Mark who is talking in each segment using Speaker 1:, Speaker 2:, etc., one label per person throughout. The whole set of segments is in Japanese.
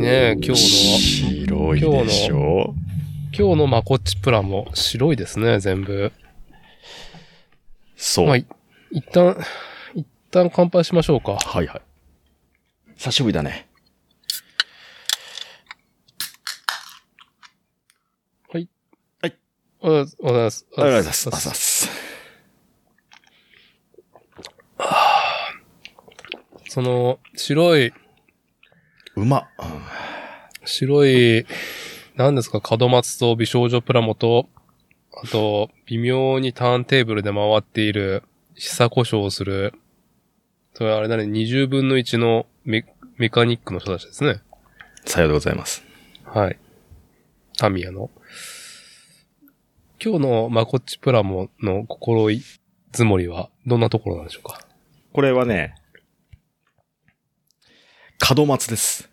Speaker 1: ね、今日
Speaker 2: 白いでし
Speaker 1: の、
Speaker 2: ょ
Speaker 1: 今日のまこっちプラも白いですね、全部。
Speaker 2: そう。
Speaker 1: まあ、
Speaker 2: はい
Speaker 1: い一旦、一旦乾杯しましょうか。
Speaker 2: はい。久しぶりだね。
Speaker 1: おはようございます。
Speaker 2: ありがとうございます。あざっす。
Speaker 1: その、白い、
Speaker 2: うまっ。
Speaker 1: 白い、何ですか、門松と美少女プラモと、あと、微妙にターンテーブルで回っている、下故障をする、それあれだね、20分の1のメメカニックの人たちですね。
Speaker 2: さようでございます。
Speaker 1: はい。タミヤの。今日のまこっちプラモの心い積もりは、どんなところなんでしょうか
Speaker 2: これはね、門松です。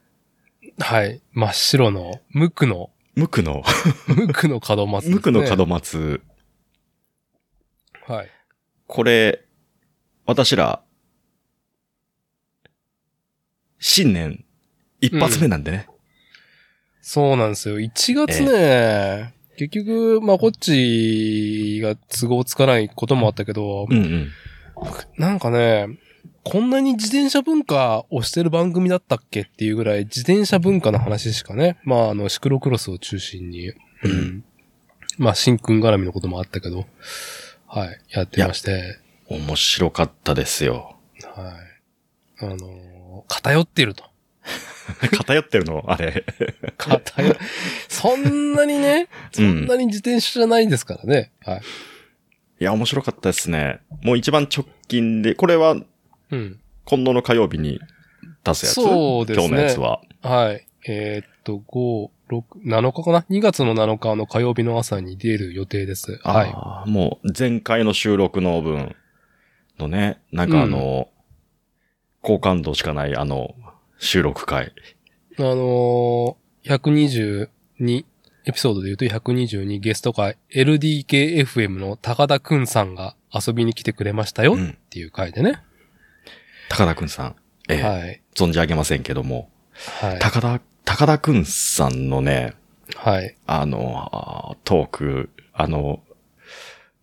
Speaker 1: はい。真っ白の、無垢の、
Speaker 2: 無垢の、
Speaker 1: 無垢の門松です、ね。
Speaker 2: 無垢の。門松。
Speaker 1: はい。
Speaker 2: これ、私ら、新年、一発目なんでね。
Speaker 1: そうなんですよ。1月ね、結局、まあ、こっちが都合つかないこともあったけど、
Speaker 2: うんうん。
Speaker 1: なんかね、こんなに自転車文化をしてる番組だったっけっていうぐらい、自転車文化の話しかね、まあ、あの、シクロクロスを中心に、うんまあ、シンくん絡みのこともあったけど、はい、やってまして、
Speaker 2: 面白かったですよ。
Speaker 1: はい。あのー偏っていると。
Speaker 2: 偏ってるのあれ。
Speaker 1: 偏る。 そんなにね、そんなに自転車じゃないですからね。はい。
Speaker 2: いや、面白かったですね。もう一番直近で、これは
Speaker 1: うん。
Speaker 2: 今度の火曜日に出すやつ
Speaker 1: そうですね
Speaker 2: 今日のやつは。
Speaker 1: はい。えーっと、5、6、7日かな ?2 月の7日の火曜日の朝に出る予定です。はい。
Speaker 2: あーもう前回の収録の分のね、なんかあの、好感度しかないあの、収録回。
Speaker 1: あのー、122、エピソードで言うと122ゲスト会、LDKFM の高田くんさんが遊びに来てくれましたよ
Speaker 2: う
Speaker 1: っ
Speaker 2: ん
Speaker 1: ていう回でね。
Speaker 2: 高田くんさん。ええ
Speaker 1: はい。
Speaker 2: 存じ上げませんけども。
Speaker 1: はい。
Speaker 2: 高田、高田くんさんのね、
Speaker 1: はい。
Speaker 2: あの、あートーク、あの、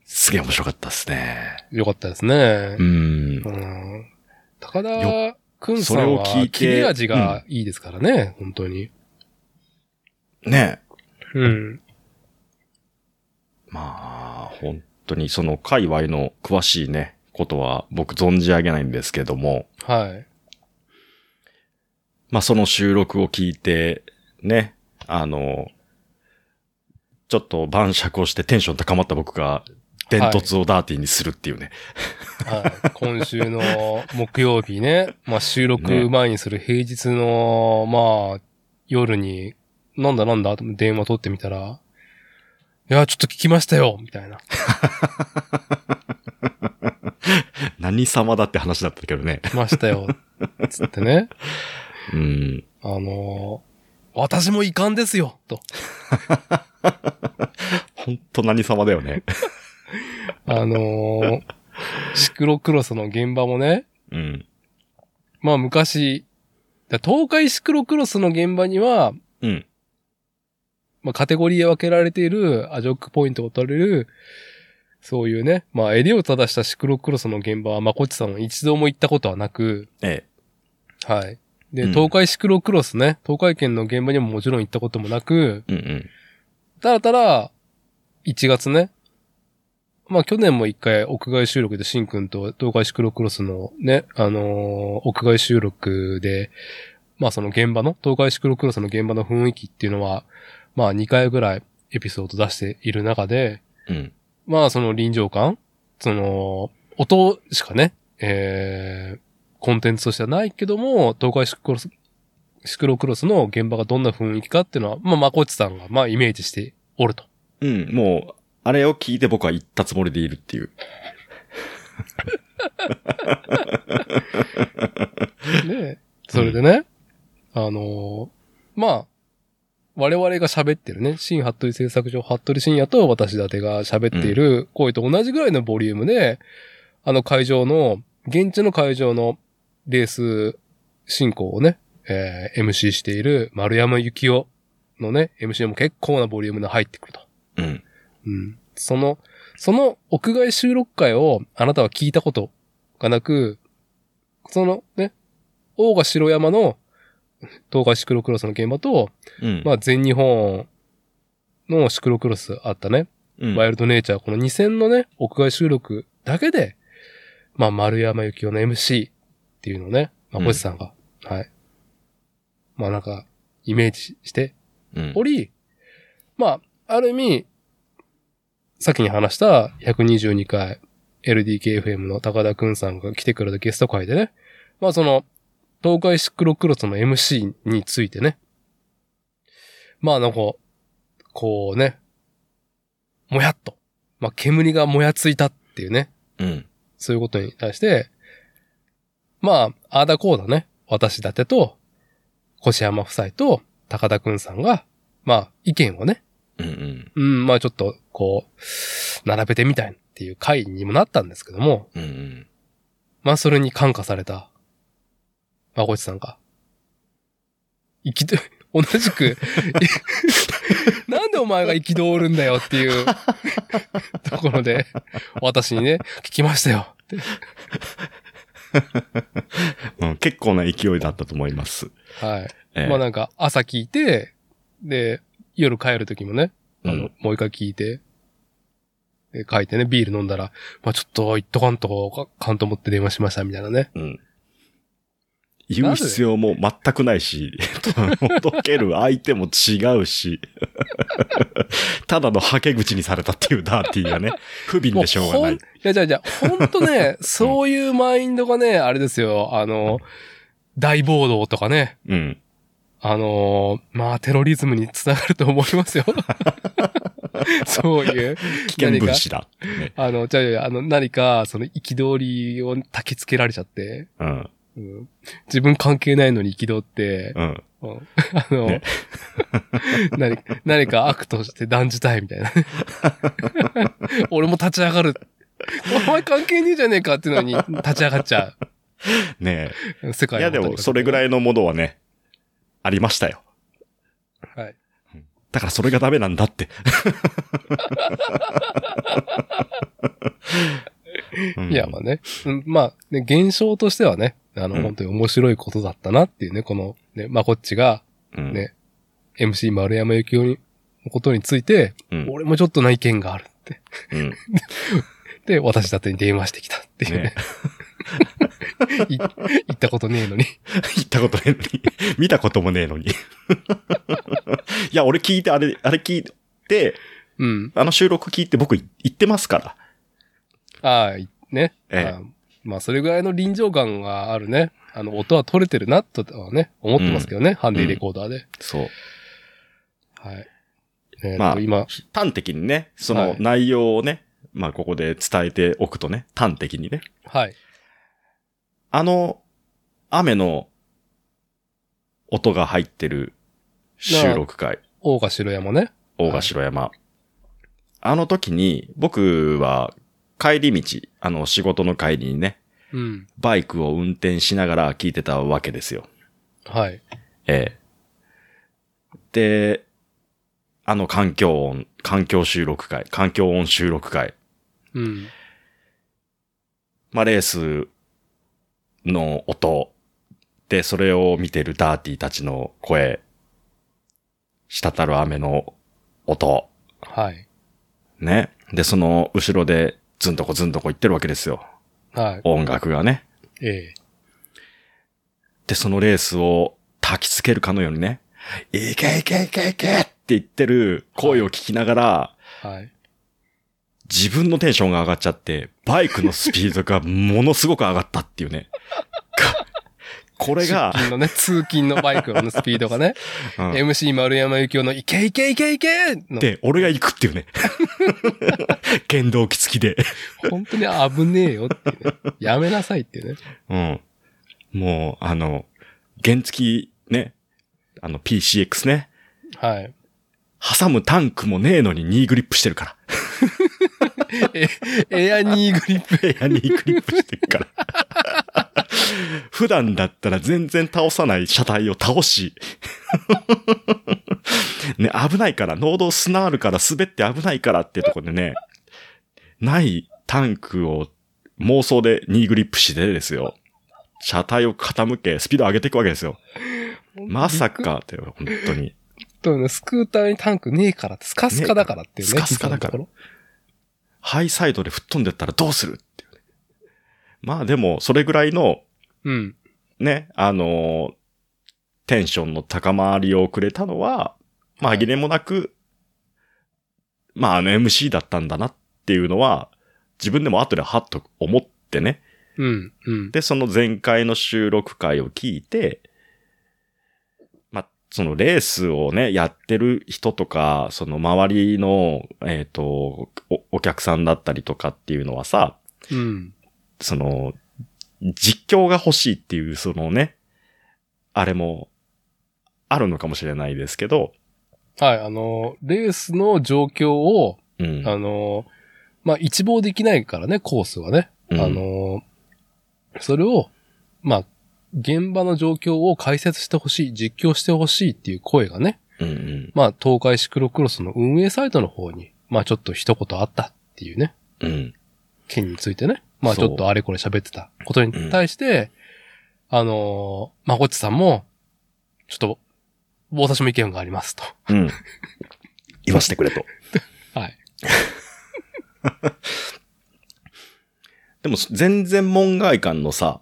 Speaker 2: すげえ面白かったですね。
Speaker 1: よかったですね
Speaker 2: う。ん
Speaker 1: う。ん。高田くんさんは
Speaker 2: それを聞いて
Speaker 1: 切れ味がいいですからね、本当に。
Speaker 2: ね
Speaker 1: うん。
Speaker 2: まあ、本当にその界隈の詳しいね、ことは僕存じ上げないんですけども、
Speaker 1: はい。
Speaker 2: まあその収録を聞いて、ね、あの、ちょっと晩酌をしてテンション高まった僕が、伝突をダーティーにするっていうね。
Speaker 1: はい。今週の木曜日ね、まあ収録前にする平日の、まあ、夜に、なんだなんだと電話取ってみたら、いや、ちょっと聞きましたよみたいな。
Speaker 2: 何様だって話だったけどね。
Speaker 1: 来ましたよ。つってね。
Speaker 2: うん。
Speaker 1: あのー私も遺憾ですよと。
Speaker 2: 本当何様だよね。
Speaker 1: あのーシクロクロスの現場もね、
Speaker 2: うん。
Speaker 1: まあ昔、だ東海シクロクロスの現場には、
Speaker 2: うん。
Speaker 1: まあ、カテゴリーで分けられている、アジョックポイントを取れる、そういうね、まあ、襟を正したシクロクロスの現場は、まこっちさんは一度も行ったことはなく、
Speaker 2: ええ。
Speaker 1: はい。で、
Speaker 2: うん
Speaker 1: 東海シクロクロスね、東海圏の現場にももちろん行ったこともなく、
Speaker 2: うんうん。
Speaker 1: ただただ、1月ね、まあ、去年も一回屋外収録でシンくんと東海シクロクロスのね、あのー屋外収録で、まあその現場の、東海シクロクロスの現場の雰囲気っていうのは、まあ2回ぐらいエピソード出している中で、
Speaker 2: うん。
Speaker 1: まあ、その臨場感その、音しかね、えー、コンテンツとしてはないけども、東海シクロス、シクロクロスの現場がどんな雰囲気かっていうのは、まあ、まこっちさんが、まあ、イメージしておると。
Speaker 2: うん。もう、あれを聞いて僕は言ったつもりでいるっていう。
Speaker 1: で、それでね、あのーまあ、我々が喋ってるね、新服部製作所、服部深夜と私立てが喋っている声と同じぐらいのボリュームで、あの会場の、現地の会場のレース進行をね、えー MC している丸山幸雄のね、MC も結構なボリュームが入ってくると。
Speaker 2: うん。
Speaker 1: うん。その、その屋外収録会をあなたは聞いたことがなく、そのね、大賀城山の東海シクロクロスの現場と、
Speaker 2: うん。
Speaker 1: まあ全日本のシクロクロスあったね、
Speaker 2: うん、
Speaker 1: ワイルドネイチャー、この2000のね、屋外収録だけで、まあ丸山幸雄の MC っていうのをね、まあ
Speaker 2: うん
Speaker 1: 星さんが、はい。まあなんか、イメージして
Speaker 2: うん
Speaker 1: おり、まあ、ある意味、さっきに話した122回 LDKFM の高田くんさんが来てくれたゲスト会でね、まあその、東海シクロクロスの MC についてね、まあなんか、こうね、もやっと、まあ煙がもやついたっていうね、
Speaker 2: うん。
Speaker 1: そういうことに対して、まあ、ああだこうだね。私だてと、越山夫妻と高田くんさんが、まあ、意見をね、
Speaker 2: うん。うん。
Speaker 1: うん、まあちょっと、こう、並べてみたいっていう回にもなったんですけども、
Speaker 2: うんうん。
Speaker 1: まあそれに感化された、まこちさんが、生きて、 同じく、いなんでお前が憤るんだよっていうところで、私にね、聞きましたよ。
Speaker 2: うん結構な勢いだったと思います。
Speaker 1: はい。
Speaker 2: ええ
Speaker 1: まあなんか朝聞いて、で、夜帰る時もね、あの、
Speaker 2: うん
Speaker 1: もう一回聞いて、で書いてね、ビール飲んだら、まあちょっと行っとかんとか、かんと思って電話しましたみたいなね。
Speaker 2: うん。言う必要も全くない し、届ける相手も違うし、 ただのはけ口にされたっていうダーティーがね、不憫でしょうが
Speaker 1: ほ、
Speaker 2: なんい
Speaker 1: い。やじゃじゃほんと ね、そういうマインドがね、あれですよ、あの、大暴動とかね、
Speaker 2: うん。
Speaker 1: あのまあテロリズムにつながると思います よ。そういう。
Speaker 2: 危険分子だ。ね、
Speaker 1: あの、じゃあいやいや、あの、何か、その、憤りを焚きつけられちゃって、
Speaker 2: うん。
Speaker 1: うん自分関係ないのに憤って、
Speaker 2: うん。
Speaker 1: うんあの、
Speaker 2: ね
Speaker 1: 何何か悪として断じたいみ たいなね。俺も立ち上がる。お前関係ねえじゃねえかっていうのに立ち上がっちゃ
Speaker 2: ね
Speaker 1: う。世
Speaker 2: え。
Speaker 1: 界
Speaker 2: いやでも、それぐら
Speaker 1: い。
Speaker 2: いのものはね、ありましたよ。
Speaker 1: はい。
Speaker 2: だからそれがダメなんだって。
Speaker 1: いや、まあね。うんまあ、ね、現象としてはね、あの、
Speaker 2: うん
Speaker 1: 本当に面白いことだったなっていうね、この、ね、まあ、こっちが
Speaker 2: あ、うん、
Speaker 1: ね MC 丸山幸雄のことについて、
Speaker 2: うん
Speaker 1: 俺もちょっとな意見があるって。
Speaker 2: うん。
Speaker 1: で、私だってに電話してきたっていうね
Speaker 2: ね
Speaker 1: い行ったことねえのに。
Speaker 2: 行ったことねえのに。 見たこともねえのに。いや、俺聞いて、あれ、あれ聞いて、
Speaker 1: うん。
Speaker 2: あの収録聞いて僕い行ってますから。
Speaker 1: ああ、いね。
Speaker 2: ええ
Speaker 1: ああまあ、それぐらいの臨場感があるね。あの、音は取れてるな、とはね、思ってますけどね。ハンディレコーダーで。
Speaker 2: そう。
Speaker 1: はい。ね
Speaker 2: まあ
Speaker 1: 今、
Speaker 2: 端的にね、そ
Speaker 1: は
Speaker 2: の
Speaker 1: い
Speaker 2: 内容をね、まあここで伝えておくとね、端的にね。
Speaker 1: はい。
Speaker 2: あの、雨の音が入ってる収録会、
Speaker 1: 大賀城山ね。
Speaker 2: 大賀城山。あの時に、僕は帰り道、あの仕事の帰りにね、
Speaker 1: うん。
Speaker 2: バイクを運転しながら聞いてたわけですよ。
Speaker 1: はい。
Speaker 2: ええ。で、あの環境音、環境収録会、環境音収録会。
Speaker 1: うん。
Speaker 2: まあ、レースの音。で、それを見てるダーティーたちの声。滴る雨の音。
Speaker 1: はい。
Speaker 2: ね。で、その後ろでずんとこずんとこ言ってるわけですよ。
Speaker 1: はい。
Speaker 2: 音楽がね。
Speaker 1: ええ。
Speaker 2: で、そのレースを焚きつけるかのようにね。いけいけいけいけって言ってる声を聞きながら、
Speaker 1: はい。
Speaker 2: 自分のテンションが上がっちゃって、バイクのスピードがものすごく上がったっていうね。 かこれが
Speaker 1: 出、勤のね、通勤のバイクのスピードがね、
Speaker 2: うん
Speaker 1: MC 丸山幸雄のいけいけいけいけの、
Speaker 2: で、俺が行くっていうね。 剣道機付きで。
Speaker 1: 本当に危ねえよっていうね。やめなさいっていうね。
Speaker 2: うん。もう、あの、原付きね、あの PCX ね。
Speaker 1: はい。
Speaker 2: 挟むタンクもねえのにニーグリップしてるから。
Speaker 1: エアニーグリップ。
Speaker 2: エアニーグリップしてるから。 普段だったら全然倒さない車体を倒し、 ね、危ないから、農道砂あるから滑って危ないからっていうところでね、ないタンクを妄想でニーグリップしてですよ。車体を傾け、スピード上げていくわけですよ。まさかって、本当に。
Speaker 1: とね、スクーターにタンクねえからって、スカスカだからっていうね。
Speaker 2: ねスカスカだから
Speaker 1: 膝のとこ
Speaker 2: ハイサイドで吹っ飛んでったらどうするっていうね。まあでも、それぐらいの
Speaker 1: ろ。うん。
Speaker 2: ね、あのーテンションの高まりをくれたのは、まあ、
Speaker 1: はい
Speaker 2: 紛れもなく、まあ、あの MC だったんだなっていうのは、自分でも後ではっと思ってね。
Speaker 1: うん。うん。
Speaker 2: で、その前回の収録回を聞いて、まあ、そのレースをね、やってる人とか、その周りの、えっ、とお、お客さんだったりとかっていうのはさ、
Speaker 1: うん。
Speaker 2: その、実況が欲しいっていう、そのね、あれも、あるのかもしれないですけど、
Speaker 1: はい、あの、レースの状況を、
Speaker 2: うん。
Speaker 1: あの、まあ、一望できないからね、コースはね。
Speaker 2: うん
Speaker 1: あ、の、それを、まあ、現場の状況を解説してほしい、実況してほしいっていう声がね、
Speaker 2: うんうん
Speaker 1: まあ、東海シクロクロスの運営サイトの方に、まあ、ちょっと一言あったっていうね、
Speaker 2: うん。
Speaker 1: 件についてね、まあ、ち
Speaker 2: そう
Speaker 1: ょっとあれこれ喋ってたことに対して、あの、まこっちさんも、ちょっと、私も意見がありますと。
Speaker 2: うん。 言わせてくれと。
Speaker 1: はい。
Speaker 2: でも、全然門外観のさ、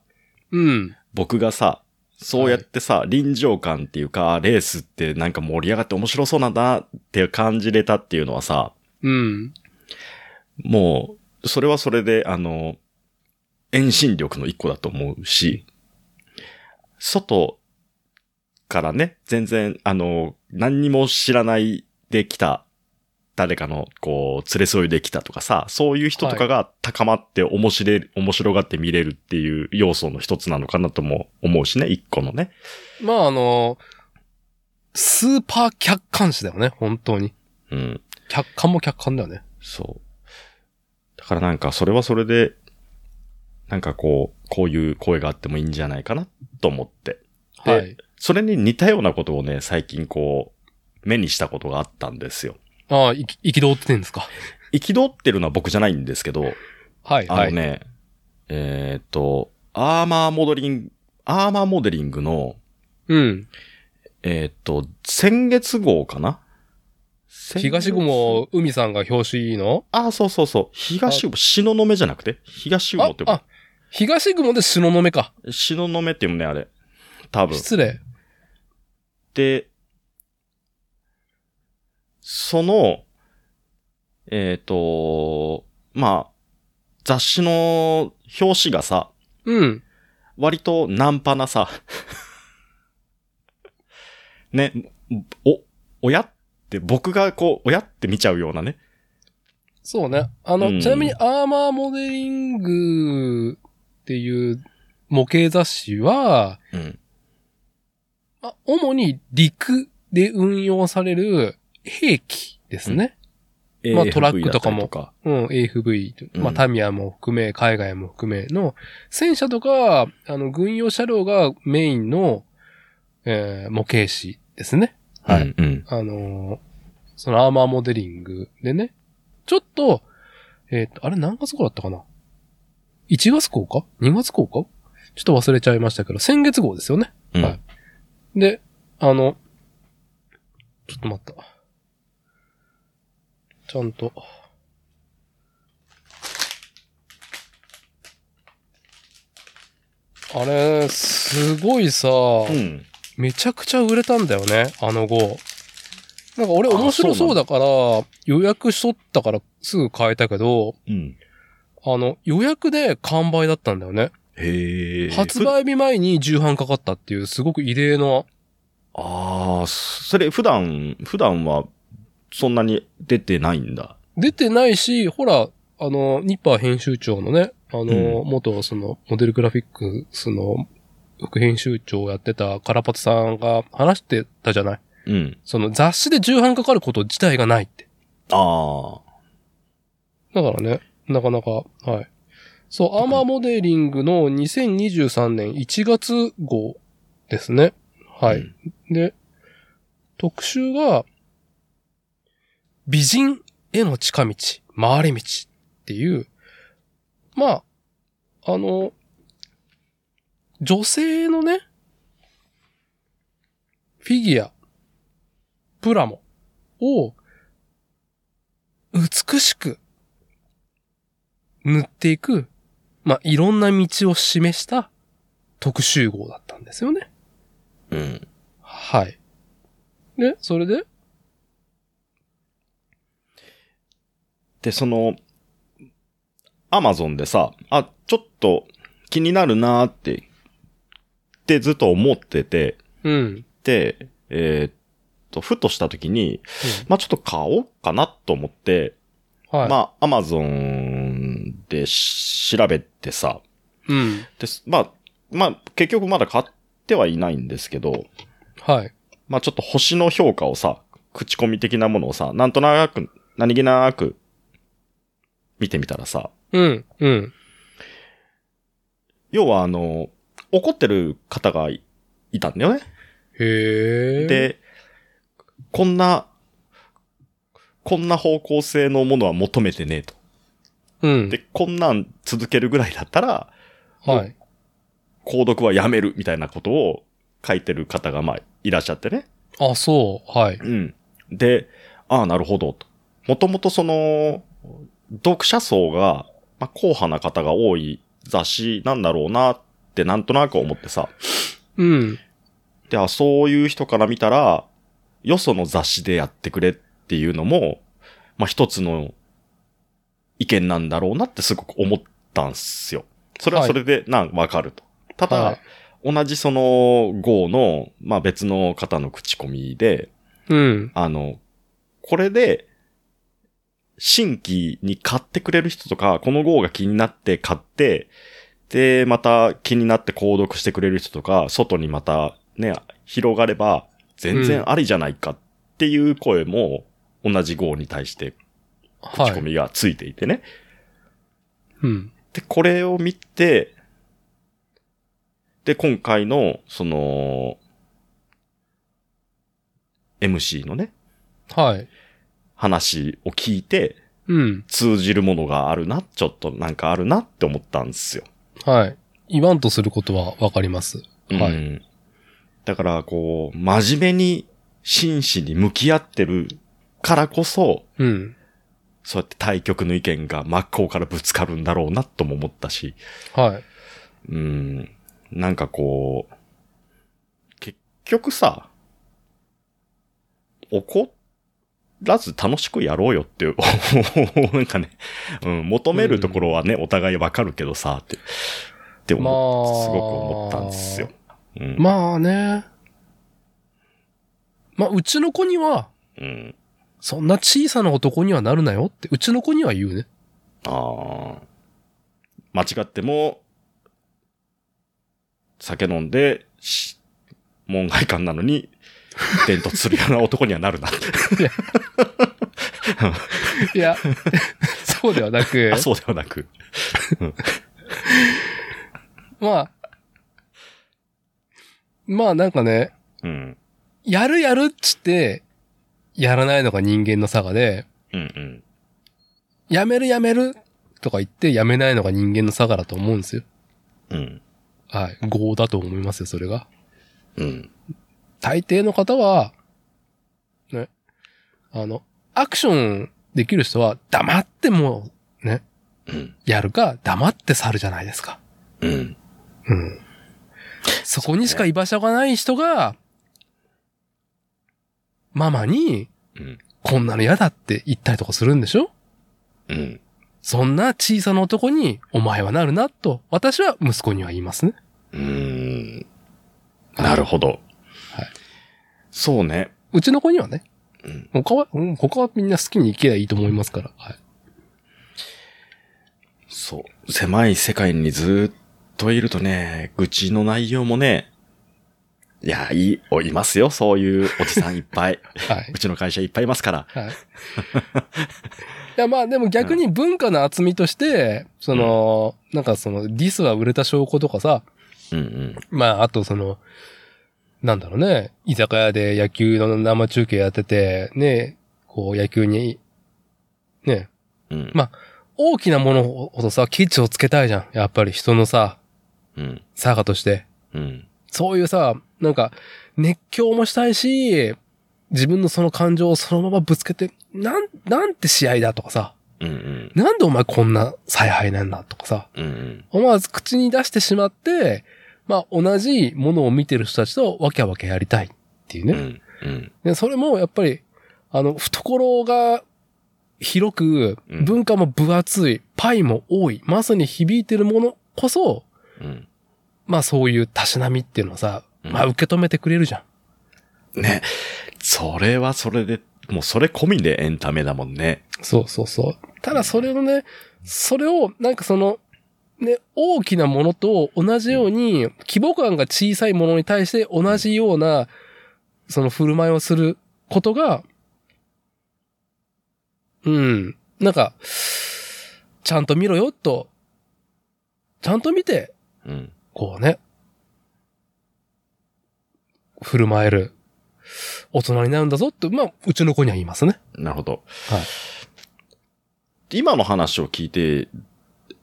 Speaker 1: うん。
Speaker 2: 僕がさ、そうやってさ、臨場感っていうか、レースってなんか盛り上がって面白そうなんだなって感じれたっていうのはさ、
Speaker 1: うん。
Speaker 2: もう、それはそれで、あの、遠心力の一個だと思うし、外からね、全然、あの、何にも知らないで来た、誰かの、こう、連れ添いで来たとかさ、そういう人とかが高まって面白い、面白がって見れるっていう要素の一つなのかなとも思うしね、一個のね。
Speaker 1: まあ、あの、スーパー客観視だよね、本当に。
Speaker 2: うん。
Speaker 1: 客観も客観だよね。
Speaker 2: そう。だからなんか、それはそれで、なんかこう、こういう声があってもいいんじゃないかなと思って。で
Speaker 1: はい。
Speaker 2: それに似たようなことをね、最近こう、目にしたことがあったんですよ。
Speaker 1: ああ、いき憤ってんですか。
Speaker 2: 憤ってるのは僕じゃないんですけど、
Speaker 1: はい、
Speaker 2: あ
Speaker 1: は
Speaker 2: の
Speaker 1: い。
Speaker 2: ね、えーっと、アーマーモデリング、アーマーモデリングの、
Speaker 1: うん。
Speaker 2: えーっと、先月号かな
Speaker 1: 東
Speaker 2: 先月
Speaker 1: 雲海さんが表紙いいの
Speaker 2: ああ、そうそうそう。東雲、東雲じゃなくて東雲
Speaker 1: あ
Speaker 2: って、
Speaker 1: あ、東雲で東雲か。
Speaker 2: 東雲っていうね、あれ。多分。
Speaker 1: 失礼。
Speaker 2: で、その、えっ、と、まあ、雑誌の表紙がさ、
Speaker 1: うん。
Speaker 2: 割とナンパなさ、 ね、お、親って、僕がこう、親って見ちゃうようなね。
Speaker 1: そうね。あの、
Speaker 2: うん
Speaker 1: ちなみにアーマーモデリングっていう模型雑誌は、
Speaker 2: うん。
Speaker 1: まあ、主に陸で運用される兵器ですね。まあ
Speaker 2: AFV
Speaker 1: トラックとかも
Speaker 2: だったりか
Speaker 1: うん、AFV と、
Speaker 2: うん
Speaker 1: まあ、タミヤも含め、海外も含めの、戦車とか、あの、軍用車両がメインの、えー模型師ですね。
Speaker 2: はい。うん。
Speaker 1: あのーそのアーマーモデリングでね、ちょっと、えっ、と、あれ何月号だったかな ?1 月号か ?2 月号かちょっと忘れちゃいましたけど、先月号ですよね。
Speaker 2: うん
Speaker 1: はいで、あの、ちょっと待った。ちゃんと。あれ、すごいさ、
Speaker 2: うん。
Speaker 1: めちゃくちゃ売れたんだよね、あの号。なんか俺
Speaker 2: あ
Speaker 1: 面白そうだから、予約しとったからすぐ買えたけど、
Speaker 2: うん。
Speaker 1: あの、予約で完売だったんだよね。
Speaker 2: へえ。
Speaker 1: 発売日前に重版かかったっていう、すごく異例の、
Speaker 2: ああ、それ普段、普段はそんなに出てないんだ。
Speaker 1: 出てないし、ほら、あの、ニッパー編集長のね、あの、元、その、モデルグラフィックスの副編集長をやってたカラパツさんが話してたじゃない。
Speaker 2: うん。
Speaker 1: その雑誌で重版かかること自体がないって。
Speaker 2: ああ。
Speaker 1: だからね、なかなか、はい。そう、アーマーモデリングの2023年1月号ですね。はい。
Speaker 2: うん
Speaker 1: で、特集が、美人への近道、回り道っていう、まあ、あの、女性のね、フィギュア、プラモを、美しく、塗っていく、まあ、いろんな道を示した特集号だったんですよね。
Speaker 2: うん。
Speaker 1: はい。で、それで
Speaker 2: で、その、アマゾンでさ、あ、ちょっと気になるなーって、ってずっと思ってて、
Speaker 1: うん。
Speaker 2: で、えーっと、ふとした時に、まあちょっと買おうかなと思って、
Speaker 1: はい。
Speaker 2: まあアマゾンでし調べてさ、
Speaker 1: うん。
Speaker 2: です、まあ、まあ結局まだ買ってはいないんですけど、
Speaker 1: はい。
Speaker 2: まあちょっと星の評価をさ、口コミ的なものをさ、なんとなく、何気なく、見てみたらさ、
Speaker 1: うん。うん。
Speaker 2: 要はあの、怒ってる方がいいたんだよね。
Speaker 1: へえ。、
Speaker 2: で、こんな、こんな方向性のものは求めてねえと。
Speaker 1: うん。
Speaker 2: で、こんなん続けるぐらいだったら、
Speaker 1: はい。
Speaker 2: 購読はやめるみたいなことを書いてる方がまあいらっしゃってね。
Speaker 1: あ、そう。はい。
Speaker 2: うん。で、ああ、なるほどと。もともとその、読者層が、まあ、硬派な方が多い雑誌なんだろうなってなんとなく思ってさ。
Speaker 1: うん。
Speaker 2: で、あ、そういう人から見たら、よその雑誌でやってくれっていうのも、まあ、一つの意見なんだろうなってすごく思ったんすよ。それはそれで、なん、わかると。ただ、
Speaker 1: はい
Speaker 2: 同じその号の、まあ、別の方の口コミで、
Speaker 1: うん。
Speaker 2: あの、これで、新規に買ってくれる人とか、この号が気になって買って、で、また気になって購読してくれる人とか、外にまたね、広がれば、全然ありじゃないかっていう声も、同じ号に対して
Speaker 1: は
Speaker 2: 口コ
Speaker 1: い。
Speaker 2: ミがついていてね。
Speaker 1: うん。
Speaker 2: で、これを見て、で、今回の、その、MC のね、
Speaker 1: はい。
Speaker 2: 話を聞いて、
Speaker 1: うん。
Speaker 2: 通じるものがあるな、ちょっとなんかあるなって思ったんですよ。
Speaker 1: はい。言わんとすることはわかります。はい
Speaker 2: い。だから、こう、真面目に真摯に向き合ってるからこそ、
Speaker 1: うん。
Speaker 2: そうやって対局の意見が真っ向からぶつかるんだろうなとも思ったし、
Speaker 1: はい。
Speaker 2: うん。なんかこう、結局さ、怒らず楽しくやろうよっていう、 なんかね、うん、求めるところはね、お互いわかるけどさ、って、って思っ
Speaker 1: まあ
Speaker 2: すごく思ったんですよ。うん。
Speaker 1: まあね。まあ、うちの子には、
Speaker 2: うん。
Speaker 1: そんな小さな男にはなるなよって、うちの子には言うね。
Speaker 2: ああ。間違っても、酒飲んで、し門外漢なのに、伝突するような男にはなるなって。
Speaker 1: いや、 そうではなく
Speaker 2: あ、 そうではなく。
Speaker 1: まあ、まあなんかね、
Speaker 2: うん。
Speaker 1: やるやるっつって、やらないのが人間の差がで、
Speaker 2: うんうん。
Speaker 1: やめるやめるとか言ってやめないのが人間の差がだと思うんですよ。
Speaker 2: うん。
Speaker 1: はい。業だと思いますよ、それが。
Speaker 2: うん。
Speaker 1: 大抵の方は、ね、あの、アクションできる人は黙ってもう、ね、
Speaker 2: うん。
Speaker 1: やるか黙って去るじゃないですか。
Speaker 2: うん。
Speaker 1: うん。そこにしか居場所がない人が、ママに、
Speaker 2: うん。
Speaker 1: こんなの嫌だって言ったりとかするんでしょ
Speaker 2: うん。
Speaker 1: そんな小さな男に、お前はなるな、と、私は息子には言いますね。
Speaker 2: うん。なるほど。
Speaker 1: はい。
Speaker 2: そうね。
Speaker 1: うちの子にはね。
Speaker 2: うん
Speaker 1: 他は、うん、他はみんな好きに行けばいいと思いますから。はい。
Speaker 2: そう。狭い世界にずっといるとね、愚痴の内容もね、いや、いい、おいますよ、そういうおじさんいっぱい。
Speaker 1: はい。
Speaker 2: うちの会社いっぱいいますから。
Speaker 1: はい。いや、まあでも逆に文化の厚みとして、その、なんかその、ディスは売れた証拠とかさ、
Speaker 2: うんうん。
Speaker 1: まあ、あとその、なんだろうね、居酒屋で野球の生中継やってて、ね、こう野球に、ね、
Speaker 2: うん。
Speaker 1: ま大きなものほどさ、キッチをつけたいじゃん。やっぱり人のさ、
Speaker 2: うん。
Speaker 1: サーカとして。
Speaker 2: うん。
Speaker 1: そういうさ、なんか、熱狂もしたいし、自分のその感情をそのままぶつけて、なん、なんて試合だとかさ、
Speaker 2: うんうん。
Speaker 1: なんでお前こんな采配なんだとかさ、
Speaker 2: うんうん。
Speaker 1: 思わず口に出してしまって、まあ同じものを見てる人たちとわけわけやりたいっていう
Speaker 2: う
Speaker 1: ね。
Speaker 2: んうん。
Speaker 1: で、それもやっぱり、あの、懐が広く、
Speaker 2: うん
Speaker 1: 文化も分厚い、パイも多い、まさに響いてるものこそ、
Speaker 2: うん。
Speaker 1: まあそういうたしなみっていうのはさ、
Speaker 2: うん
Speaker 1: まあ受け止めてくれるじゃん。
Speaker 2: ね。それはそれで、もうそれ込みでエンタメだもんね。
Speaker 1: そうそうそう。ただそれのね、それを、なんかその、ね、大きなものと同じように、規模感が小さいものに対して同じような、その振る舞いをすることが、うん、なんか、ちゃんと見ろよ、と、ちゃんと見て、
Speaker 2: うん。
Speaker 1: こうね、振る舞える、大人になるんだぞって、まあ、うちの子には言いますね。
Speaker 2: なるほど。
Speaker 1: はい
Speaker 2: 今の話を聞いて、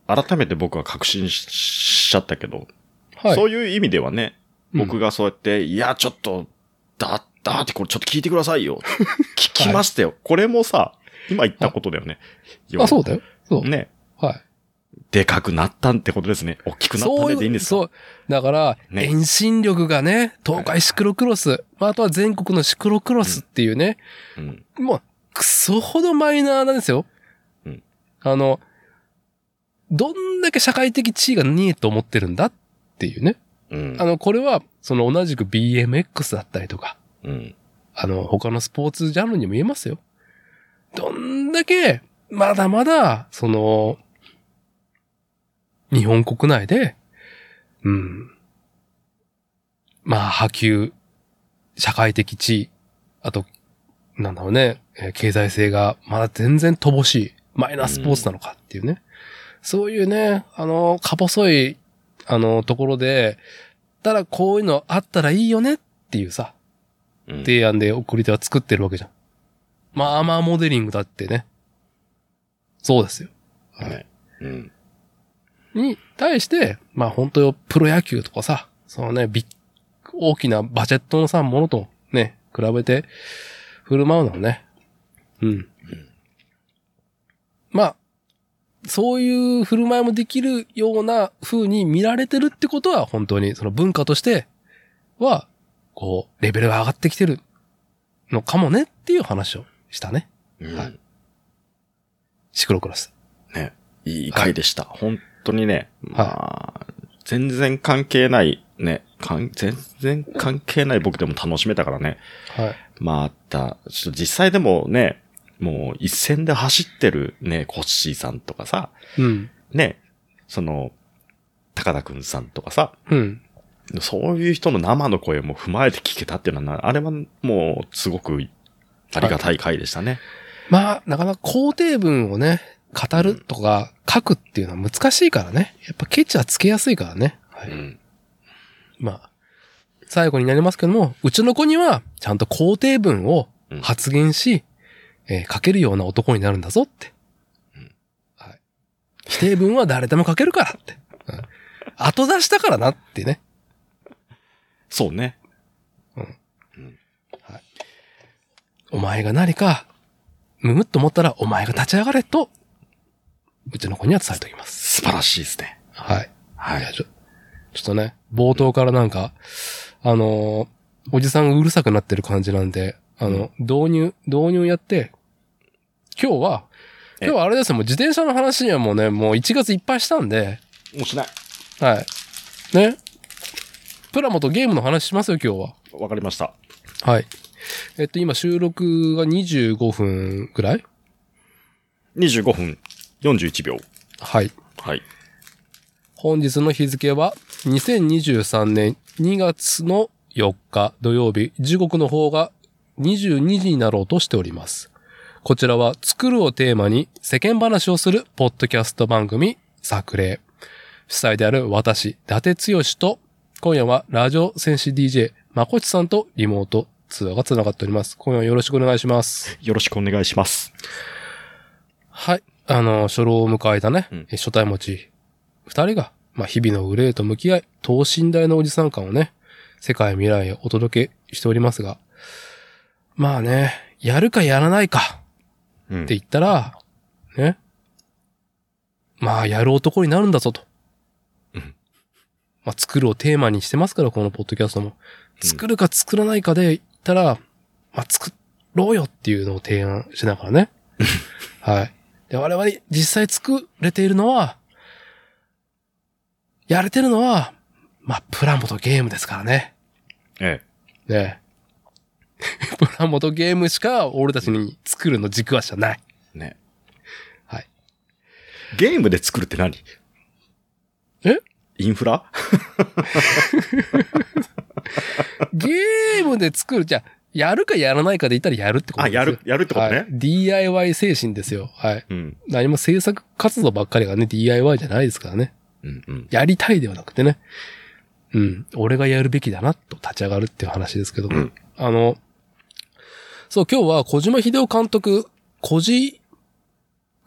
Speaker 2: 改めて僕は確信ししちゃったけど、
Speaker 1: はい。
Speaker 2: そういう意味ではね、
Speaker 1: うん
Speaker 2: 僕がそうやって、いや、ちょっと、だ、だってこれちょっと聞いてくださ いよ。聞きましたよ。これもさ、今言ったことだよね。要は
Speaker 1: あ、そうだよ。そう。
Speaker 2: ね。
Speaker 1: はい。
Speaker 2: でかくなったんってことですね。大きくなった
Speaker 1: そうい
Speaker 2: ね
Speaker 1: う
Speaker 2: でいいんです
Speaker 1: そう。だから、
Speaker 2: ね
Speaker 1: 遠心力がね、東海シクロクロス、まあ、あとは全国のシクロクロスっていうね、
Speaker 2: うん。
Speaker 1: もう、くそほどマイナーなんですよ。
Speaker 2: うん
Speaker 1: あの、どんだけ社会的地位がねえと思ってるんだっていうね。
Speaker 2: うん
Speaker 1: あ。の、これは、その同じく BMX だったりとか、
Speaker 2: うん。
Speaker 1: あの、他のスポーツジャンルにも言えますよ。どんだけ、まだまだ、その、日本国内で、うん。まあ、波及、社会的地位、あと、なんだろうね、えー経済性がまだ全然乏しい、マイナースポーツなのかっていうね。そういうね、あの、か細い、あの、ところで、ただこういうのあったらいいよねっていうさ、
Speaker 2: うん
Speaker 1: 提案で送り手は作ってるわけじゃん。まあ、アーマーモデリングだってね。そうですよ。
Speaker 2: はい。うん。
Speaker 1: に対して、まあ本当よ、プロ野球とかさ、そのね、ビッ大きなバジェットのさ、ものとね、比べて振る舞うのはね。うん。まあ、そういう振る舞いもできるような風に見られてるってことは、本当にその文化としては、こう、レベルが上がってきてるのかもねっていう話をしたね。
Speaker 2: うん
Speaker 1: はいシクロクロス。
Speaker 2: ね。いい回でした。本当にね、まあ、全然関係ない、ね、かん全然関係ない僕でも楽しめたからね。
Speaker 1: はい。
Speaker 2: まあ、あった。ちょっと実際でもね、もう一線で走ってるね、コッシーさんとかさ、
Speaker 1: うん。
Speaker 2: ね、その、高田くんさんとかさ、
Speaker 1: うん。
Speaker 2: そういう人の生の声も踏まえて聞けたっていうのはな、あれはもうすごくありがたい回でしたね。
Speaker 1: まあ、なかなか肯定文をね、語るとか書くっていうのは難しいからね。やっぱケチはつけやすいからね。はい。
Speaker 2: うん。
Speaker 1: まあ、最後になりますけども、うちの子にはちゃんと肯定文を
Speaker 2: うん
Speaker 1: 発言し、えー書けるような男になるんだぞって。
Speaker 2: うん
Speaker 1: はい。否定文は誰でも書けるからって。うん後出しだからなってね。
Speaker 2: そうね。
Speaker 1: お前が何か、むむっと思ったらお前が立ち上がれと、うちの子には伝えておきます。
Speaker 2: 素晴らしいですね。
Speaker 1: はい。
Speaker 2: はい
Speaker 1: や
Speaker 2: い。
Speaker 1: ちょ、ちょっとね、冒頭からなんか、あのーおじさんがうるさくなってる感じなんで、あの、導入、導入やって、今日は、
Speaker 2: え
Speaker 1: 今日はあれですよ、もう自転車の話にはもうね、もう1月いっぱいしたんで、
Speaker 2: もうしない。
Speaker 1: はい。ね。プラモとゲームの話しますよ、今日
Speaker 2: わかりました。
Speaker 1: は。はい。えっと、今収録が25分ぐらい
Speaker 2: 25分41秒。
Speaker 1: はい。
Speaker 2: はい。
Speaker 1: 本日の日付は2023年2月の4日土曜日、時刻の方が22時になろうとしております。こちらは作るをテーマに世間話をするポッドキャスト番組作例。主催である私、伊達剛と、今夜はラジオ戦士 DJ、まこちさんとリモート通話が繋がっております。今夜はよろしくお願いします。
Speaker 2: よろしくお願いします。
Speaker 1: はい。あの、初老を迎えたね、
Speaker 2: うん
Speaker 1: 初対持ち、二人が、まあ、日々の憂いと向き合い、等身大のおじさん感をね、世界未来へお届けしておりますが、まあね、やるかやらないか。
Speaker 2: うん
Speaker 1: って言ったら、ね。まあ、やる男になるんだぞと。
Speaker 2: うん
Speaker 1: まあ、作るをテーマにしてますから、このポッドキャストも。
Speaker 2: うん
Speaker 1: 作るか作らないかで言ったら、まあ、作ろうよっていうのを提案しながら ね。はい。で、我々実際作れているのは、やれてるのは、まあ、プラモとゲームですからね。
Speaker 2: ええ。
Speaker 1: ねえプラモとゲームしか俺たちに作るの軸足はない。
Speaker 2: ね。
Speaker 1: はい。
Speaker 2: ゲームで作るって何
Speaker 1: え
Speaker 2: インフラ
Speaker 1: ゲームで作る、じゃあやるかやらないかで言ったらやるってこと
Speaker 2: あ、
Speaker 1: ですよ
Speaker 2: やる、やるってことね。
Speaker 1: はい。DIY 精神ですよ。はい。
Speaker 2: うん。
Speaker 1: 何も制作活動ばっかりがね、DIY じゃないですからね。
Speaker 2: うんうん。
Speaker 1: やりたいではなくてね。うん。俺がやるべきだな、と立ち上がるっていう話ですけど。
Speaker 2: うん
Speaker 1: あの、そう、今日は小島秀夫監督、小じ、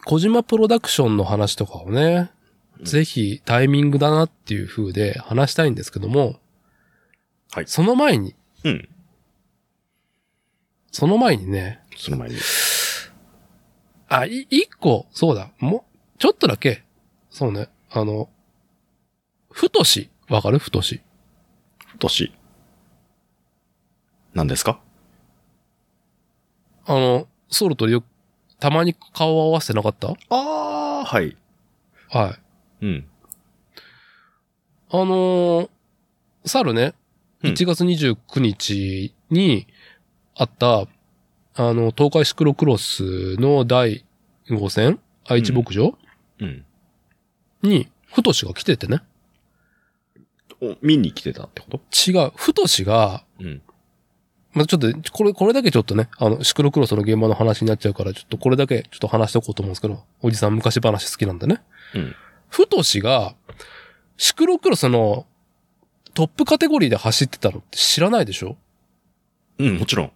Speaker 1: 小島プロダクションの話とかをね、
Speaker 2: うん
Speaker 1: ぜひタイミングだなっていう風で話したいんですけども、
Speaker 2: はい
Speaker 1: その前に、
Speaker 2: うん。
Speaker 1: その前にね、
Speaker 2: その前に。
Speaker 1: あ、い、一個、そうだ、もう、ちょっとだけ、そうね、あの、ふとし、わかるふとし。
Speaker 2: 年。何ですか
Speaker 1: あの、ソルとよく、たまに顔を合わせてなかった
Speaker 2: ああ、はい。
Speaker 1: はい。
Speaker 2: うん。
Speaker 1: あのー、サルね、
Speaker 2: うん
Speaker 1: 1月29日にあった、あの、東海シクロクロスの第5戦、愛知牧場、
Speaker 2: うん。
Speaker 1: に、ふとしが来ててね。
Speaker 2: お見に来てたってこと
Speaker 1: 違う、ふとしが、
Speaker 2: うん。
Speaker 1: まあ、ちょっと、これ、これだけちょっとね、あの、シクロクロスの現場の話になっちゃうから、ちょっとこれだけちょっと話しておこうと思うんですけど、おじさん昔話好きなんでね。
Speaker 2: うん。
Speaker 1: ふとしが、シクロクロスのトップカテゴリーで走ってたのって知らないでしょ
Speaker 2: うん、もちろん。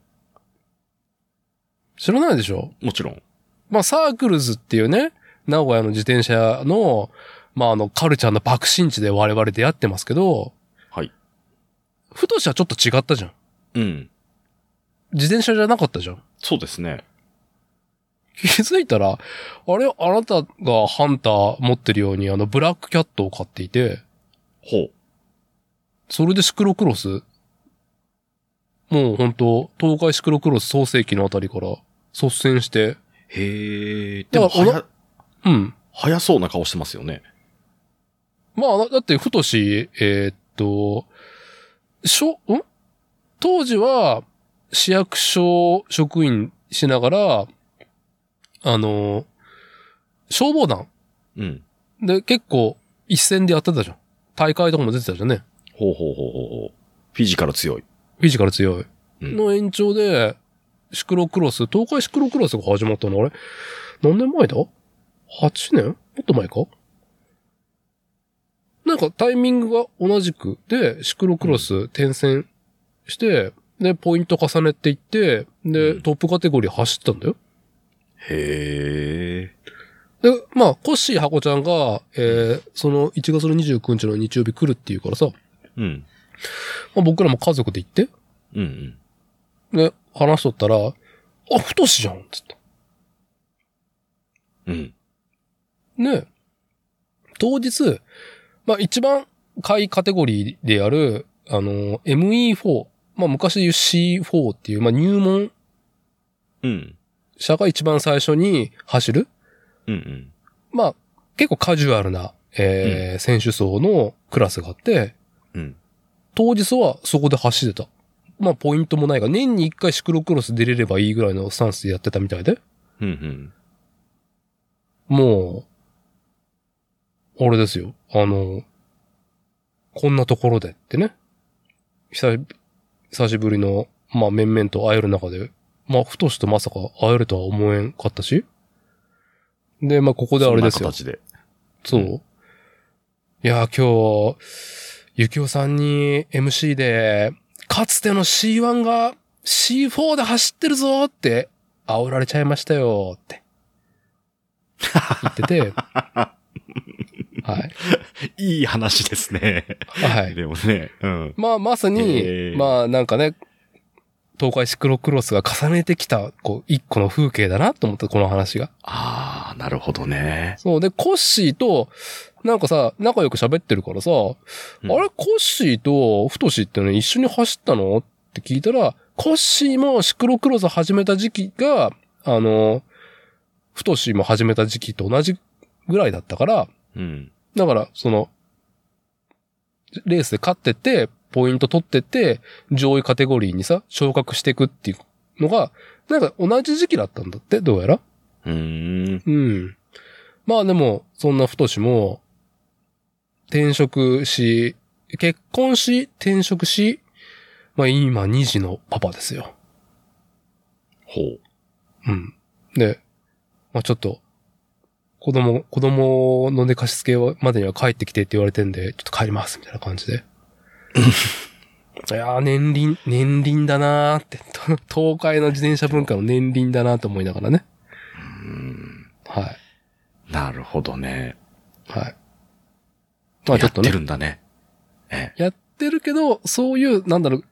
Speaker 1: 知らないでしょ
Speaker 2: もちろん。
Speaker 1: まあ、サークルズっていうね、名古屋の自転車の、まあ、あの、カルチャーの爆心地で我々出会ってますけど、
Speaker 2: はい。
Speaker 1: ふとしはちょっと違ったじゃん。
Speaker 2: うん。
Speaker 1: 自転車じゃなかったじゃん。
Speaker 2: そうですね。
Speaker 1: 気づいたら、あれ、あなたがハンター持ってるように、あの、ブラックキャットを買っていて、
Speaker 2: ほう。
Speaker 1: それでシクロクロス、もう本当東海シクロクロス創世紀のあたりから率先して、
Speaker 2: へえ。で
Speaker 1: だ
Speaker 2: も、
Speaker 1: から
Speaker 2: はや、
Speaker 1: うん。
Speaker 2: 早そうな顔してますよね。
Speaker 1: まあ、だだって、ふとし、えーっと、しょ、ん当時は、市役所職員しながら、あの、消防団
Speaker 2: うん。
Speaker 1: で結構一戦でやってたじゃん。大会とかも出てたじゃんね。
Speaker 2: ほうほうほうほうほう。フィジカル強い。
Speaker 1: フィジカル強い。
Speaker 2: うん
Speaker 1: の延長で、シクロクロス、東海シクロクロスが始まったのあれ何年前だ ?8 年もっと前かなんかタイミングが同じくで、シクロクロス転戦して、で、ポイント重ねていって、
Speaker 2: う
Speaker 1: で、
Speaker 2: ん
Speaker 1: トップカテゴリー走ったんだよ。
Speaker 2: へえ。
Speaker 1: で、まあ、コッシーハコちゃんが、えー、その1月の29日の日曜日来るっていうからさ、
Speaker 2: うん。
Speaker 1: まあ、僕らも家族で行って、
Speaker 2: うんうん。
Speaker 1: で、話しとったら、あ、ふとしじゃんつって。
Speaker 2: うん。
Speaker 1: ね、当日、まあ一番下位カテゴリーである、あの、ME4、まあ昔で言う C4 っていう、まあ入門
Speaker 2: うん。
Speaker 1: 者が一番最初に走る、
Speaker 2: うんうん。
Speaker 1: まあ結構カジュアルな、えー選手層のクラスがあって、
Speaker 2: うん。
Speaker 1: 当日はそこで走ってた。まあポイントもないが、年に一回シクロクロス出れればいいぐらいのスタンスでやってたみたいで、
Speaker 2: うんうん。
Speaker 1: もう、あれですよ。あの、こんなところでってね。久久しぶりの、まあ、面々と会える中で、まあ、ふとしとまさか会えるとは思えんかったし。で、まあ、ここであれですよ。
Speaker 2: そんな形で。
Speaker 1: そう。
Speaker 2: うん
Speaker 1: いやー、今日、ゆきおさんに MC で、かつての C1 が C4 で走ってるぞーって、煽られちゃいましたよーって。言って て。はい。
Speaker 2: いい話ですね。
Speaker 1: はい。
Speaker 2: でもね、うん。
Speaker 1: まあ、まさに、
Speaker 2: えー
Speaker 1: まあ、なんかね、東海シクロクロスが重ねてきた、こう、一個の風景だなと思った、この話が。
Speaker 2: ああ、なるほどね。
Speaker 1: そう。で、コッシーと、なんかさ、仲良く喋ってるからさ、
Speaker 2: うん
Speaker 1: あれ、コッシーとフトシーってね、一緒に走ったのって聞いたら、コッシーもシクロクロス始めた時期が、あの、フトシーも始めた時期と同じぐらいだったから、
Speaker 2: うん。
Speaker 1: だから、その、レースで勝ってって、ポイント取ってって、上位カテゴリーにさ、昇格していくっていうのが、なんか同じ時期だったんだって、どうやら。
Speaker 2: うーん。
Speaker 1: うん。まあでも、そんな太しも、転職し、結婚し、転職し、まあ今2児のパパですよ。
Speaker 2: ほう。
Speaker 1: うん。で、まあちょっと、子供、子供の寝かしつけまでには帰ってきてって言われてんで、ちょっと帰ります、みたいな感じで。いやー、年輪、年輪だなーって、 と東海の自転車文化の年輪だなーと思いながらね。
Speaker 2: うん。
Speaker 1: はい。
Speaker 2: なるほどね。
Speaker 1: はい。まあちょっとね
Speaker 2: やって。るんだね。え
Speaker 1: やってるけど、そういう、なんだろう、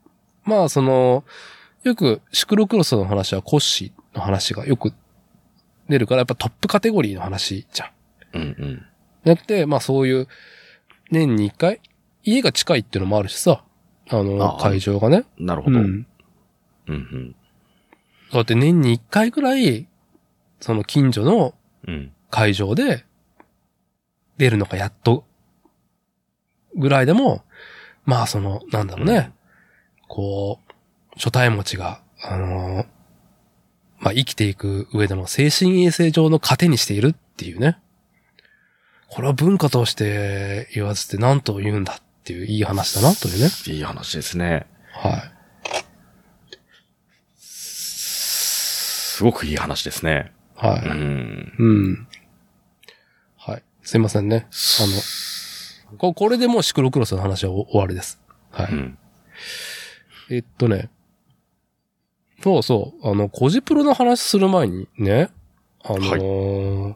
Speaker 1: まあその、よくシクロクロスの話はコッシーの話がよく出るから、やっぱトップカテゴリーの話じゃん。
Speaker 2: え。うんうん。
Speaker 1: なくて、まあそういう、年に一回、家が近いっていうのもあるしさ、あの、
Speaker 2: あ
Speaker 1: 会場がね。
Speaker 2: なるほ
Speaker 1: う
Speaker 2: ど。うん、
Speaker 1: ん。
Speaker 2: うん、
Speaker 1: だって年に一回ぐらい、その近所の
Speaker 2: うん。
Speaker 1: 会場で、出るのがやっと、ぐらいでも、まあその、なんだろうね、こう、初対持ちが、あのーまあ生きていく上でも精神衛生上の糧にしているっていうね。これは文化として言わずて何と言うんだっていういい話だなというね。。
Speaker 2: いい話ですね。
Speaker 1: はい。
Speaker 2: すごくいい話ですね。
Speaker 1: は
Speaker 2: う
Speaker 1: い。
Speaker 2: ん。
Speaker 1: うん。はい。すいませんね。ここれでもうシクロクロスの話はお終わりです。はい。
Speaker 2: うん。
Speaker 1: えっとね。そうそう。あの、コジプロの話する前にね。あのー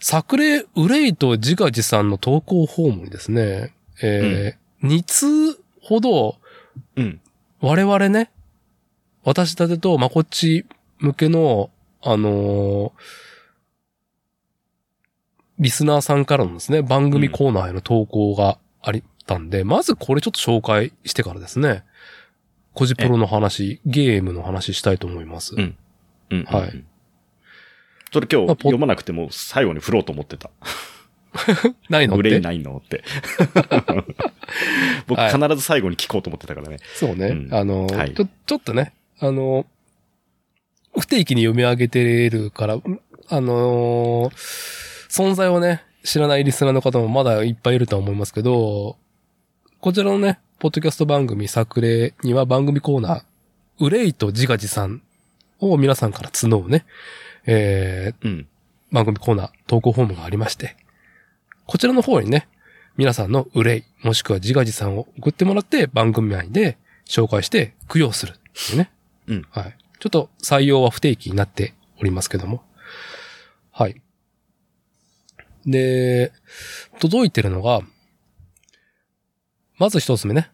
Speaker 1: 作例、憂いと自画自賛の投稿フォームにですね、えー2通ほど、
Speaker 2: うん。
Speaker 1: 我々ね、私立てとまこっち向けの、あのーリスナーさんからのですね、番組コーナーへの投稿がありったんで、まずこれちょっと紹介してからですね、コジプロの話、ゲームの話したいと思います。
Speaker 2: うんうん。
Speaker 1: はい
Speaker 2: うん。それ今日
Speaker 1: まあポ
Speaker 2: 読まなくても最後に振ろうと思ってた。
Speaker 1: ないのっ
Speaker 2: 憂い
Speaker 1: て
Speaker 2: ないの って。僕
Speaker 1: はい
Speaker 2: 必ず最後に聞こうと思ってたからね。
Speaker 1: そうね。
Speaker 2: うん
Speaker 1: あのー、
Speaker 2: はい
Speaker 1: ちょ、ちょっとね、あのー不定期に読み上げてるから、うんあのー存在をね、知らないリスナーの方もまだいっぱいいるとは思いますけど、こちらのね、ポッドキャスト番組作例には番組コーナー、憂いと自画自賛を皆さんから募うね、えー、
Speaker 2: うん。
Speaker 1: 番組コーナー、投稿フォームがありまして、こちらの方にね、皆さんの憂い、もしくは自画自賛を送ってもらって、番組内で紹介して供養するっていうね。
Speaker 2: うん
Speaker 1: はい。ちょっと採用は不定期になっておりますけども。はい。で、届いてるのが、まず一つ目ね。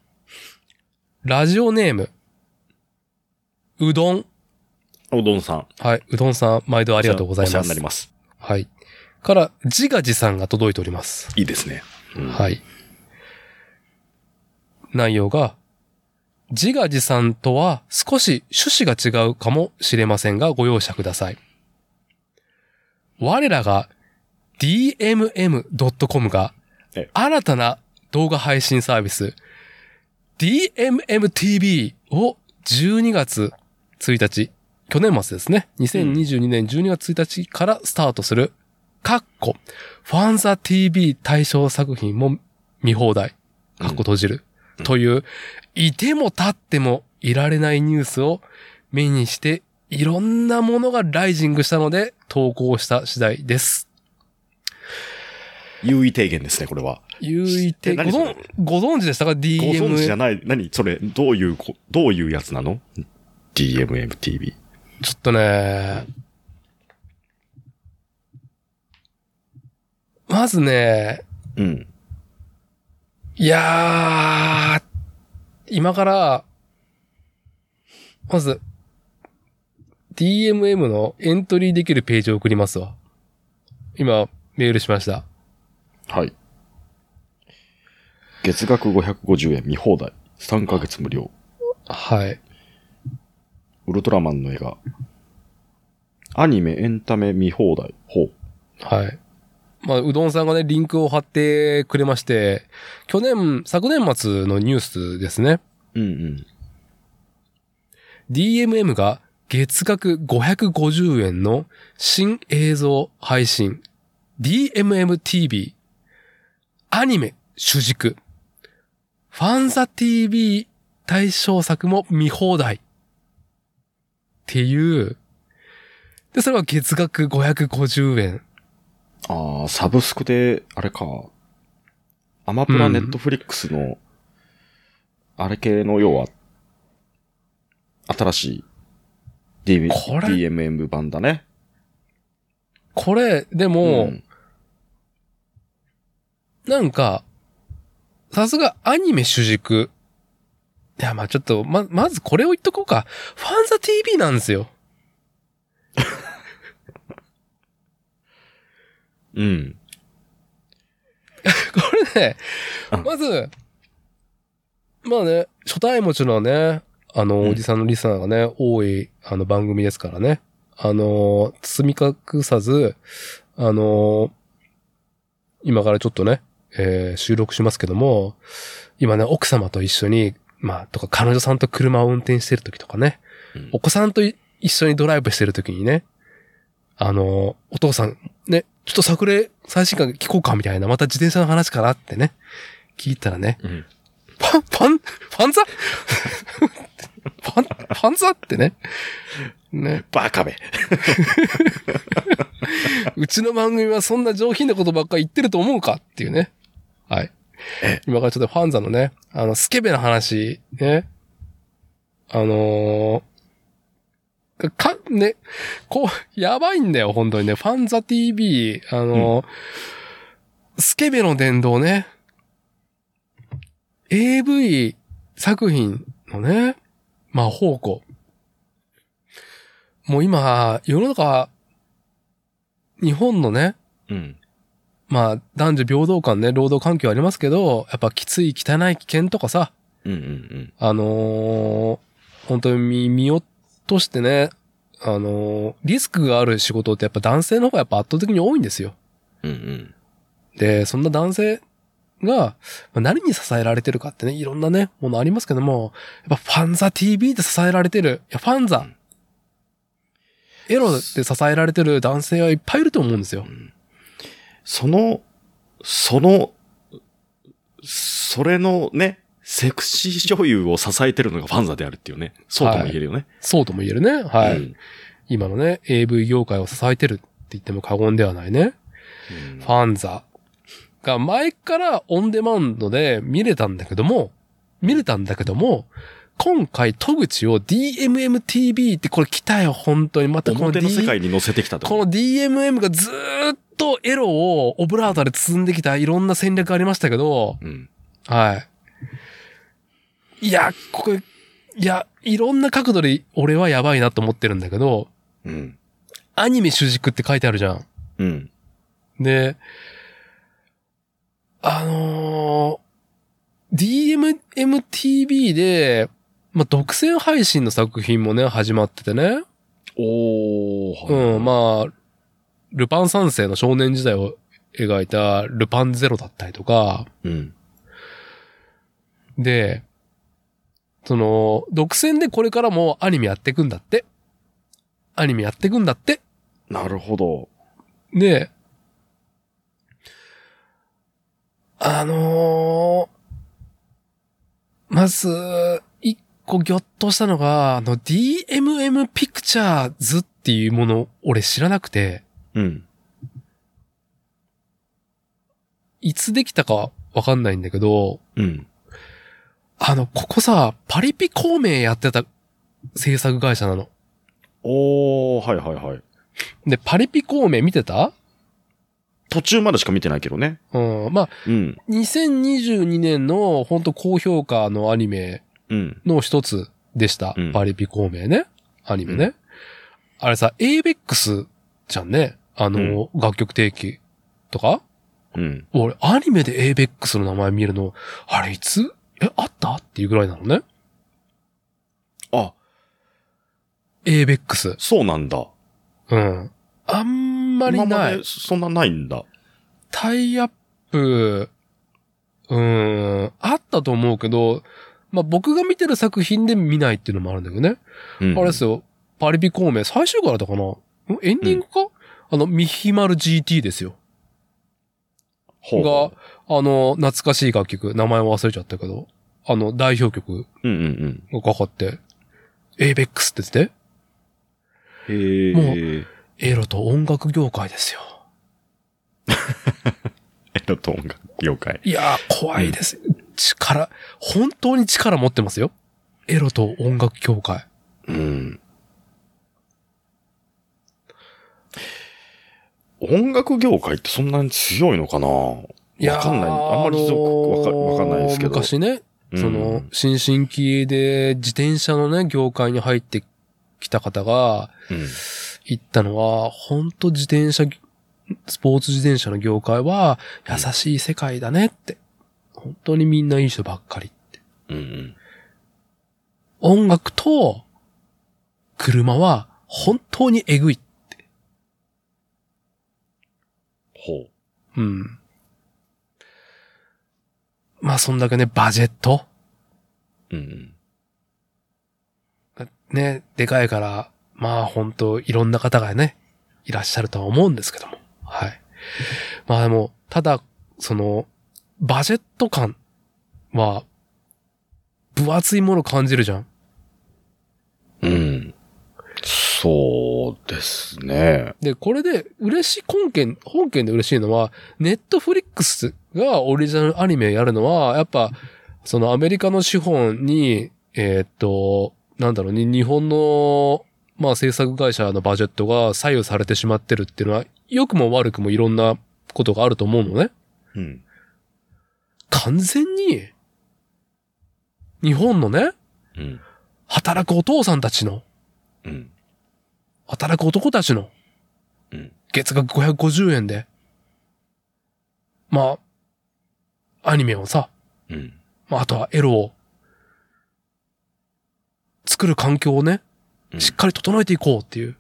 Speaker 1: ラジオネーム。うどん。
Speaker 2: おどんさん。
Speaker 1: はい。うどんさん、毎度ありがとうございます。
Speaker 2: お世話になります。
Speaker 1: はい。から、自画自賛が届いております。
Speaker 2: いいですね。うん
Speaker 1: はい。内容が、自画自賛とは少し趣旨が違うかもしれませんがご容赦ください。我らが dmm.com が
Speaker 2: え
Speaker 1: 新たな動画配信サービス DMMTV を12月1日、去年末ですね、2022年12月1日からスタートする、かっこ、ファンザ TV 対象作品も見放題、かっこ閉じる、という、いても立ってもいられないニュースを目にして、いろんなものがライジングしたので、投稿した次第です。
Speaker 2: 優位提言ですね、これは。
Speaker 1: 言うて、
Speaker 2: え
Speaker 1: ご
Speaker 2: 何それ
Speaker 1: 存、ご存知でしたか
Speaker 2: ご存知じゃ
Speaker 1: ?DMM。
Speaker 2: ない。何それ、どういうこ、どういうやつなの ?DMMTV。
Speaker 1: ちょっとね、まずね、
Speaker 2: うん。
Speaker 1: いやー、今から、まず、DMM のエントリーできるページを送りますわ。今、メールしました。
Speaker 2: はい。月額550円見放題。3ヶ月無料。
Speaker 1: はい。
Speaker 2: ウルトラマンの映画。アニメ、エンタメ見放題。ほう。
Speaker 1: はい。まあ、うどんさんがね、リンクを貼ってくれまして、去年、昨年末のニュースですね。
Speaker 2: うんうん。
Speaker 1: DMM が月額550円の新映像配信 DMMTV アニメ主軸ファンザ TV 対象作も見放題っていう。で、それは月額550円。
Speaker 2: ああ、サブスクで、あれか。アマプラ
Speaker 1: うん
Speaker 2: ネットフリックスの、あれ系の要は、新しい DV
Speaker 1: これ
Speaker 2: DMM 版だね。
Speaker 1: これ、でも、
Speaker 2: ん
Speaker 1: なんか、さすがアニメ主軸。いや、まあちょっと、ま、まずこれを言っとこうか。ファンザ TV なんですよ。
Speaker 2: うん。
Speaker 1: これね
Speaker 2: うん、
Speaker 1: まず、まあね、初対持ちのね、あの、
Speaker 2: うん
Speaker 1: おじさんのリスナーがね、多い、あの、番組ですからね。あの、包み隠さず、あの、今からちょっとね、えー収録しますけども、今ね、奥様と一緒に、まあ、とか、彼女さんと車を運転してる時とかね、
Speaker 2: うん
Speaker 1: お子さんとい一緒にドライブしてる時にね、あの、お父さん、ね、ちょっと作例最新刊聞こうかみたいな、また自転車の話かなってね、聞いたらね、
Speaker 2: うん。
Speaker 1: ファン、ファン、ファンザ ファン、ファンザってね。ね。
Speaker 2: バカめ。
Speaker 1: うちの番組はそんな上品なことばっかり言ってると思うかっていうね。はい。今からちょっとファンザのね、あの、スケベな話、ね。あのーか、ね、こう、やばいんだよ、本当にね。ファンザ TV、あのースケベの伝道ね。AV 作品のね、まあ、宝庫。もう今、世の中、日本のね、
Speaker 2: うん。
Speaker 1: まあ、男女平等感ね、労働環境ありますけど、やっぱきつい、汚い、危険とかさ、
Speaker 2: うんうん
Speaker 1: あのー本当に身身を落としてね、あのーリスクがある仕事ってやっぱ男性の方がやっぱ圧倒的に多いんですよ。
Speaker 2: うん。うんうん。
Speaker 1: で、そんな男性が、まあ何に支えられてるかってね、いろんなね、ものありますけども、やっぱファンザ TV で支えられてる、いや、ファンザ、エロで支えられてる男性はいっぱいいると思うんですよ。
Speaker 2: その、その、それのね、セクシー女優を支えてるのがファンザであるっていうね。そうとも言えるよね。
Speaker 1: そうとも言えるね。はい。
Speaker 2: うん
Speaker 1: 今のね、AV 業界を支えてるって言っても過言ではないね。
Speaker 2: うん
Speaker 1: ファンザが前からオンデマンドで見れたんだけども、見れたんだけども、今回戸口を DMMTV ってこれ来たよ、本当に。またこの,、
Speaker 2: 表
Speaker 1: D
Speaker 2: の世界に乗せてきたってこと
Speaker 1: この DMM がずーっとエロをオブラートで包んできたいろんな戦略ありましたけど、
Speaker 2: うん。
Speaker 1: はい。いや、これ、いや、いろんな角度で俺はやばいなと思ってるんだけど、
Speaker 2: うん。
Speaker 1: アニメ主軸って書いてあるじゃん。
Speaker 2: うん。
Speaker 1: で、あのー DMMTV で、まあ、独占配信の作品もね、始まっててね。
Speaker 2: お
Speaker 1: うん、
Speaker 2: あ。
Speaker 1: まあ、ルパン三世の少年時代を描いたルパンゼロだったりとか、
Speaker 2: うん。
Speaker 1: で、その、独占でこれからもアニメやっていくんだって。アニメやっていくんだって。
Speaker 2: なるほど。
Speaker 1: で、あのーまず、一個ぎょっとしたのが、あの DMM ピクチャーズっていうもの俺知らなくて、
Speaker 2: うん。
Speaker 1: いつできたかわかんないんだけど、
Speaker 2: うん。
Speaker 1: あの、ここさ、パリピ孔明やってた制作会社なの。
Speaker 2: おー、はいはいはい。
Speaker 1: で、パリピ孔明見てた
Speaker 2: 途中までしか見てないけどね。
Speaker 1: うん。まあ、
Speaker 2: うん。
Speaker 1: 2022年の本当高評価のアニメ
Speaker 2: うん。
Speaker 1: の一つでした。
Speaker 2: うん
Speaker 1: パリピ孔明ね。アニメね。あれさ、ABEX じゃんね。あの、楽曲提起とか
Speaker 2: うん。
Speaker 1: 俺、アニメで ABEX の名前見るの、あれいつえ、あったっていうぐらいなのね。
Speaker 2: あ、
Speaker 1: ABEX。
Speaker 2: そうなんだ。
Speaker 1: うん。あんまりな
Speaker 2: 今ま
Speaker 1: い
Speaker 2: で。そんなないんだ。
Speaker 1: タイアップ、うーん、あったと思うけど、まあ、僕が見てる作品で見ないっていうのもあるんだけどね。
Speaker 2: うん
Speaker 1: あれですよ、パリピ孔明、最終回だったかなんエンディングか、あの、ミヒマル GT ですよ。
Speaker 2: ほう
Speaker 1: が、あの、懐かしい楽曲、名前を忘れちゃったけど、あの、代表曲
Speaker 2: うんう
Speaker 1: が
Speaker 2: ん
Speaker 1: かかって、エイベックスって言って、
Speaker 2: うん。へえ。
Speaker 1: エロと音楽業界ですよ。
Speaker 2: えっと、音楽業界。
Speaker 1: いやー、怖いです。力、本当に力持ってますよ。エロと音楽協会。
Speaker 2: うん。音楽業界ってそんなに強いのかなわかんない。あんまりちょっとわかわかんないですけど。
Speaker 1: あのー昔ね、
Speaker 2: うん
Speaker 1: その、新進気鋭で自転車のね、業界に入ってきた方が
Speaker 2: うん。
Speaker 1: 言ったのは、本当自転車、スポーツ自転車の業界は優しい世界だねって。本当にみんないい人ばっかり。
Speaker 2: うんうん。
Speaker 1: 音楽と車は本当にえぐい。
Speaker 2: ほう。
Speaker 1: うん。まあ、そんだけね、バジェット。
Speaker 2: うん
Speaker 1: ね、でかいから、まあ、本当いろんな方がね、いらっしゃるとは思うんですけども。はい。まあでも、ただ、その、バジェット感は、分厚いもの感じるじゃん。
Speaker 2: うん。うん。そうですね。
Speaker 1: で、これで、嬉しい、本件、本件で嬉しいのは、ネットフリックスがオリジナルアニメやるのは、やっぱ、そのアメリカの資本に、えーっと、なんだろうね、日本の、まあ制作会社のバジェットが左右されてしまってるっていうのは、良くも悪くもいろんなことがあると思うのね。
Speaker 2: うん。
Speaker 1: 完全に、日本のね、
Speaker 2: うん。
Speaker 1: 働くお父さんたちの、
Speaker 2: うん。
Speaker 1: 働く男たちの
Speaker 2: うん、
Speaker 1: 月額550円で、まあ、アニメをさ、
Speaker 2: うん。
Speaker 1: まあ、あとはエロを、作る環境をね、
Speaker 2: うん
Speaker 1: しっかり整えていこうっていう。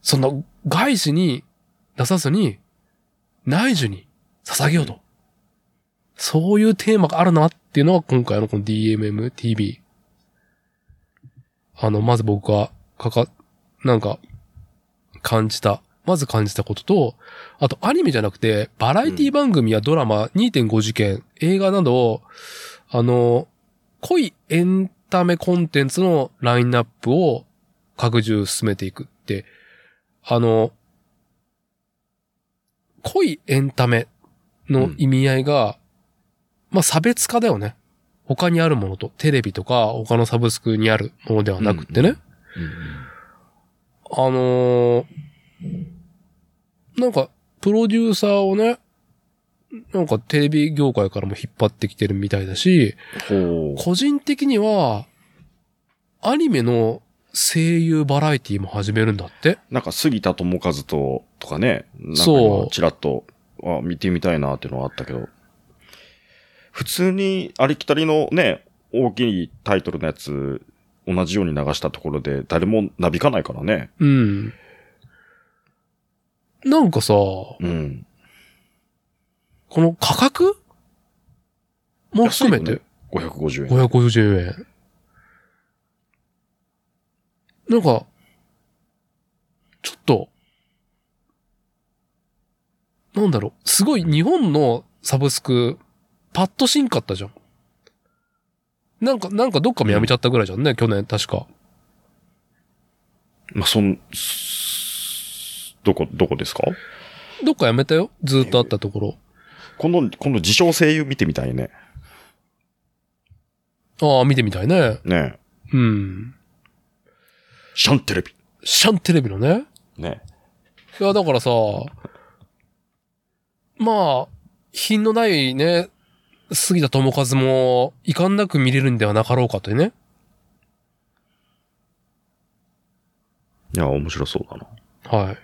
Speaker 1: その、外資に出さずに、内需に捧げようと。そういうテーマがあるなっていうのは今回のこの DMMTV。あの、まず僕がかか、なんか、感じた。まず感じたことと、あとアニメじゃなくて、バラエティ番組やドラマ、2.5次元、映画などを、あの、濃いエンタメコンテンツのラインナップを拡充進めていくって、あの、濃いエンタメの意味合いが、まあ差別化だよね。他にあるものと、テレビとか他のサブスクにあるものではなくってね。あのーなんか、プロデューサーをね、なんかテレビ業界からも引っ張ってきてるみたいだし、
Speaker 2: ほう。
Speaker 1: 個人的には、アニメの声優バラエティも始めるんだって。
Speaker 2: なんか杉田智和と、とかね。
Speaker 1: そう
Speaker 2: そう。ちらっと、あ、見てみたいなっていうのはあったけど。普通にありきたりのね、大きいタイトルのやつ、同じように流したところで誰もなびかないからね。
Speaker 1: うん。なんかさ、こ
Speaker 2: うん。
Speaker 1: の価格も含め
Speaker 2: 安いよ
Speaker 1: て
Speaker 2: ね、550円。
Speaker 1: 550円。なんか、ちょっと、なんだろう、すごい日本のサブスク、パッとしんかったじゃん。なんか、なんかどっかもやめちゃったぐらいじゃんね、去年、確か。
Speaker 2: まあ、そん、すどこ、どこですか
Speaker 1: どっかやめたよずーっとあったところ。
Speaker 2: この、この自称声優見てみたいね。
Speaker 1: ああ、見てみたいね。
Speaker 2: ね
Speaker 1: うん。
Speaker 2: えシャンテレビ。
Speaker 1: シャンテレビのね。
Speaker 2: ねえ
Speaker 1: いや、だからさ、まあ、品のないね、杉田智和も、遺憾なく見れるんではなかろうかとね。
Speaker 2: いや、面白そうだな。
Speaker 1: は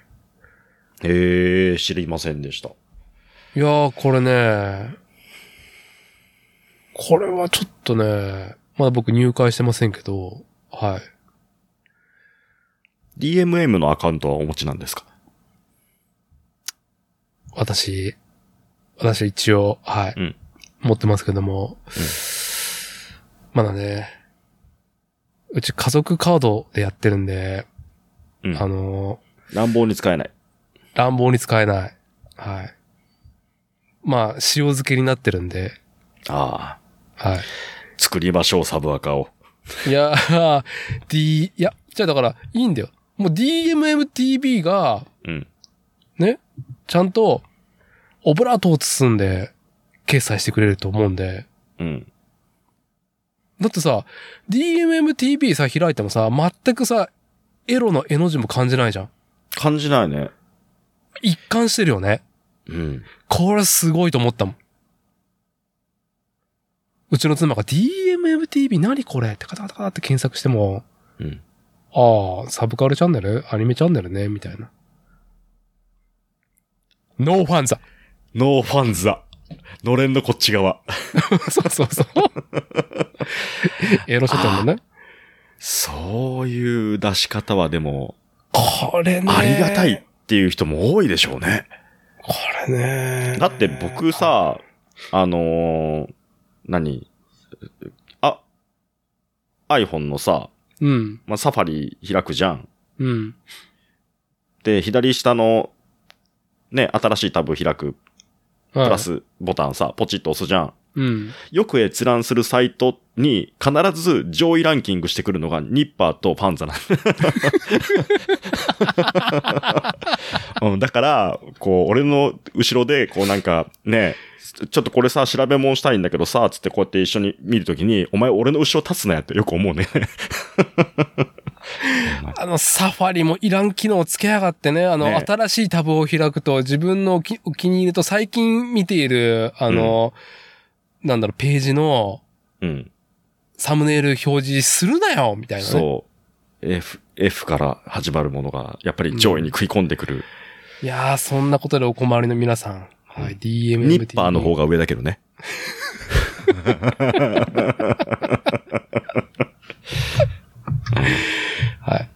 Speaker 2: ええ知りませんでした。
Speaker 1: い。いやー、これね、これはちょっとね、まだ僕入会してませんけど、はい。
Speaker 2: DMM のアカウントはお持ちなんですか
Speaker 1: 私、私は一応、はい、
Speaker 2: うん
Speaker 1: 持ってますけども、まだね、うち家族カードでやってるんで、
Speaker 2: うん
Speaker 1: あの、
Speaker 2: 乱暴に使えない。
Speaker 1: 乱暴に使えない。はい。まあ、塩漬けになってるんで、
Speaker 2: ああ。
Speaker 1: は
Speaker 2: 作りましょう、サブアカを。
Speaker 1: い。いやー、D、いや、じゃあだから、いいんだよ。もう DMMTV が、
Speaker 2: うん。
Speaker 1: ね、ちゃんと、オブラートを包んで、決済してくれると思うんで、
Speaker 2: うん。
Speaker 1: だってさ、DMMTV さ、開いてもさ、全くさ、エロの絵の字も感じないじゃん。
Speaker 2: 感じないね。
Speaker 1: 一貫してるよね。
Speaker 2: うん。
Speaker 1: これすごいと思ったもん。うちの妻が DMMTV 何これってカタカタカタって検索しても、
Speaker 2: うん。
Speaker 1: ああ、サブカルチャンネルアニメチャンネルねみたいな。ノーファンザ。
Speaker 2: ノーファンザ。のれんのこっち側。
Speaker 1: そうそうそう。エロ書店のね。
Speaker 2: そういう出し方はでも、
Speaker 1: これね。
Speaker 2: ありがたいっ。ていう人も多いでしょうね。
Speaker 1: これね。
Speaker 2: だって僕さ、あのー何あ、iPhone のさ、
Speaker 1: うん、
Speaker 2: まあ、サファリ開くじゃん。
Speaker 1: うん、
Speaker 2: で、左下の、ね、新しいタブ開く、
Speaker 1: プ
Speaker 2: プラ。スボタンさ、ポチッと押すじゃん。
Speaker 1: うん。
Speaker 2: よく閲覧するサイトに必ず上位ランキングしてくるのがニッパーとパンザなんうん、だから、こう、俺の後ろで、こうなんか、ね、ちょっとこれさ、調べ物したいんだけどさ、つってこうやって一緒に見るときに、お前俺の後ろ立つなやってよく思うね。
Speaker 1: あの、サファリもいらん機能つけやがってね、あの、
Speaker 2: ね
Speaker 1: 新しいタブを開くと、自分のお気お気に入りと最近見ている、あの、なんだろう、ページの
Speaker 2: うん。
Speaker 1: サムネイル表示するなよみたいなね。
Speaker 2: そう。F、F から始まるものが、やっぱり上位に食い込んでくる。
Speaker 1: いやー、そんなことでお困りの皆さん。はい、DMM。
Speaker 2: ニッパーの方が上だけどね。
Speaker 1: は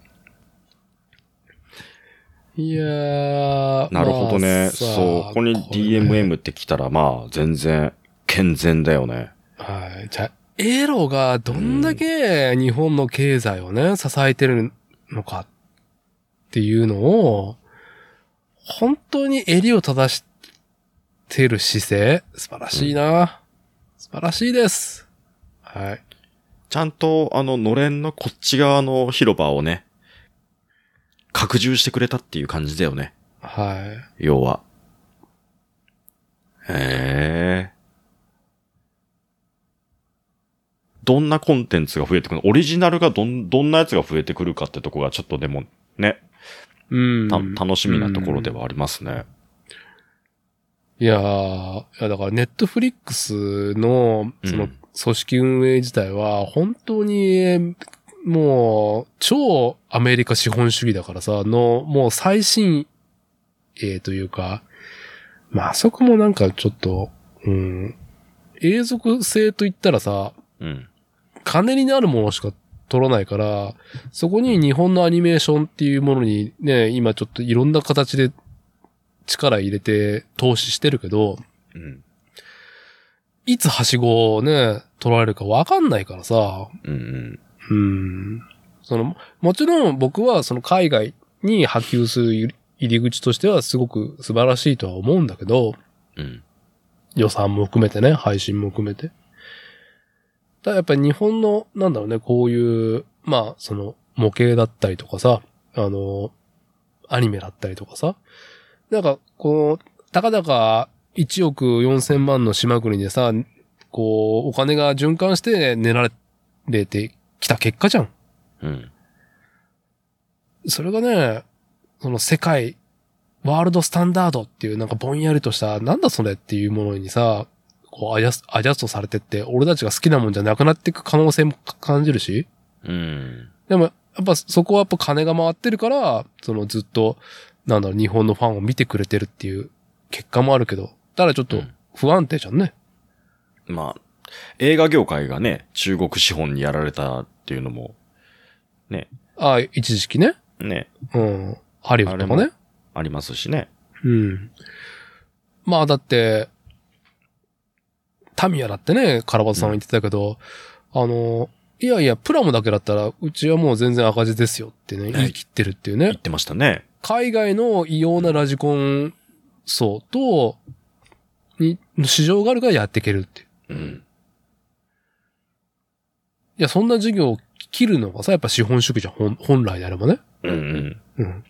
Speaker 1: い。いやー。
Speaker 2: なるほど
Speaker 1: ま
Speaker 2: ね。
Speaker 1: あさあ
Speaker 2: そう。ここに
Speaker 1: れね
Speaker 2: DMM ってきたら、まあ、全然、健全だよね。
Speaker 1: はい。じゃあエロがどんだけ日本の経済をね、支えてるのかっていうのを、本当に襟を正してる姿勢、素晴らしいな。素晴らしいです。はい。
Speaker 2: ちゃんと、あの、のれんのこっち側の広場をね、拡充してくれたっていう感じだよね。
Speaker 1: はい。
Speaker 2: 要は。へえ。どんなコンテンツが増えてくるのオリジナルがどん、どんなやつが増えてくるかってとこがちょっとでもね、
Speaker 1: うん。
Speaker 2: た、楽しみなところではありますね。
Speaker 1: いやー、いやだからネットフリックスの、
Speaker 2: うん
Speaker 1: その、組織運営自体は、本当に、もう、超アメリカ資本主義だからさ、の、もう最新鋭というか、まあ、あそこもなんかちょっと、うん、永続性と言ったらさ、
Speaker 2: うん。
Speaker 1: 金になるものしか取らないから、そこに日本のアニメーションっていうものにね、今ちょっといろんな形で力入れて投資してるけど、
Speaker 2: うん。
Speaker 1: いつはしごをね、取られるかわかんないからさ、
Speaker 2: うんうん。
Speaker 1: うん。その、もちろん僕はその海外に波及する入り口としてはすごく素晴らしいとは思うんだけど、
Speaker 2: うん。
Speaker 1: 予算も含めてね、配信も含めて。だやっぱり日本の、なんだろうね、こういう、まあ、その、模型だったりとかさ、あの、アニメだったりとかさ、なんか、こう、たかだか1億4千万の島国でさ、こう、お金が循環して練られてきた結果じゃん。
Speaker 2: うん。
Speaker 1: それがね、その世界、ワールドスタンダードっていうなんかぼんやりとした、なんだそれっていうものにさ、こうアジャス、アジャストされてって、俺たちが好きなもんじゃなくなっていく可能性も感じるし、
Speaker 2: うん。
Speaker 1: でも、やっぱそこはやっぱ金が回ってるから、そのずっと、なんだろう、日本のファンを見てくれてるっていう結果もあるけど、ただちょっと不安定じゃんね。
Speaker 2: まあ、映画業界がね、中国資本にやられたっていうのも、
Speaker 1: ああ、一時期ね。
Speaker 2: ね、
Speaker 1: うん。ハリウッドも
Speaker 2: あれ
Speaker 1: ね。
Speaker 2: ありますしね。
Speaker 1: うん。まあだって、タミヤだってね、カラバトさんは言ってたけど、あの、いやいや、プラモだけだったら、うちはもう全然赤字ですよってね、言い切ってるっていう
Speaker 2: 言
Speaker 1: ね
Speaker 2: っ。てましたね。
Speaker 1: 海外の異様なラジコン層と、に、市場があるからやっていけるって。い
Speaker 2: うん。
Speaker 1: や、そんな事業を切るのがさ、やっぱ資本主義じゃん、ほん本来であればね。
Speaker 2: うんうん。
Speaker 1: うん。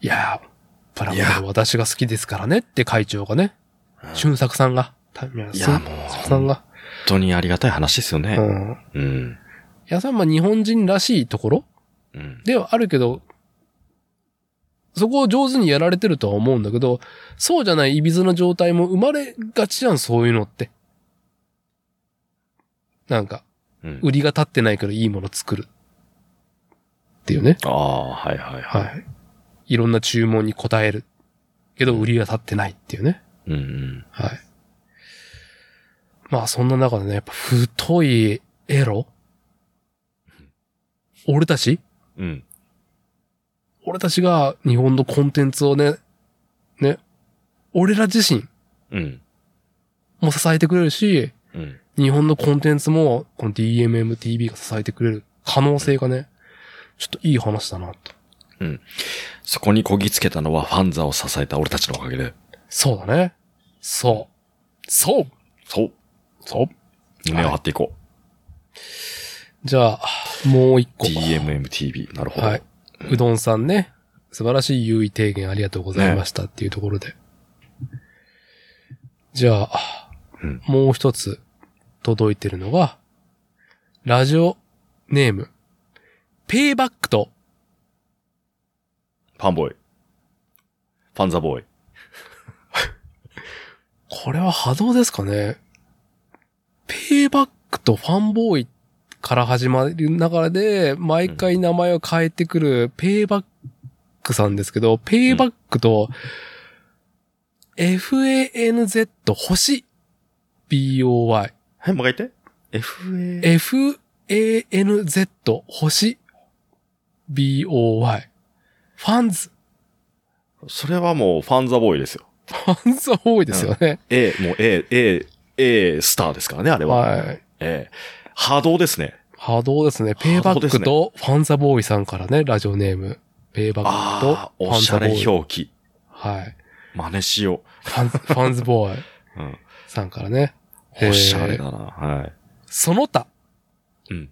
Speaker 1: いやー、プラモデル私が好きですからねって会長がね、俊作さんが、タミヤ
Speaker 2: い
Speaker 1: さ
Speaker 2: や、
Speaker 1: ん
Speaker 2: もう、
Speaker 1: さん
Speaker 2: 本
Speaker 1: が、
Speaker 2: 当にありがたい話ですよね。
Speaker 1: うん。
Speaker 2: うん。
Speaker 1: いや、それはまあ日本人らしいところ
Speaker 2: うん。
Speaker 1: ではあるけど、そこを上手にやられてるとは思うんだけど、そうじゃない歪な状態も生まれがちじゃん、そういうのって。なんか、
Speaker 2: うん。
Speaker 1: 売りが立ってないからいいもの作る。っていうね。
Speaker 2: ああ、はいはいはい。
Speaker 1: はい。いろんな注文に応える。けど売りが立ってないっていうね。
Speaker 2: うんうん。
Speaker 1: はい。まあそんな中でね、やっぱ太いエロ俺たち
Speaker 2: うん。
Speaker 1: 俺たちが日本のコンテンツをね、ね、俺ら自身
Speaker 2: うん。
Speaker 1: も支えてくれるし、
Speaker 2: うん。
Speaker 1: 日本のコンテンツも、この DMMTV が支えてくれる可能性がね、ちょっといい話だなと。
Speaker 2: そこにこぎつけたのはファンザを支えた俺たちのおかげで。
Speaker 1: そうだね。そう。そう
Speaker 2: そう。
Speaker 1: そう。
Speaker 2: 胸を張っていこ
Speaker 1: じゃあ、もう一
Speaker 2: う。
Speaker 1: 個。
Speaker 2: DMMTV。なるほど。
Speaker 1: はい。うどんさんね、素晴らしい優位提言ありがとうございましたっていうところで。じゃあ、
Speaker 2: うん
Speaker 1: もう一つ届いてるのが、ラジオネーム、ペイバックと、
Speaker 2: ファンボーイ。ファンザボーイ。
Speaker 1: これは波動ですかね。ペイバックとファンボーイから始まる流れで、毎回名前を変えてくるペイバックさんですけど、ペイバックと、FANZ 星 BOY。
Speaker 2: はい、もう一回言って。FA。
Speaker 1: FANZ 星 BOY。ファンズ。
Speaker 2: それはもうファンザボーイですよ。
Speaker 1: ファンズは多いですよね。
Speaker 2: A、もう A、A、A スターですからね、あれは。
Speaker 1: はい。
Speaker 2: ええ波動ですね。
Speaker 1: 波動ですね。ペイバックとファンザボーイさんからね、ラジオネーム。ペイバック
Speaker 2: ああ、
Speaker 1: とファ
Speaker 2: お
Speaker 1: ン
Speaker 2: し
Speaker 1: ザ
Speaker 2: ゃ
Speaker 1: ボ
Speaker 2: れ
Speaker 1: ーイ。
Speaker 2: 表記。
Speaker 1: はい。
Speaker 2: 真似しよ
Speaker 1: フ ァンズ、ファンズボーイ
Speaker 2: う。うん。
Speaker 1: さんからね。
Speaker 2: おしゃれ
Speaker 1: えー
Speaker 2: だな。はい。
Speaker 1: その他。
Speaker 2: うん。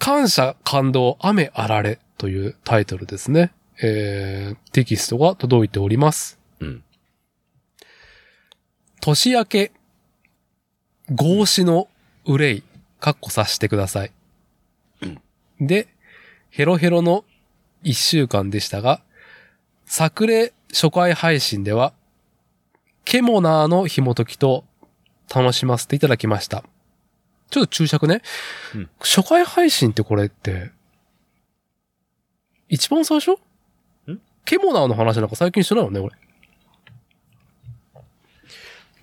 Speaker 1: 感謝、感動、雨あられというタイトルですね。えー、テキストが届いております。
Speaker 2: うん。
Speaker 1: 年明け、合詞の憂い、かっこさしてください。で、ヘロヘロの一週間でしたが、作例初回配信では、ケモナーの紐解きと楽しませていただきました。ちょっと注釈ね。
Speaker 2: うん
Speaker 1: 初回配信ってこれって、一番最初
Speaker 2: ん
Speaker 1: ケモナーの話なんか最近してないよね、俺。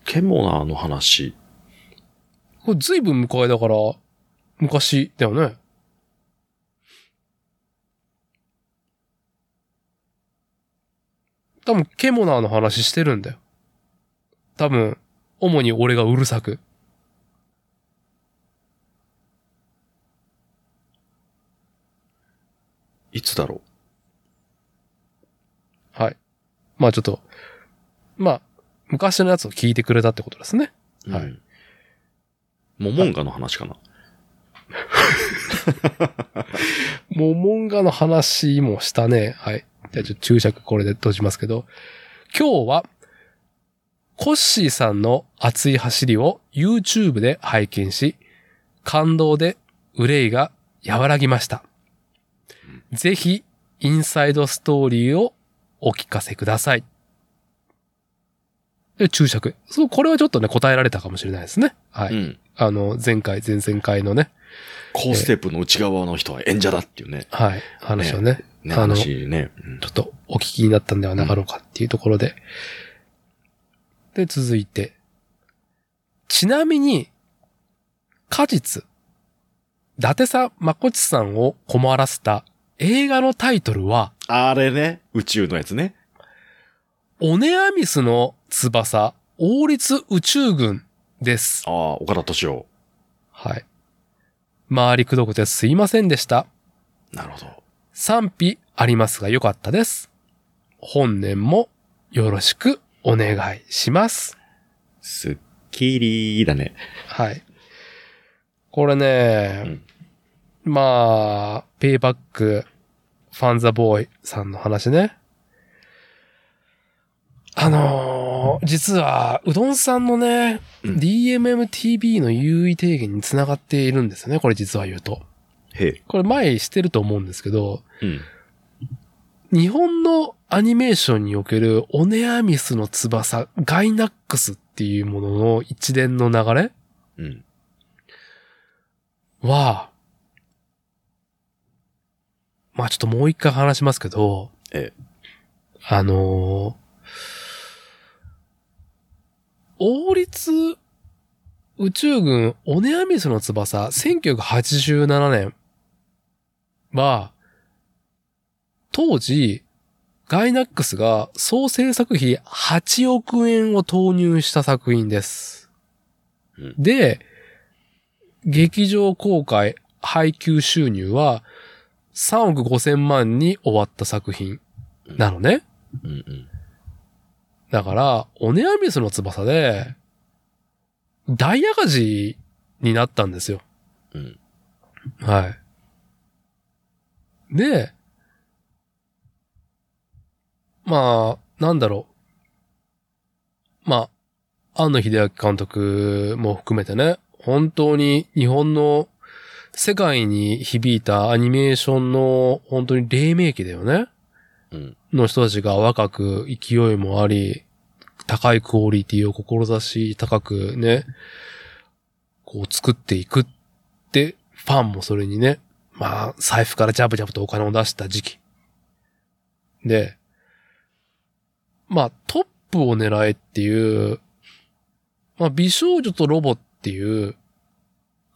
Speaker 2: ケモナーの話。
Speaker 1: これ随分迎えだから、昔だよね。多分、ケモナーの話してるんだよ。多分、主に俺がうるさく。
Speaker 2: いつだろ
Speaker 1: はい。まあちょっと、まあ、昔のやつを聞いてくれたってことですね。
Speaker 2: う。
Speaker 1: はい
Speaker 2: うん。モモンガの話かな。
Speaker 1: モモンガの話もしたね。はい。じゃあちょっと注釈これで閉じますけど、今日は、コッシーさんの熱い走りを YouTube で拝見し、感動で憂いが和らぎました。ぜひ、インサイドストーリーをお聞かせください。で、注釈。そう、これはちょっとね、答えられたかもしれないですね。はい。
Speaker 2: うん。
Speaker 1: あの、前回、前々回のね、
Speaker 2: コーステップの内側の人は演者だっていうね。
Speaker 1: はい、話をね、
Speaker 2: ね、
Speaker 1: あの
Speaker 2: 話ね。うん
Speaker 1: ちょっとお聞きになったんではなかろうかっていうところで。で、続いて。ちなみに、果実、伊達さん、まこちさんを困らせた映画のタイトルは、
Speaker 2: あれね、宇宙のやつね。
Speaker 1: オネアミスの翼、王立宇宙軍です。
Speaker 2: ああ、岡田敏夫。
Speaker 1: はい。回りくどくてすいませんでした。
Speaker 2: なるほど。
Speaker 1: 賛否ありますがよかったです。本年もよろしくお願いします。
Speaker 2: すっきりだね。
Speaker 1: はい。これね、
Speaker 2: うん
Speaker 1: まあ、ペイバック、ファンザボーイさんの話ね。あのー実は、うどんさんのね、
Speaker 2: うん
Speaker 1: DMMTV の優位提言につながっているんですよね、これ実は言うと。
Speaker 2: へえ。
Speaker 1: これ前してると思うんですけど、
Speaker 2: うん。
Speaker 1: 日本のアニメーションにおけるオネアミスの翼、ガイナックスっていうものの一連の流れ
Speaker 2: うん。
Speaker 1: は、まあちょっともう一回話しますけど、
Speaker 2: ええ
Speaker 1: あのー王立宇宙軍オネアミスの翼、1987年は、当時、ガイナックスが総制作費8億円を投入した作品です。
Speaker 2: うん
Speaker 1: で、劇場公開、配給収入は3億5千万に終わった作品なのね。
Speaker 2: うんうん。
Speaker 1: だから、オネアミスの翼で、大赤字になったんですよ。
Speaker 2: うん
Speaker 1: はい。で、まあ、なんだろう。まあ、庵野秀明監督も含めてね、本当に日本の世界に響いたアニメーションの本当に黎明期だよね。
Speaker 2: うん。
Speaker 1: の人たちが若く勢いもあり、高いクオリティを志高くね、こう作っていくって、ファンもそれにね、まあ、財布からジャブジャブとお金を出した時期。で、まあ、トップを狙えっていう、まあ、美少女とロボっていう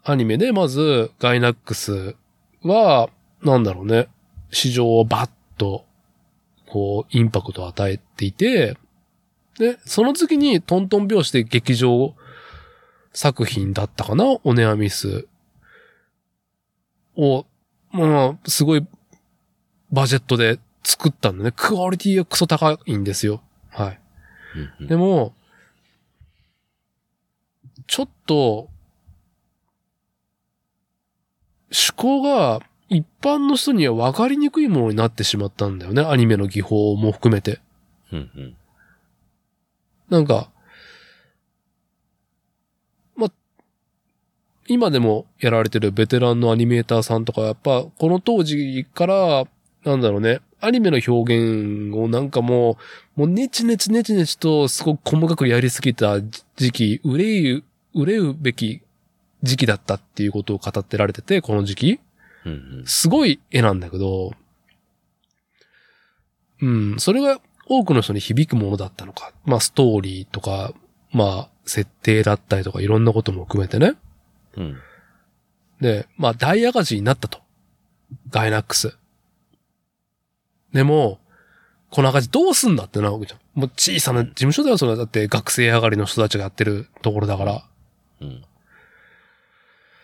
Speaker 1: アニメで、まず、ガイナックスは、なんだろうね、市場をバッとこう、インパクトを与えていて、で、その次にトントン拍子で劇場作品だったかな、オネアミスを、まあ、すごいバジェットで作ったんだね。クオリティがクソ高いんですよ。はい。
Speaker 2: うん
Speaker 1: でも、ちょっと、趣向が一般の人には分かりにくいものになってしまったんだよね。アニメの技法も含めて。
Speaker 2: うんうん。
Speaker 1: なんか、ま、今でもやられてるベテランのアニメーターさんとか、やっぱこの当時から、なんだろうね、アニメの表現をなんかもう、もうネチネチネチネチとすごく細かくやりすぎた時期、憂いう、憂うべき時期だったっていうことを語ってられてて、この時期。
Speaker 2: うんうん。
Speaker 1: すごい絵なんだけど、うん、それが多くの人に響くものだったのか。まあ、ストーリーとか、まあ、設定だったりとか、いろんなことも含めてね。
Speaker 2: うん。
Speaker 1: で、まあ、大赤字になったと。ガイナックス。でも、この赤字どうすんだってなわけじゃん。もう小さな事務所だよ、それは。だって学生上がりの人たちがやってるところだから。
Speaker 2: うん。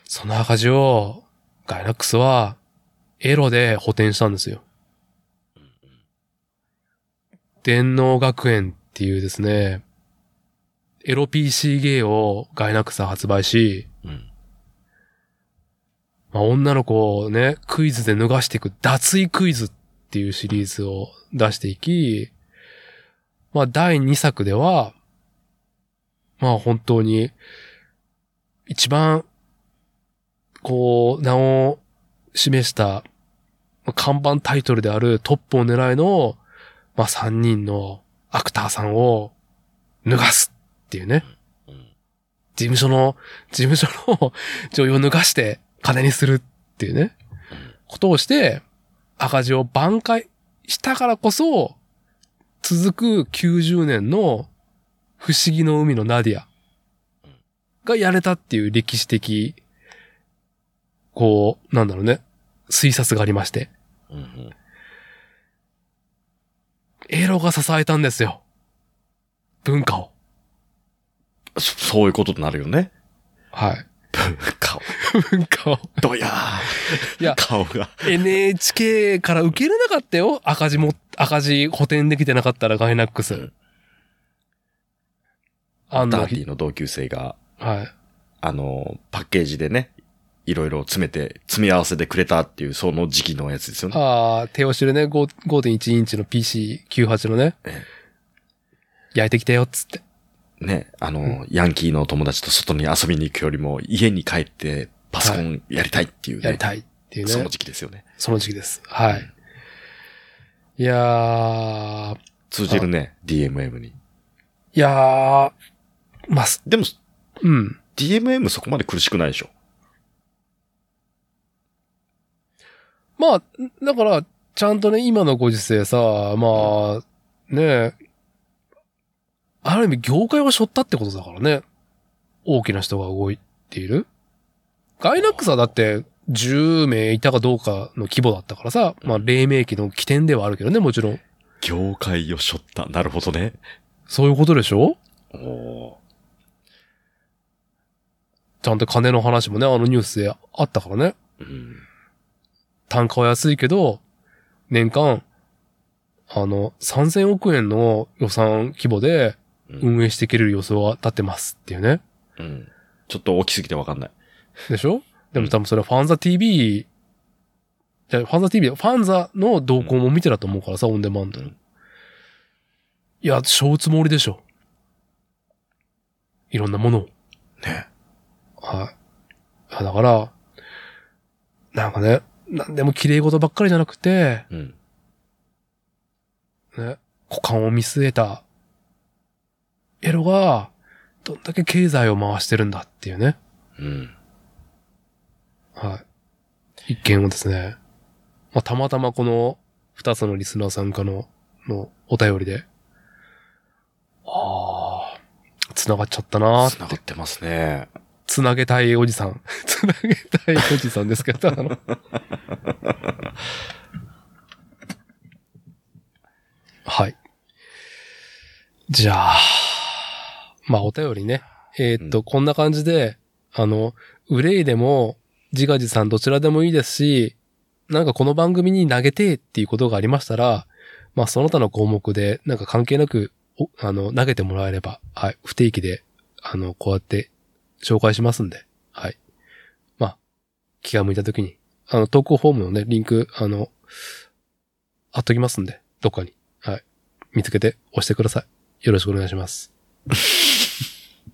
Speaker 1: その赤字を、ガイナックスは、エロで補填したんですよ。電脳学園っていうですね、エロ PC ゲーをガイナックスは発売し、
Speaker 2: うん。
Speaker 1: まあ、女の子をね、クイズで脱がしていく脱衣クイズっていうシリーズを出していき、まあ第2作では、まあ本当に、一番、こう、名を示した、まあ看板タイトルであるトップを狙いの、まあ3人のアクターさんを脱がすっていうね。
Speaker 2: うん
Speaker 1: 事務所の、事務所の 女優を脱がして金にするっていうね、ことをして、赤字を挽回したからこそ、続く90年の不思議の海のナディアがやれたっていう歴史的、こう、なんだろうね、推察がありまして、
Speaker 2: うんうん
Speaker 1: エロが支えたんですよ。文化を。
Speaker 2: そそういうことになるよね。
Speaker 1: はい。
Speaker 2: 顔。
Speaker 1: 文化を。
Speaker 2: どやー。
Speaker 1: いや
Speaker 2: 顔が。
Speaker 1: NHK から受けれなかったよ。赤字も、赤字補填できてなかったらガイナック
Speaker 2: う
Speaker 1: ス
Speaker 2: ん。
Speaker 1: あん
Speaker 2: ダ
Speaker 1: な
Speaker 2: ーティーの同級生が、
Speaker 1: はい。
Speaker 2: あの、パッケージでね、いろいろ詰めて、詰め合わせてくれたっていう、その時期のやつですよね。
Speaker 1: ああ、手押しでね、5 5.1インチの PC98 のね
Speaker 2: ええ、焼
Speaker 1: 焼いてきたよ、っつって。
Speaker 2: ね、あの、ヤンキーの友達と外に遊びに行くよりも、家に帰ってパソコンやりたいっていうね。
Speaker 1: やりたいっていうね。
Speaker 2: その時期ですよね。
Speaker 1: その時期です。はい。いやー、
Speaker 2: 通じるね、DMM に。
Speaker 1: いやー、まあ、す
Speaker 2: でも、
Speaker 1: うん。
Speaker 2: DMM そこまで苦しくないでしょ。
Speaker 1: まあ、だから、ちゃんとね、今のご時世さ、まあ、ねえ、ある意味業界を背負ったってことだからね。大きな人が動いている。ガイナックスはだって、10名いたかどうかの規模だったからさ、まあ、黎明期の起点ではあるけどね、もちろん。
Speaker 2: 業界を背負った。なるほどね。
Speaker 1: そういうことでしょ
Speaker 2: おお
Speaker 1: ちゃんと金の話もね、あのニュースであったからね。
Speaker 2: ー。うん。
Speaker 1: 単価は安いけど、年間、あの、3000億円の予算規模で
Speaker 2: うん。
Speaker 1: 運営していける予想は立ってますっていうね。
Speaker 2: うん。ちょっと大きすぎてわかんない。
Speaker 1: でしょでも多分それはファンザ TV、じゃあファンザ TV、ファンザの動向も見てたと思うからさ、オンデマンドの。
Speaker 2: う
Speaker 1: い
Speaker 2: ん
Speaker 1: や、小うつもりでしょ。いろんなものを。
Speaker 2: ね。
Speaker 1: はい。あだから、なんかね、なんでも綺麗事ばっかりじゃなくて、
Speaker 2: うん。
Speaker 1: ね、股間を見据えた、エロが、どんだけ経済を回してるんだっていうね。
Speaker 2: うん。
Speaker 1: はい。一見をですね、まあ、たまたまこの二つのリスナー参加の、のお便りで、ああ、繋がっちゃったな
Speaker 2: 繋がってますね。
Speaker 1: 繋げたいおじさん。 繋げたいおじさんですけど、ただの。 はい。じゃあ、まあお便りね。えーっと、
Speaker 2: う
Speaker 1: こんな感じで、あの、憂いでも、自画自賛どちらでもいいですし、なんかこの番組に投げてっていうことがありましたら、まあその他の項目で、なんか関係なく、おあの、投げてもらえれば、はい、不定期で、あの、こうやって紹介しますんで、はい。まあ、気が向いた時に、あの、投稿フォームのね、リンク、あの、貼っときますんで、どっかに。はい。見つけて押してください。よろしくお願いします。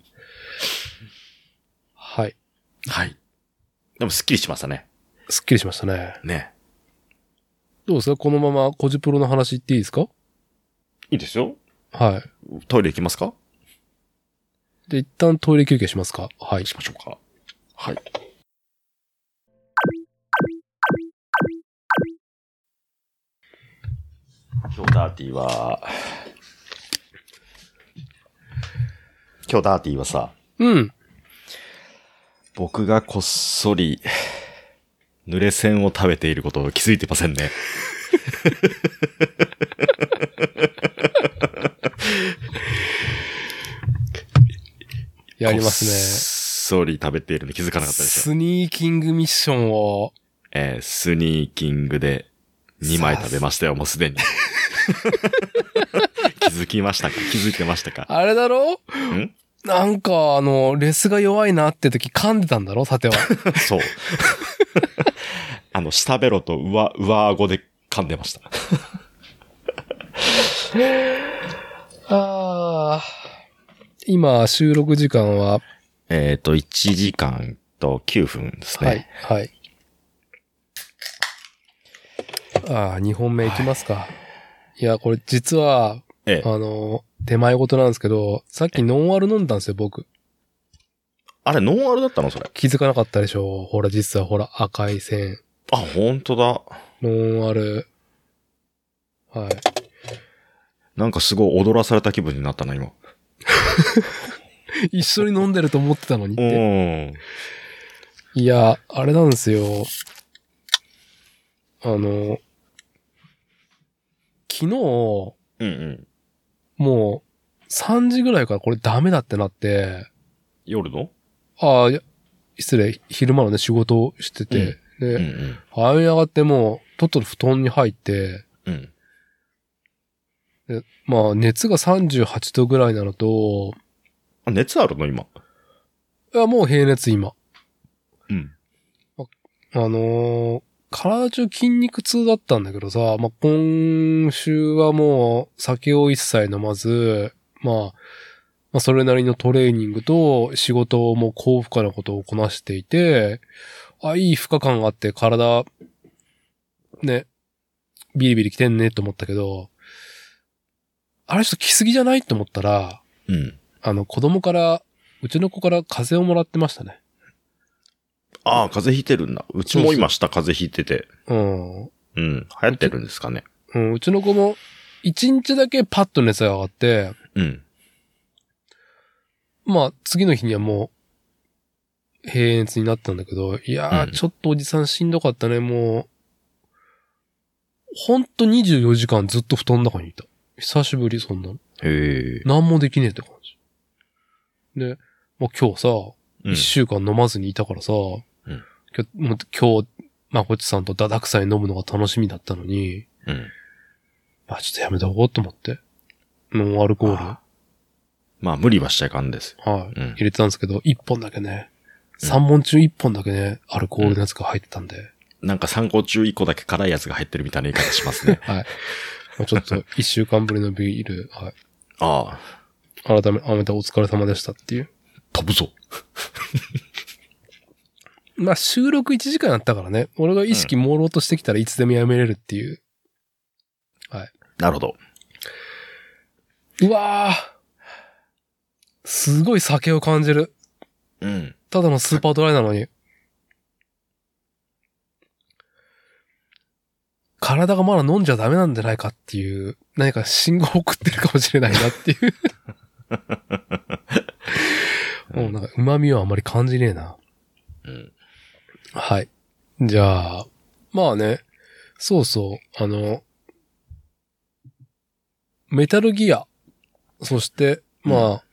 Speaker 1: はい。
Speaker 2: はい。でもスッキリしましたね。
Speaker 1: すっきりしましたね。
Speaker 2: ね。
Speaker 1: どうですかこのまま、コジプロの話言っていいですか
Speaker 2: いいですよ。
Speaker 1: はい。
Speaker 2: トイレ行きますか
Speaker 1: で、一旦トイレ休憩しますかはい。
Speaker 2: しましょうか。はい。今日ダーティーは、今日ダーティーはさ、
Speaker 1: うん。
Speaker 2: 僕がこっそり、濡れ線を食べていることを気づいてませんね。
Speaker 1: やりま
Speaker 2: こっ
Speaker 1: すね。
Speaker 2: そり食べているの気づかなかったでしょ。
Speaker 1: スニーキングミッションを、
Speaker 2: えースニーキングで2枚食べましたよ、もうすでに。 気づきましたか気づいてましたか
Speaker 1: あれだろ
Speaker 2: ん
Speaker 1: なんか、あの、レスが弱いなって時噛んでたんだろさては。
Speaker 2: そう。あの、下ベロと上、上顎で噛んでました。
Speaker 1: ああ。今、収録時間は、
Speaker 2: えっと、1時間と9分ですね。
Speaker 1: はい、はい。ああ、2本目いきますか。い、や、これ実は、
Speaker 2: ええ
Speaker 1: あの、手前事なんですけど、さっきノンアル飲んだんですよ、僕。
Speaker 2: あれ、ノンアルだったのそれ。
Speaker 1: 気づかなかったでしょう。ほら、実はほら、赤い線。
Speaker 2: あ、ほんとだ。
Speaker 1: ノンアル。はい。
Speaker 2: なんかすごい踊らされた気分になったな、今。
Speaker 1: 一緒に飲んでると思ってたのにっ
Speaker 2: う
Speaker 1: て。
Speaker 2: ん。
Speaker 1: いや、あれなんですよ。あの、昨日、
Speaker 2: うんうん。
Speaker 1: もう、3時ぐらいからこれダメだってなって、
Speaker 2: 夜の
Speaker 1: ああ、いや失礼、昼間のね、仕事をしてて、
Speaker 2: う
Speaker 1: で、
Speaker 2: ん
Speaker 1: 早めに上がってもう、とっとと布団に入って、
Speaker 2: うん。うん。
Speaker 1: まあ、熱が38度ぐらいなのと、
Speaker 2: あ、熱あるの今。
Speaker 1: いや、もう平熱今。
Speaker 2: うん。
Speaker 1: あのー体中筋肉痛だったんだけどさ、まあ、今週はもう酒を一切飲まず、まあ、まあ、それなりのトレーニングと仕事をもう高負荷なことをこなしていて、あ、いい負荷感があって体、ね、ビリビリ来てんねと思ったけど、あれちょっと来すぎじゃないと思ったら、
Speaker 2: うん。
Speaker 1: あの子供から、うちの子から風邪をもらってましたね。
Speaker 2: ああ、風邪ひいてるんだ。うちも今下風邪ひいてて。
Speaker 1: うん。
Speaker 2: うん。流行ってるんですかね。
Speaker 1: うん、うちの子も、一日だけパッと熱が上がって、
Speaker 2: うん。
Speaker 1: まあ、次の日にはもう、平熱になったんだけど、いやー、
Speaker 2: うん
Speaker 1: ちょっとおじさんしんどかったね、もう。ほんと24時間ずっと布団の中にいた。久しぶり、そんなの。
Speaker 2: へえ。
Speaker 1: なんもできねえって感じ。で、まあ今日さ、
Speaker 2: うん
Speaker 1: 一週間飲まずにいたからさ、
Speaker 2: ん
Speaker 1: 今日、もう今日、まこっちさんとダダクさに飲むのが楽しみだったのに、
Speaker 2: うん。
Speaker 1: まあちょっとやめとこうと思って。ノンアルコール。
Speaker 2: まあ、無理はしちゃいかんです。
Speaker 1: はい。
Speaker 2: うん
Speaker 1: 入れてたんですけど、1本だけね、
Speaker 2: うん
Speaker 1: 3本中1本だけね、アルコールのやつが入ってたんで、。
Speaker 2: なんか参考中1個だけ辛いやつが入ってるみたいな言い方しますね
Speaker 1: はい。まあちょっと1週間ぶりのビール、はい。
Speaker 2: ああ、
Speaker 1: 改め、改めてお疲れ様でしたっていう。
Speaker 2: 飛ぶぞ。
Speaker 1: まあ収録1時間あったからね、俺が意識朦朧としてきたらいつでもやめれるっていう。
Speaker 2: なるほど。
Speaker 1: うわぁすごい酒を感じる。
Speaker 2: うん。
Speaker 1: ただのスーパードライなのに。体がまだ飲んじゃダメなんじゃないかっていう、何か信号を送ってるかもしれないなっていう。もうなんか旨味はあんまり感じねえな。
Speaker 2: うん。
Speaker 1: はい。じゃあ、まあね、そうそう、あの、メタルギア、そして、まあ、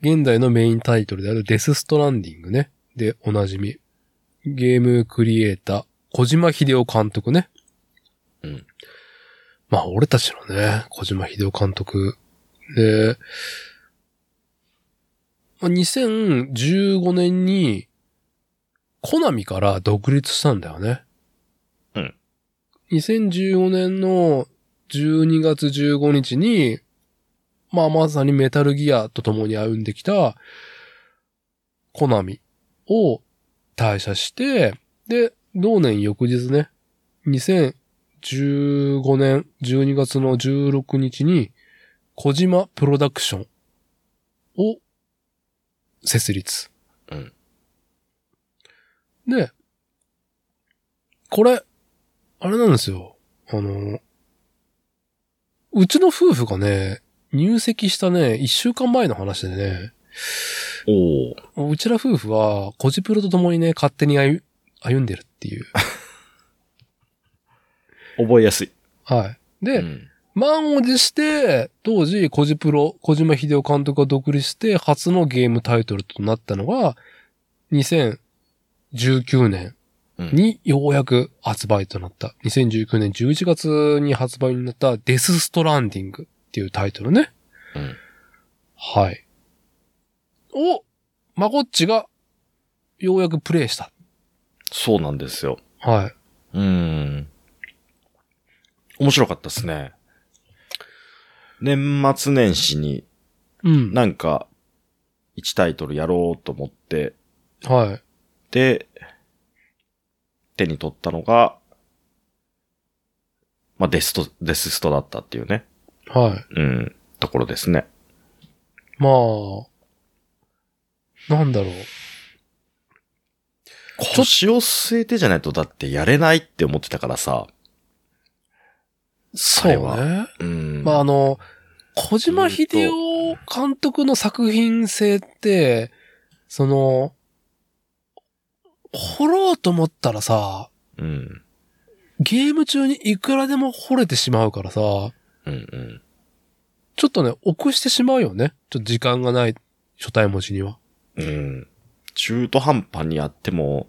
Speaker 1: 現代のメインタイトルであるデスストランディングね、でおなじみ、ゲームクリエイター、小島秀夫監督ね。
Speaker 2: うん。
Speaker 1: まあ、俺たちのね、小島秀夫監督。で、まあ2015年に、コナミから独立したんだよね。
Speaker 2: うん。
Speaker 1: 2015年の12月15日に、まあまさにメタルギアと共に歩んできた、コナミを退社して、で、同年翌日ね、2015年12月の16日に、小島プロダクションを設立。
Speaker 2: うん
Speaker 1: で、これ、あれなんですよ。あの、うちの夫婦がね、入籍したね、一週間前の話でね、
Speaker 2: おお。
Speaker 1: うちら夫婦は、コジプロと共にね、勝手に歩歩んでるっていう。
Speaker 2: 覚えやすい。
Speaker 1: はい。で、
Speaker 2: うん。
Speaker 1: 満を持して、当時、コジプロ、小島秀夫監督が独立して、初のゲームタイトルとなったのが、2019年にようやく発売となった。2019年11月に発売になった、デスストランディングっていうタイトルね。
Speaker 2: うん
Speaker 1: はい。を、まこっちが、ようやくプレイしたっ
Speaker 2: そうなんですよ。
Speaker 1: はい。
Speaker 2: うん。面白かったですね。年末年始に
Speaker 1: うん。
Speaker 2: なんか1タイトルやろうと思って、
Speaker 1: はい。
Speaker 2: で、手に取ったのが、まあ、デスト、デスストだったっていうね。
Speaker 1: はい。
Speaker 2: うん。ところですね。
Speaker 1: まあ、なんだろう。
Speaker 2: 腰を据えてじゃないとだってやれないって思ってたからさ。それは。
Speaker 1: ね。
Speaker 2: うん。
Speaker 1: まあ、あの、小島秀夫監督の作品性って、その、掘ろうと思ったらさ、
Speaker 2: うん。
Speaker 1: ゲーム中にいくらでも掘れてしまうからさ、
Speaker 2: うんうん。
Speaker 1: ちょっとね、臆してしまうよね。ちょっと時間がない初対文字には。
Speaker 2: うん。中途半端にやっても、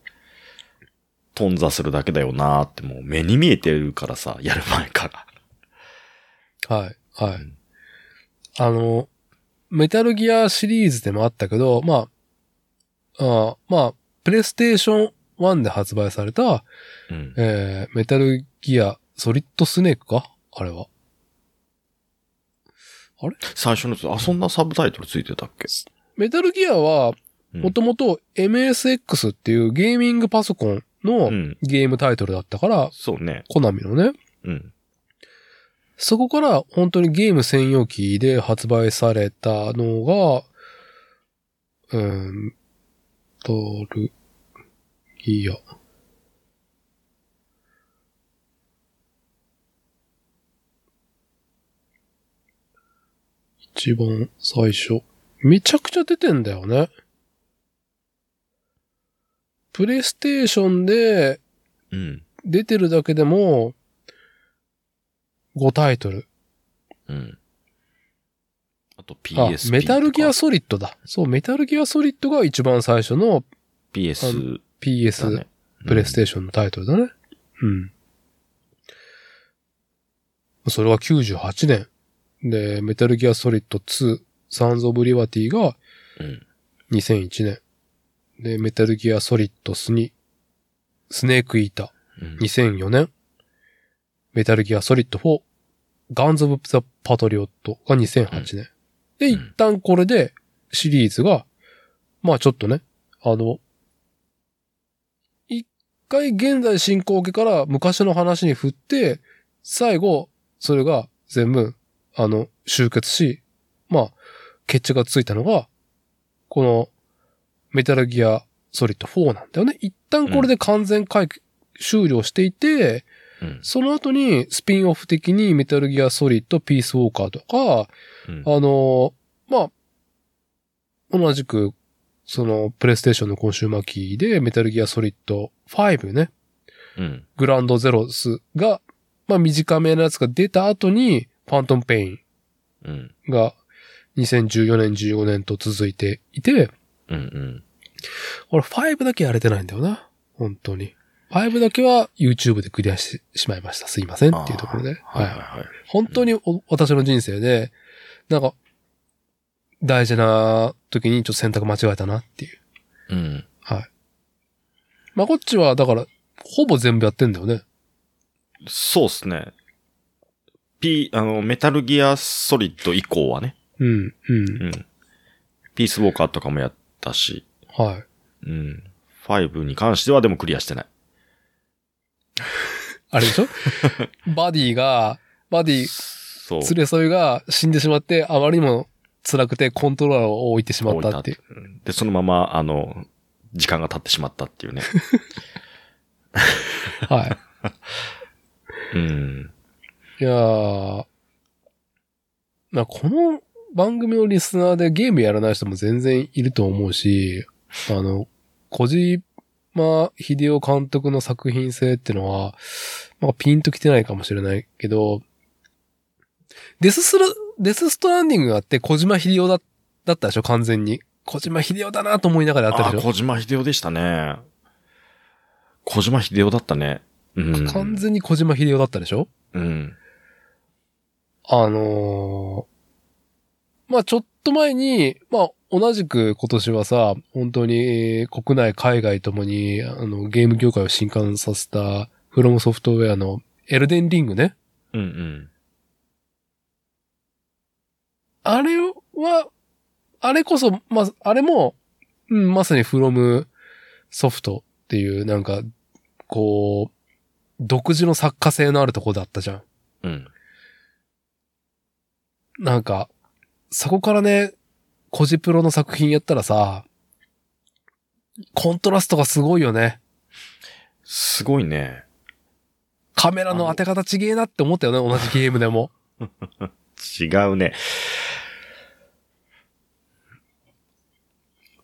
Speaker 2: 頓挫するだけだよなーってもう目に見えてるからさ、やる前から。
Speaker 1: はい、は
Speaker 2: う
Speaker 1: い
Speaker 2: ん。
Speaker 1: あの、メタルギアシリーズでもあったけど、まあ、あーまあ、プレイステーション1で発売された、
Speaker 2: うん。
Speaker 1: えー、メタルギア、ソリッドスネークかあれは。
Speaker 2: 最初のやつ、あ、そんなサブタイトルついてたっけ
Speaker 1: メタルギアは、
Speaker 2: うん
Speaker 1: もともと MSX っていうゲーミングパソコン
Speaker 2: う
Speaker 1: の
Speaker 2: ん。
Speaker 1: ゲームタイトルだったから、
Speaker 2: そうね。
Speaker 1: コナミのね。
Speaker 2: うん。
Speaker 1: そこから本当にゲーム専用機で発売されたのが、うーん、とる、いいや。一番最初。めちゃくちゃ出てんだよね。プレイステーションで
Speaker 2: うん。
Speaker 1: 出てるだけでも、5タイトル。
Speaker 2: うん。あと PSP
Speaker 1: あ
Speaker 2: とか。、
Speaker 1: メタルギアソリッドだ。そう、メタルギアソリッドが一番最初の
Speaker 2: PS だ
Speaker 1: PS、
Speaker 2: ね。
Speaker 1: プレイステーションのタイトルだね。うん。それは98年。で、メタルギアソリッド2、サンズ・オブ・リバティが
Speaker 2: うん。
Speaker 1: 2001年。で、メタルギアソリッド2、スネーク・イーター。
Speaker 2: うん。
Speaker 1: 2004年、メタルギアソリッド4、ガンズ・オブ・ザ・パトリオットが2008年。で、一旦これでシリーズが、まあちょっとね、あの、一回現在進行形から昔の話に振って、最後、それが全部、あの、集結し、まあ、決着がついたのが、この、メタルギアソリッド4なんだよね。一旦これで完全回帰、終了していて、
Speaker 2: うん
Speaker 1: その後にスピンオフ的にメタルギアソリッド、ピースウォーカーとか、
Speaker 2: うん
Speaker 1: あの、まあ、同じく、その、プレイステーションのコンシューマーキーで、メタルギアソリッド5ね、
Speaker 2: うん。
Speaker 1: グランドゼロスが、まあ短めのやつが出た後に、ファントムペイン
Speaker 2: うん。
Speaker 1: が2014年、15年と続いていて、
Speaker 2: うん。うん。
Speaker 1: 俺5だけやれてないんだよな。本当に。5だけは YouTube でクリアしてしまいました。すいませんっていうところで。
Speaker 2: あーはいはいはい。
Speaker 1: 本当にお私の人生で、なんか、大事な時にちょっと選択間違えたなっていう。
Speaker 2: うん。
Speaker 1: まあ、こっちは、だから、ほぼ全部やってんだよね。
Speaker 2: そうっすね。P、あの、メタルギアソリッド以降はね。
Speaker 1: うん、うん。
Speaker 2: うん。ピースウォーカーとかもやったし、
Speaker 1: はい。
Speaker 2: うん。5に関してはでもクリアしてない。
Speaker 1: あれでしょバディが、バディ、
Speaker 2: そう。
Speaker 1: 連れ添いが死んでしまって、あまりにも辛くてコントローラーを置いてしまったっていう。
Speaker 2: うんで、そのまま、あの、時間が経ってしまったってい うね。
Speaker 1: はい。
Speaker 2: うん。
Speaker 1: いやー、まあ、この番組のリスナーでゲームやらない人も全然いると思うし、あの、小島秀夫監督の作品性ってのは、まあ、ピンと来てないかもしれないけど、デススラ、デスストランディングがあって小島秀夫だだったでしょ完全に。小島秀夫だなと思いながらやった
Speaker 2: あ
Speaker 1: でしょ
Speaker 2: 小島秀夫でしたね。小島秀夫だったね。うん。
Speaker 1: 完全に小島秀夫だったでしょ
Speaker 2: うん。
Speaker 1: あのーまあちょっと前に、まあ同じく今年はさ、本当に国内、海外ともに、あの、ゲーム業界を震撼させた、フロムソフトウェアのエルデンリングね。
Speaker 2: うんうん。
Speaker 1: あれは、あれこそ、まあ、あれも、うん、まさにフロムソフトっていう、なんか、こう、独自の作家性のあるところだったじゃん。
Speaker 2: うん。
Speaker 1: なんか、そこからね、コジプロの作品やったらさ、コントラストがすごいよね。
Speaker 2: すごいね。
Speaker 1: カメラの当て方ちげえなって思ったよね、同じゲームでも。
Speaker 2: 違うね。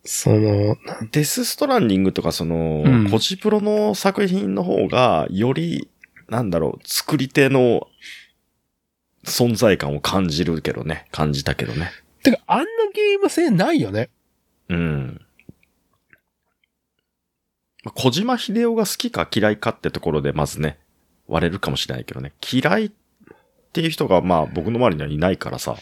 Speaker 1: その、
Speaker 2: デスストランディングとかその、
Speaker 1: うん
Speaker 2: コジプロの作品の方が、より、なんだろう、作り手の存在感を感じるけどね。感じたけどね。
Speaker 1: てか、あんなゲーム性ないよね。
Speaker 2: うん。小島秀夫が好きか嫌いかってところでまずね、割れるかもしれないけどね。嫌いっていう人がまあ僕の周りにはいないからさ。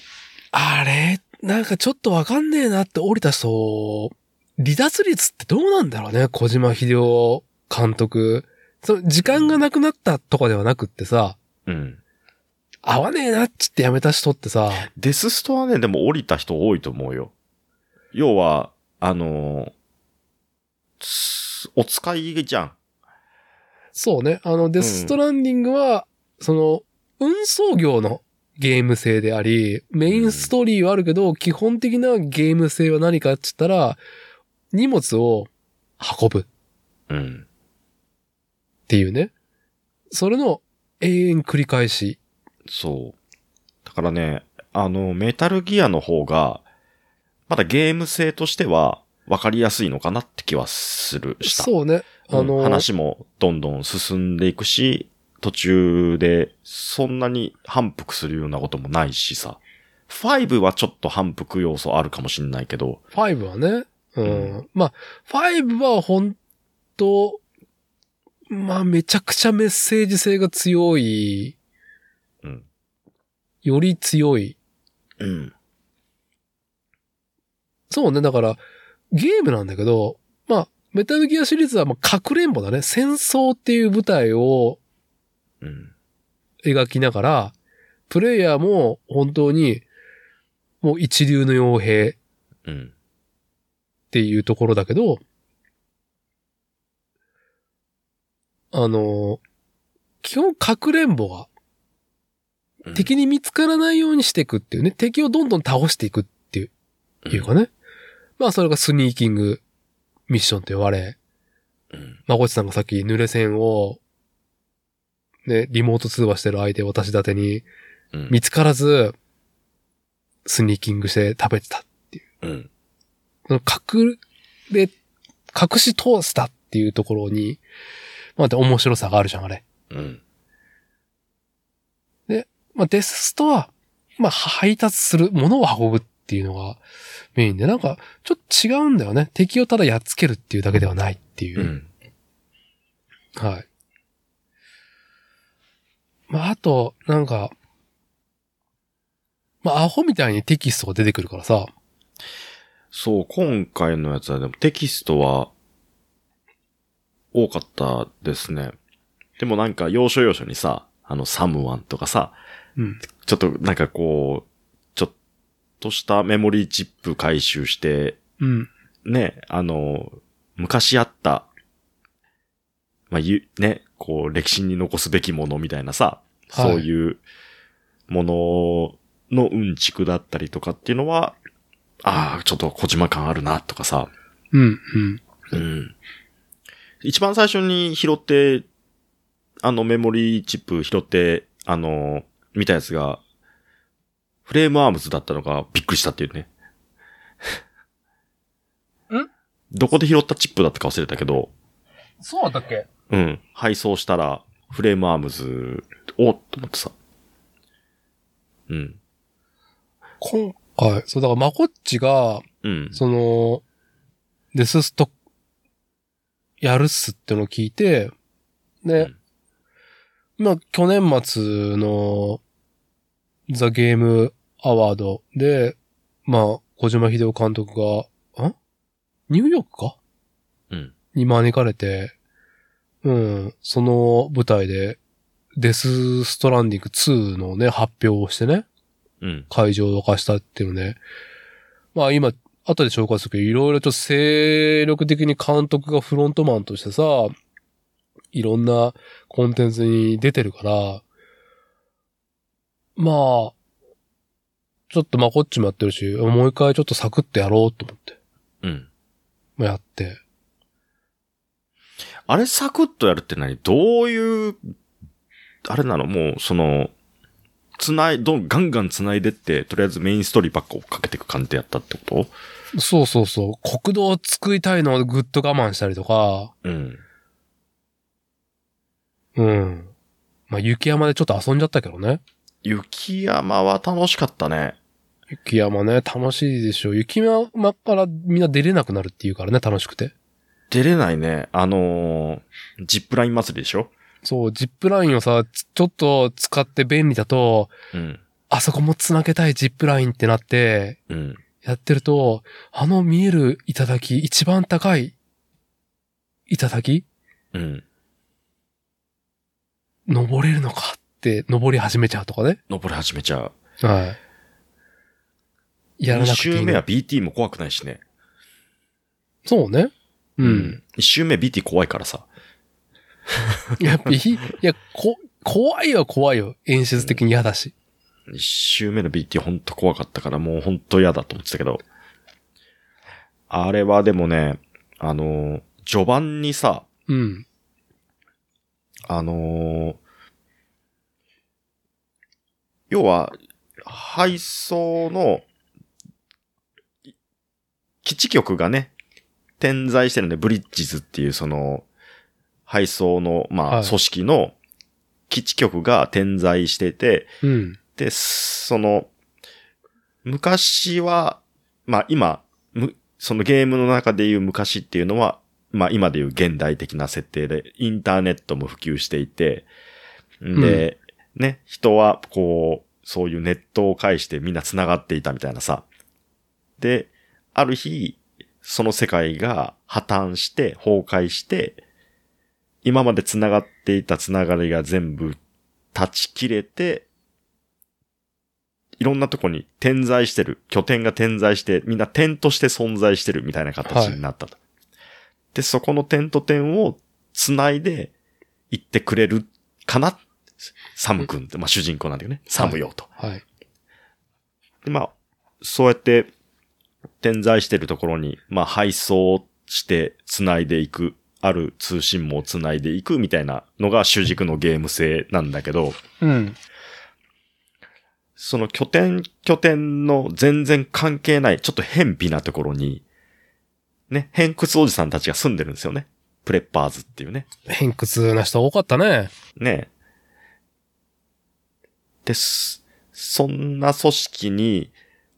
Speaker 1: あれ、なんかちょっとわかんねえなって降りた人、離脱率ってどうなんだろうね、小島秀夫監督。その、時間がなくなったとかではなくってさ、
Speaker 2: うん。
Speaker 1: 合わねえなっちってやめた人ってさ、
Speaker 2: デスストはね、でも降りた人多いと思うよ。要は、あのーつお使いじゃん。
Speaker 1: そうね。あの、デスストランディングは、その、運送業のゲーム性であり、メインストーリーはあるけど、基本的なゲーム性は何かって言ったら、荷物を運ぶっ
Speaker 2: うん。
Speaker 1: ていうね。それの永遠繰り返し。
Speaker 2: そう。だからね、あの、メタルギアの方が、まだゲーム性としては分かりやすいのかなって気はする、した。
Speaker 1: そうね。あ
Speaker 2: うん
Speaker 1: の、
Speaker 2: 話もどんどん進んでいくし、途中でそんなに反復するようなこともないしさ。5はちょっと反復要素あるかもしんないけど、
Speaker 1: 5はね。う。
Speaker 2: うん
Speaker 1: まあ、5は本当まあ、めちゃくちゃメッセージ性が強い。
Speaker 2: うん。
Speaker 1: より強い。
Speaker 2: うん。
Speaker 1: そうね、だから、ゲームなんだけど、まあ、メタルギアシリーズは、まあ、かくれんぼだね。戦争っていう舞台を
Speaker 2: うん。
Speaker 1: 描きながら、プレイヤーも本当に、もう一流の傭兵っ
Speaker 2: うん。
Speaker 1: ていうところだけど、あの、基本かくれんぼは
Speaker 2: うん
Speaker 1: 敵に見つからないようにしていくっていうね、敵をどんどん倒していくっていう、いうかね。まあ、それがスニーキングミッションと呼ばれ、
Speaker 2: うん。
Speaker 1: まこっちさんがさっき濡れ線を、ね、リモート通話してる相手を私立てに
Speaker 2: うん。
Speaker 1: 見つからず、スニーキングして食べてた。
Speaker 2: うん。
Speaker 1: その隠れ、隠し通したっていうところに、まあ、で面白さがあるじゃん、あれ。
Speaker 2: うん。
Speaker 1: まあ、デスストは、まあ、配達する、物を運ぶっていうのがメインで、なんか、ちょっと違うんだよね。敵をただやっつけるっていうだけではないっていう。
Speaker 2: うん。
Speaker 1: はい。まあ、あと、なんか、まあ、アホみたいにテキストが出てくるからさ、
Speaker 2: そう、今回のやつはでもテキストは多かったですね。でもなんか要所要所にさ、あのサムワンとかさ、
Speaker 1: うん。
Speaker 2: ちょっとなんかこう、ちょっとしたメモリーチップ回収して、
Speaker 1: うん。
Speaker 2: ね、あの、昔あった、まあ、ゆ、ね、こう、歴史に残すべきものみたいなさ、
Speaker 1: はい
Speaker 2: そういうもののうんちくだったりとかっていうのは、ああ、ちょっと小島感あるな、とかさ、
Speaker 1: うん、うん。
Speaker 2: うん。一番最初に拾って、あのメモリーチップ拾って、あの、見たやつが、フレームアームズだったのがびっくりしたっていうね。
Speaker 1: ん
Speaker 2: どこで拾ったチップだったか忘れたけど、
Speaker 1: そうだったっけ
Speaker 2: うん。配送したら、フレームアームズを、と思ってさ。うん。
Speaker 1: 今回、そう、だから、まこっちが、
Speaker 2: うん。
Speaker 1: その、デススト、やるっすってのを聞いて、ね、まあ、去年末の、ザ・ゲーム・アワードで、まあ、小島秀夫監督が、んニューヨークか
Speaker 2: うん。
Speaker 1: に招かれて、うん、その舞台で、デス・ストランディング2のね、発表をしてね、
Speaker 2: うん。
Speaker 1: 会場を沸かしたっていうので、まあ今、後で紹介するけど、いろいろと精力的に監督がフロントマンとしてさ、いろんなコンテンツに出てるから、まあ、ちょっとまあこっちもやってるし、もう一回ちょっとサクってやろうと思って、
Speaker 2: うん。
Speaker 1: まあやって。
Speaker 2: あれサクッとやるって何どういう、あれなのもう、その、つない、どん、ガンガン繋いでって、とりあえずメインストーリーばっか追っかけていく感じでやったってこ
Speaker 1: そうそうそう。国道を作りたいのをぐっと我慢したりとか、
Speaker 2: とうん。
Speaker 1: うん。まあ、雪山でちょっと遊んじゃったけどね。
Speaker 2: 雪山は楽しかったね。
Speaker 1: 雪山ね、楽しいでしょ。雪山からみんな出れなくなるっていうからね、楽しくて。
Speaker 2: 出れないね。あのージップライン祭りでしょ
Speaker 1: そう、ジップラインをさ、つちょっと使って便利だと、
Speaker 2: うん。
Speaker 1: あそこも繋げたいジップラインってなって、
Speaker 2: うん。
Speaker 1: やってると、あの見える頂き、一番高い頂き
Speaker 2: うん。
Speaker 1: 登れるのかって、登り始めちゃうとかね。
Speaker 2: 登り始めちゃう。
Speaker 1: はい。やらな
Speaker 2: 2
Speaker 1: くていいの
Speaker 2: 周目は BT も怖くないしね。
Speaker 1: そうね。うん。。
Speaker 2: 1周目 BT 怖いからさ。
Speaker 1: やっぱいい、いや、こ、怖いは怖いよ。演出的に嫌だし。
Speaker 2: 1周目の BT ほんと怖かったから、もうほんと嫌だと思ってたけど。あれはでもね、あのー序盤にさ、
Speaker 1: うん。
Speaker 2: あのー要は、配送の、い基地局がね、点在してるんで、ブリッジズっていうその、配送の、ま
Speaker 1: は
Speaker 2: あ、
Speaker 1: い
Speaker 2: 組織の基地局が点在してて、
Speaker 1: うん。
Speaker 2: で、その、昔は、まあ今、むそのゲームの中でいう昔っていうのは、まあ今でいう現代的な設定で、インターネットも普及していて、で、ね、人はこう、そういうネットを介してみんな繋がっていたみたいなさ。で、ある日、その世界が破綻して、崩壊して、今まで繋がっていた繋がりが全部断ち切れて、いろんなとこに点在してる、拠点が点在して、みんな点として存在してるみたいな形になったと。で、そこの点と点を繋いで行ってくれるかなサム君って、まあ主人公なんだよね。サムよと。
Speaker 1: はい。
Speaker 2: で、まあ、そうやって点在してるところに、まあ、配送して繋いでいく、ある通信網を繋いでいくみたいなのが主軸のゲーム性なんだけど、
Speaker 1: うん。
Speaker 2: その拠点、拠点の全然関係ない、ちょっと偏僻なところに、ね、偏屈おじさんたちが住んでるんですよね。プレッパーズっていうね。
Speaker 1: 偏屈な人多かったね。
Speaker 2: ねです。そんな組織に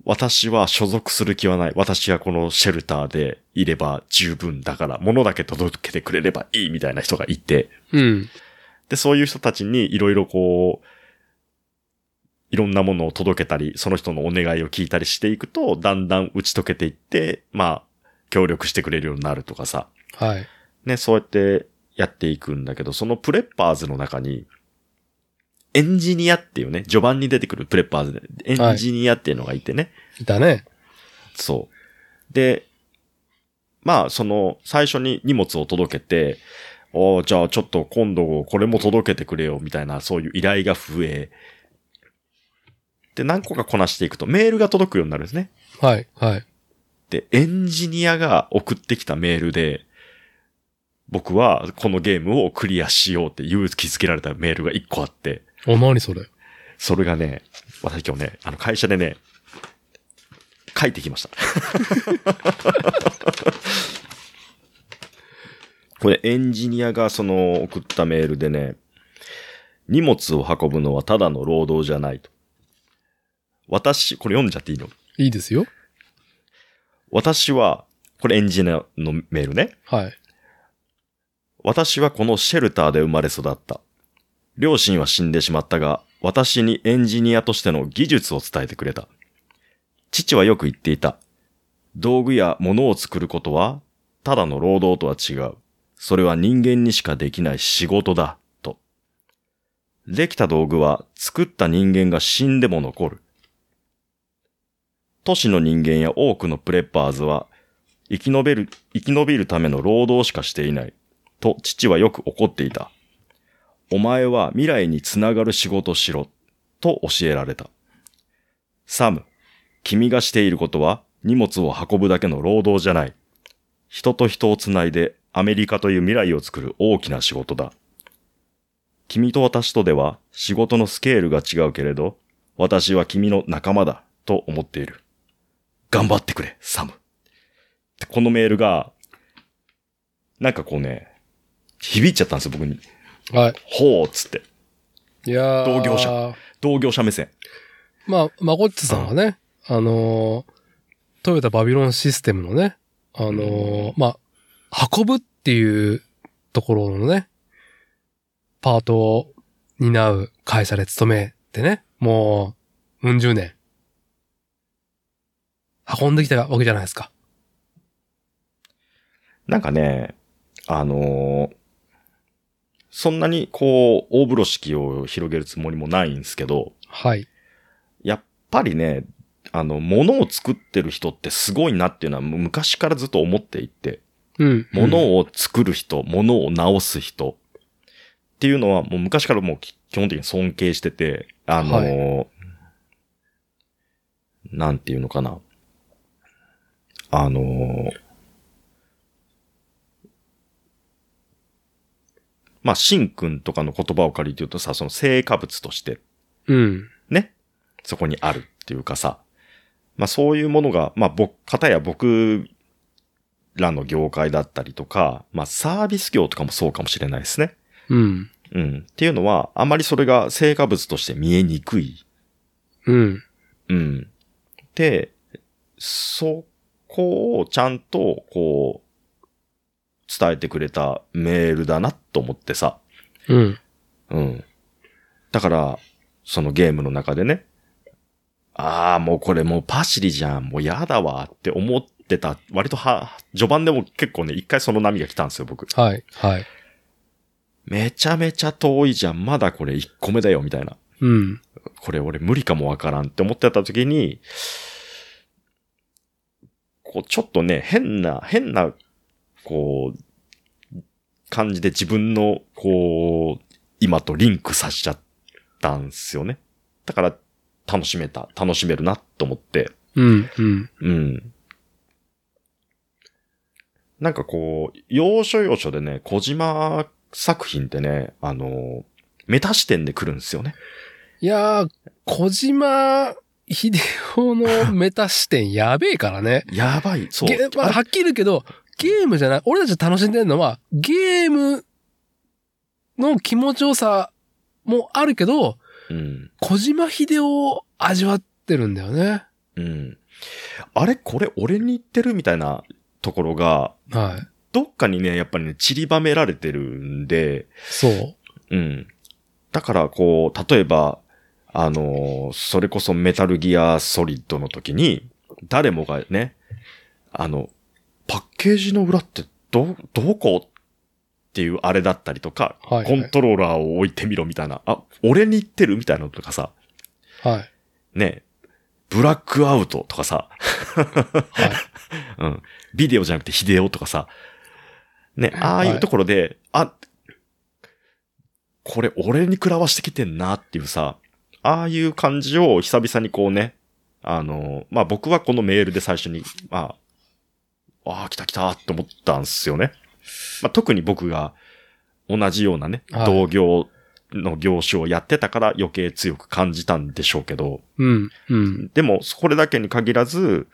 Speaker 2: 私は所属する気はない。私はこのシェルターでいれば十分だから、物だけ届けてくれればいいみたいな人がいて、
Speaker 1: うん。
Speaker 2: で、そういう人たちにいろいろこう、いろんなものを届けたり、その人のお願いを聞いたりしていくと、だんだん打ち解けていって、まあ、協力してくれるようになるとかさ。
Speaker 1: はい。
Speaker 2: ね、そうやってやっていくんだけど、そのプレッパーズの中に、エンジニアっていうね、序盤に出てくるプレッパーズで、エンジニアっていうのがいてね、
Speaker 1: いたね。
Speaker 2: そう。で、まあ、その、最初に荷物を届けて、おーじゃあちょっと今度これも届けてくれよ、みたいな、そういう依頼が増え、で、何個かこなしていくと、メールが届くようになるんですね。
Speaker 1: はい。はい。
Speaker 2: で、エンジニアが送ってきたメールで、僕はこのゲームをクリアしようって勇気づけられたメールが1個あって、
Speaker 1: お、なにそれ。
Speaker 2: それがね、私今日ね、あの会社でね、書いてきました。これエンジニアがその送ったメールでね、荷物を運ぶのはただの労働じゃないと。私、これ読んじゃっていいの
Speaker 1: いいですよ。
Speaker 2: 私は、これエンジニアのメールね。
Speaker 1: はい。
Speaker 2: 私はこのシェルターで生まれ育った。両親は死んでしまったが、私にエンジニアとしての技術を伝えてくれた。父はよく言っていた。道具や物を作ることは、ただの労働とは違う。それは人間にしかできない仕事だ、と。できた道具は作った人間が死んでも残る。都市の人間や多くのプレッパーズは、生き延びる、生き延びるための労働しかしていない。と父はよく怒っていた。お前は未来につながる仕事をしろ。と教えられた。サム、君がしていることは荷物を運ぶだけの労働じゃない。人と人をつないでアメリカという未来を作る大きな仕事だ。君と私とでは仕事のスケールが違うけれど、私は君の仲間だと思っている。頑張ってくれ、サム。でこのメールが、なんかこうね、響いちゃったんですよ、僕に。
Speaker 1: は
Speaker 2: ほう、つって。
Speaker 1: い。いやー
Speaker 2: 同業者。同業者目線。
Speaker 1: まあ、マゴッチさんはね、あのートヨタバビロンシステムのね、あのーまあ、運ぶっていうところのね、パートを担う会社で勤めてね、もう、うん十年。運んできたわけじゃないですか。
Speaker 2: なんかね、あのーそんなにこう、大風呂敷を広げるつもりもないんですけど、
Speaker 1: はい。
Speaker 2: やっぱりね、あの、物を作ってる人ってすごいなっていうのは昔からずっと思っていて、
Speaker 1: うん。を。
Speaker 2: 物を作る人、物を直す人っていうのはもう昔からもうき基本的に尊敬してて、あのーなんていうのかな。あのーまあ、シンくんとかの言葉を借りて言うとさ、その成果物として
Speaker 1: うん。
Speaker 2: ね、そこにあるっていうかさ、まあそういうものが、まあ僕、方や僕らの業界だったりとか、まあサービス業とかもそうかもしれないですね。
Speaker 1: うん。
Speaker 2: うん。っていうのは、あまりそれが成果物として見えにくい。
Speaker 1: うん。
Speaker 2: うん。で、そこをちゃんと、こう、伝えてくれたメールだなと思ってさ。
Speaker 1: うん。
Speaker 2: うん。だから、そのゲームの中でね、ああ、もうこれもうパシリじゃん、もうやだわって思ってた、割とは、序盤でも結構ね、一回その波が来たんですよ、僕。
Speaker 1: はい。はい。
Speaker 2: めちゃめちゃ遠いじゃん、まだこれ1個目だよ、みたいな。
Speaker 1: うん。
Speaker 2: これ俺無理かもわからんって思ってた時に、こう、ちょっとね、変な、変な、こう、感じで自分の、こう、今とリンクさせちゃったんすよね。だから、楽しめた、楽しめるなと思って、
Speaker 1: うん。うん。
Speaker 2: うん。なんかこう、要所要所でね、小島作品ってね、あの、メタ視点で来るんですよね。
Speaker 1: いやー、小島秀夫のメタ視点やべえからね。
Speaker 2: やばい、そう
Speaker 1: ゲ。ま
Speaker 2: あ
Speaker 1: あ、
Speaker 2: れ
Speaker 1: はっきり言うけど、ゲームじゃない、俺たち楽しんでるのは、ゲームの気持ちよさもあるけど、
Speaker 2: うん。
Speaker 1: 小島秀夫を味わってるんだよね。
Speaker 2: うん。あれこれ俺に言ってるみたいなところが、
Speaker 1: はい。
Speaker 2: どっかにね、やっぱりね、散りばめられてるんで、
Speaker 1: そう。
Speaker 2: うん。だからこう、例えば、あのーそれこそメタルギアソリッドの時に、誰もがね、あの、パッケージの裏ってど、どこっていうあれだったりとか、
Speaker 1: はい、
Speaker 2: コントローラーを置いてみろみたいな、あ、俺に言ってるみたいなのとかさ、
Speaker 1: はい。
Speaker 2: ね、ブラックアウトとかさ、
Speaker 1: はい。
Speaker 2: うん。ビデオじゃなくてヒデオとかさ。ね、ああいうところで、あ、これ俺に食らわしてきてんなっていうさ、ああいう感じを久々にこうね、あの、まあ、僕はこのメールで最初に、まあ、ああ、来た来たって思ったんすよね。まあ、特に僕が同じようなね、
Speaker 1: はい
Speaker 2: 同業の業種をやってたから余計強く感じたんでしょうけど、
Speaker 1: うん。うん。
Speaker 2: でも、これだけに限らず、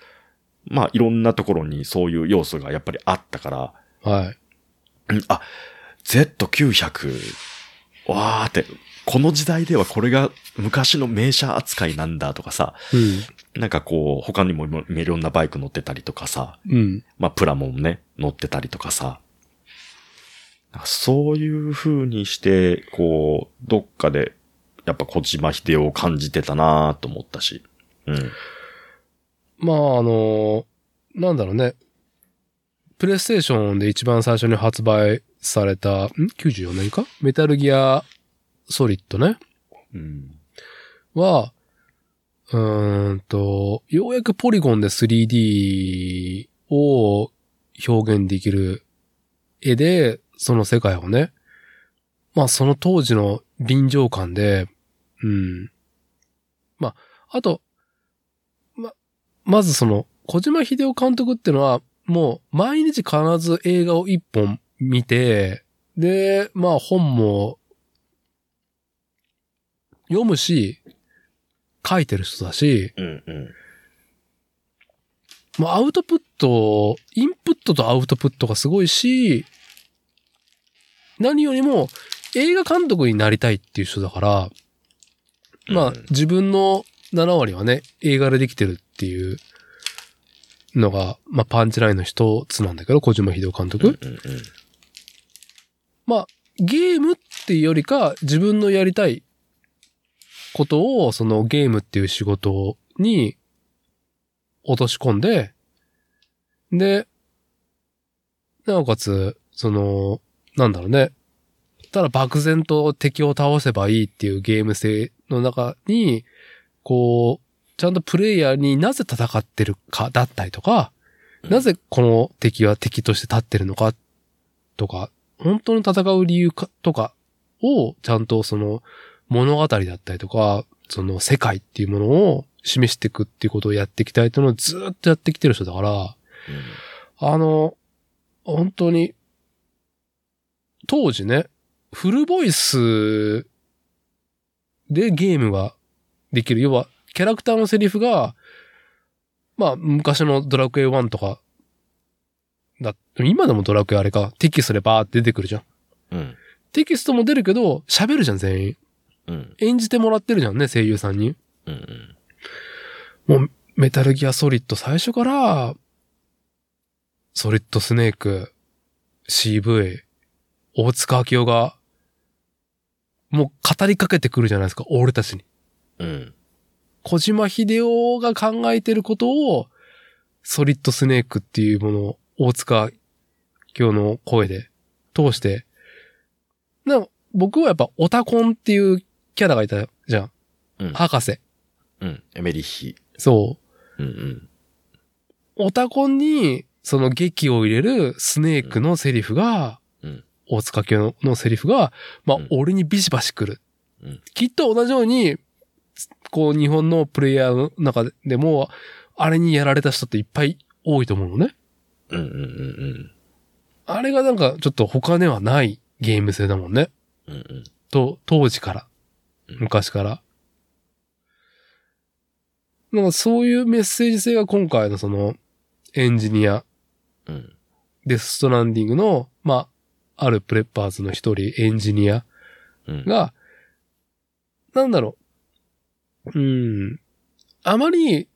Speaker 2: まあ、いろんなところにそういう要素がやっぱりあったから、
Speaker 1: はい。
Speaker 2: うんあ、Z900、わーって、この時代ではこれが昔の名車扱いなんだとかさ、なんかこう、他にもいろんなバイク乗ってたりとかさ、
Speaker 1: うん。うん。
Speaker 2: まあ、プラモもね、乗ってたりとかさ、なんかそういう風にして、こう、どっかで、やっぱ小島秀夫を感じてたなーと思ったし、うん。
Speaker 1: まあ、あのーなんだろうね。プレイステーションで一番最初に発売された、ん ?94 年かメタルギアソリッドね。
Speaker 2: うん。
Speaker 1: は、うーんと、ようやくポリゴンで 3D を表現できる絵で、その世界をね、まあその当時の臨場感で、うん。まあ、あと、ま、まずその、小島秀夫監督ってのは、もう毎日必ず映画を一本見て、で、まあ本も読むし、書いてる人だし、
Speaker 2: うんうん。
Speaker 1: もうアウトプット、インプットとアウトプットがすごいし、何よりも映画監督になりたいっていう人だから、まあ
Speaker 2: うん
Speaker 1: 自分の7割はね、映画でできてるっていうのが、まあパンチラインの一つなんだけど、小島秀夫監督。
Speaker 2: うんうん。
Speaker 1: ゲームっていうよりか、自分のやりたいことを、そのゲームっていう仕事に落とし込んで、で、なおかつ、その、なんだろうね。ただ漠然と敵を倒せばいいっていうゲーム性の中に、こう、ちゃんとプレイヤーになぜ戦ってるかだったりとか、
Speaker 2: うん
Speaker 1: なぜこの敵は敵として立ってるのかとか、本当に戦う理由かとかをちゃんとその物語だったりとか、その世界っていうものを示していくっていうことをやっていきたいっていうのをずーっとやってきてる人だから、あの、本当に、当時ね、フルボイスでゲームができる。要は、キャラクターのセリフが、まあ、昔のドラクエ1とか、だ、今でもドラクエあれか、テキストでバーって出てくるじゃん。
Speaker 2: うん。
Speaker 1: テキストも出るけど、喋るじゃん、全員。
Speaker 2: うん。
Speaker 1: 演じてもらってるじゃんね、声優さんに。
Speaker 2: うんうん。
Speaker 1: メタルギアソリッド最初から、ソリッドスネーク、CV、大塚明夫が、もう語りかけてくるじゃないですか、俺たちに。
Speaker 2: うん。
Speaker 1: 小島秀夫が考えてることを、ソリッドスネークっていうものを、大塚今日の声で通して、な僕はやっぱオタコンっていうキャラがいたじゃん。
Speaker 2: うん
Speaker 1: 博士。
Speaker 2: うん。エメリッヒ。
Speaker 1: そう。
Speaker 2: うんうん。
Speaker 1: オタコンに、その劇を入れるスネークのセリフが、
Speaker 2: うん
Speaker 1: 大塚家ののセリフが、まあ、
Speaker 2: うん
Speaker 1: 俺にビシバシ来る。
Speaker 2: うん
Speaker 1: きっと同じように、こう、日本のプレイヤーの中でも、あれにやられた人っていっぱい多いと思うのね。
Speaker 2: うんうんうん
Speaker 1: あれがなんか、ちょっと他ではないゲーム性だもんね。
Speaker 2: うん。うんうん。
Speaker 1: と、当時から。
Speaker 2: うん
Speaker 1: 昔から。なんかそういうメッセージ性が今回のその、エンジニア
Speaker 2: うん。
Speaker 1: デス・ストランディングの、まあ、あるプレッパーズの一人、エンジニア
Speaker 2: うん。
Speaker 1: が、なんだろう。うん。あまり、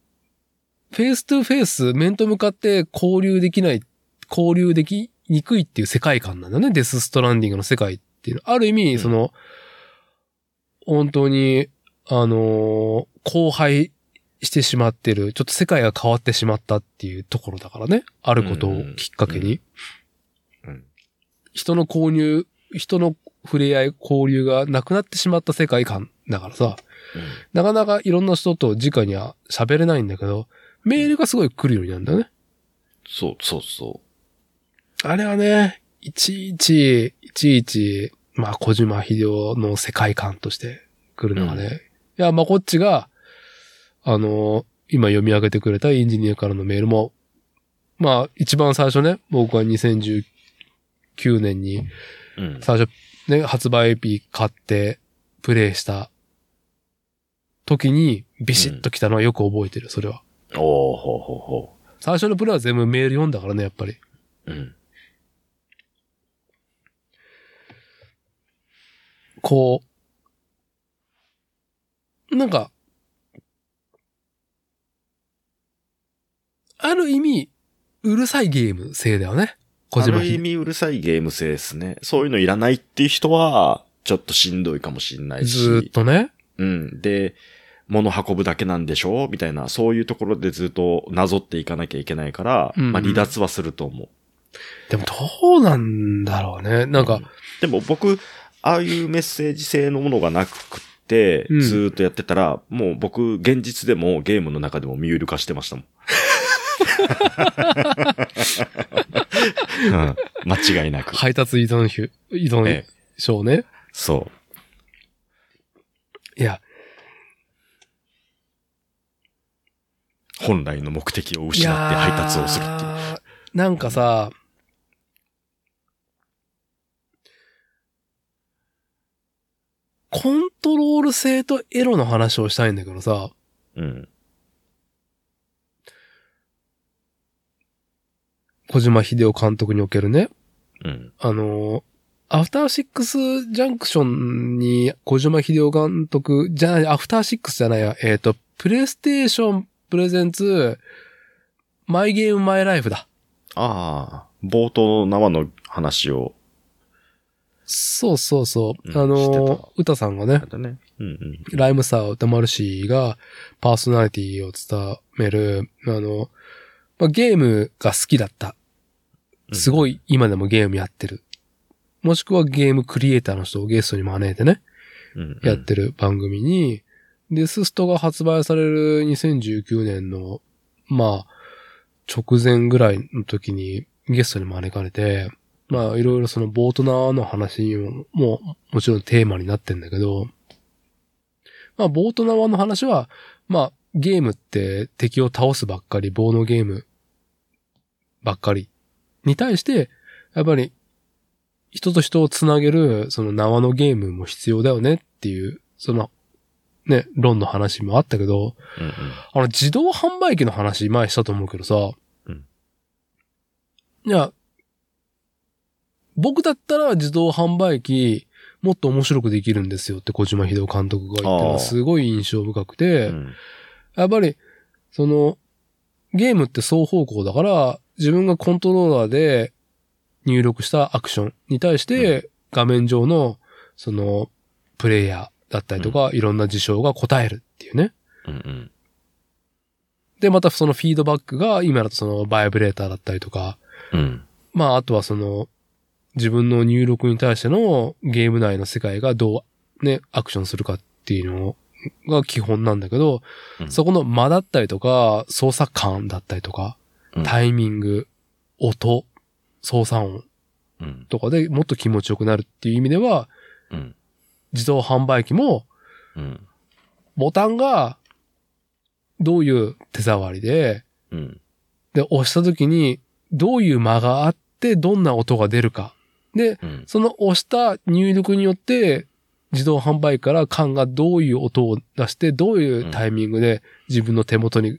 Speaker 1: フェイストゥフェイス、面と向かって交流できない、交流できにくいっていう世界観なんだね。デス・ストランディングの世界っていうのは。ある意
Speaker 2: う
Speaker 1: 味、
Speaker 2: ん
Speaker 1: その、本当に、あのー荒廃してしまってる、ちょっと世界が変わってしまったっていうところだからね。あることをきっかけに。
Speaker 2: うん。
Speaker 1: 人の購入、人の触れ合い、交流がなくなってしまった世界観だからさ、なかなかいろんな人と直には喋れないんだけど、メールがすごい来るようになるんだよね。
Speaker 2: そうそうそ
Speaker 1: あれはね、いちいち、いちいち、まあ、小島秀夫の世界観として来るのがね、
Speaker 2: うん
Speaker 1: いや、まあ、こっちが、あの、今読み上げてくれたエンジニアからのメールも、まあ、一番最初ね、僕は2019年に、
Speaker 2: う。うん。
Speaker 1: 最初、ね、発売日買って、プレイした時に、ビシッと来たのはよく覚えてる、それは。
Speaker 2: おー、ほうほうほ
Speaker 1: 最初のプレイは全部メール読んだからね、やっぱり。
Speaker 2: う。うん。
Speaker 1: こう、なんか、ある意味、うるさいゲーム性だよね。小
Speaker 2: あ
Speaker 1: 島
Speaker 2: る意
Speaker 1: 秀
Speaker 2: 味うるさいゲーム性ですね。そういうのいらないっていう人は、ちょっとしんどいかもしんないし。
Speaker 1: ずーっとね。
Speaker 2: うん。で、物運ぶだけなんでしょみたいな、そういうところでずっとなぞっていかなきゃいけないから、
Speaker 1: うんうん
Speaker 2: まあ離脱はすると思う。
Speaker 1: でもどうなんだろうね。なんか、
Speaker 2: でも僕、ああいうメッセージ性のものがなくって
Speaker 1: うん、
Speaker 2: ずーっとやってたら、もう僕、現実でもゲームの中でも見有る化してま したもん。 うん間違いなく。
Speaker 1: 配達依存ひ依存
Speaker 2: ええ
Speaker 1: 症ね。
Speaker 2: そう。
Speaker 1: いや、
Speaker 2: 本来の目的を失って配達をするっていう。
Speaker 1: いやーなんかさ、コントロール性とエロの話をしたいんだけどさ、
Speaker 2: うん。
Speaker 1: 小島秀夫監督におけるね、
Speaker 2: うん。
Speaker 1: あの、アフターシックスジャンクションに小島秀夫監督、じゃない、アフターシックスじゃないや、えっ、と、プレイステーションプレゼンツ、マイゲームマイライフだ。
Speaker 2: ああ、冒頭の生の話を、
Speaker 1: そうそうそう。
Speaker 2: うん
Speaker 1: あ
Speaker 2: 知ってた
Speaker 1: の、歌さんがね
Speaker 2: あ、れだね。うんうん。
Speaker 1: ライムサー歌丸氏がパーソナリティを務める、あの、まあ、ゲームが好きだった。すご
Speaker 2: い。
Speaker 1: い今でもゲームやってる。もしくはゲームクリエイターの人をゲストに招いてね、
Speaker 2: うんうん
Speaker 1: やってる番組に、で、スストが発売される2019年の、まあ、直前ぐらいの時にゲストに招かれて、まあ、いろいろそのボートナーの話も、もうもちろんテーマになってんだけど、まあ、ボートナーの話は、まあ、ゲームって敵を倒すばっかり、棒のゲームばっかりに対して、やっぱり人と人をつなげる、その縄のゲームも必要だよねっていう、その、ね、論の話もあったけど、
Speaker 2: うんうん
Speaker 1: あの、自動販売機の話前したと思うけどさ、
Speaker 2: うん
Speaker 1: いや、僕だったら自動販売機、もっと面白くできるんですよって小島秀夫監督が言ってるの
Speaker 2: あ
Speaker 1: が
Speaker 2: あ
Speaker 1: すごい印象深くて、
Speaker 2: うん
Speaker 1: やっぱり、その、ゲームって双方向だから、自分がコントローラーで入力したアクションに対して、画面上の、その、プレイヤーだったりとか、いろんな事象が答えるっていうね。
Speaker 2: うんうん
Speaker 1: で、またそのフィードバックが、今だとその、バイブレーターだったりとか、
Speaker 2: うん
Speaker 1: まあ、あとはその、自分の入力に対してのゲーム内の世界がどう、ね、アクションするかっていうのが基本なんだけど、
Speaker 2: うん
Speaker 1: そこの間だったりとか、操作感だったりとか、
Speaker 2: うん
Speaker 1: タイミング、音、操作音
Speaker 2: うん
Speaker 1: とかでもっと気持ちよくなるっていう意味では、
Speaker 2: うん
Speaker 1: 自動販売機も
Speaker 2: うん
Speaker 1: ボタンがどういう手触りで、
Speaker 2: うん
Speaker 1: で、押した時にどういう間があってどんな音が出るか。で、
Speaker 2: うん
Speaker 1: その押した入力によって、自動販売機から缶がどういう音を出して、どういうタイミングで自分の手元に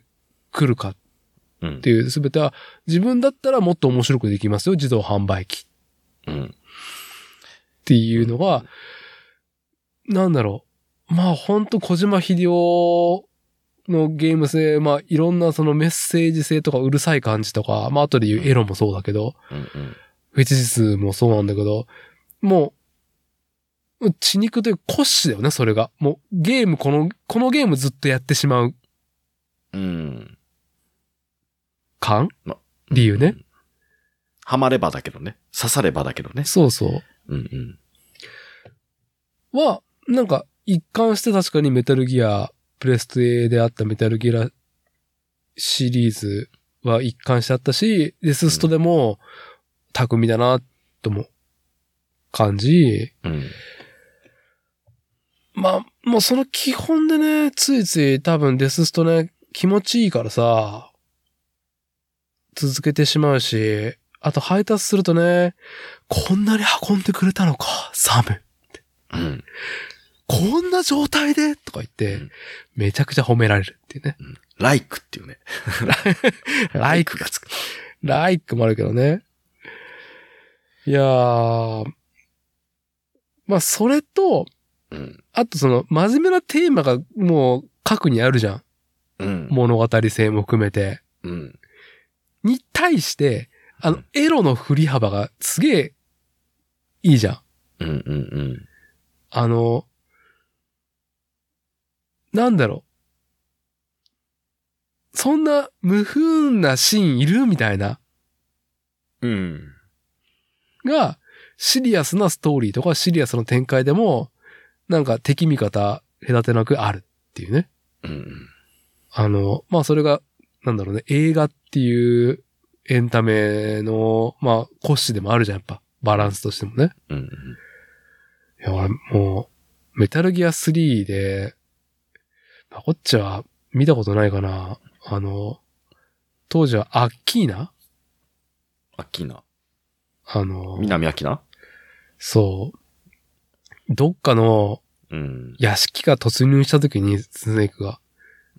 Speaker 1: 来るかっ
Speaker 2: うん
Speaker 1: ていう全ては、自分だったらもっと面白くできますよ、自動販売機
Speaker 2: うん
Speaker 1: っていうのが、なんだろう。まあほんと小島秀夫のゲーム性、まあいろんなそのメッセージ性とかうるさい感じとか、まあ後で言うエロもそうだけど、
Speaker 2: うんうん
Speaker 1: フェチジスもそうなんだけど、もう、血肉というか骨子だよね、それが。もう、ゲーム、この、このゲームずっとやってしまう
Speaker 2: うん
Speaker 1: 感理由ね。
Speaker 2: はまればだけどね。刺さればだけどね。
Speaker 1: そうそ
Speaker 2: うんうん。
Speaker 1: う。は、なんか、一貫して確かにメタルギア、プレステであったメタルギアシリーズは一貫してあったし、デスストでも、巧みだな、とも、感じ、
Speaker 2: うん。
Speaker 1: まあ、もうその基本でね、ついつい多分デスストね、気持ちいいからさ、続けてしまうし、あと配達するとね、こんなに運んでくれたのか、サム。
Speaker 2: うん。
Speaker 1: こんな状態でとか言って、
Speaker 2: うん
Speaker 1: めちゃくちゃ褒められるっていう ね。
Speaker 2: ライクっていうね。
Speaker 1: ライク
Speaker 2: がつく。
Speaker 1: ライクもあるけどね。いやー。まあ、それと、
Speaker 2: うん。
Speaker 1: あとその、真面目なテーマがもう、核にあるじゃん。
Speaker 2: うん。
Speaker 1: 物語性も含めて。
Speaker 2: うん。
Speaker 1: に対して、あ
Speaker 2: う
Speaker 1: の
Speaker 2: ん、
Speaker 1: エロの振り幅がすげえ、いいじゃん。
Speaker 2: うんうんうん。
Speaker 1: あの、なんだろう。そんな無風なシーンいるみたいな、
Speaker 2: うん。
Speaker 1: が、シリアスなストーリーとかシリアスな展開でも、なんか敵味方隔てなくあるっていうね。
Speaker 2: うん。
Speaker 1: あの、まあそれが、なんだろうね、映画っていうエンタメの、まあ骨子でもあるじゃん、やっぱ。バランスとしてもね。
Speaker 2: うん。
Speaker 1: いや、俺もう、メタルギア3で、まあこっちは見たことないかな。あの、当時はアッキーナ
Speaker 2: アキナ。
Speaker 1: あの、
Speaker 2: 南アキナ
Speaker 1: そう。どっかの
Speaker 2: うん。
Speaker 1: 屋敷が突入した時に、スネークが。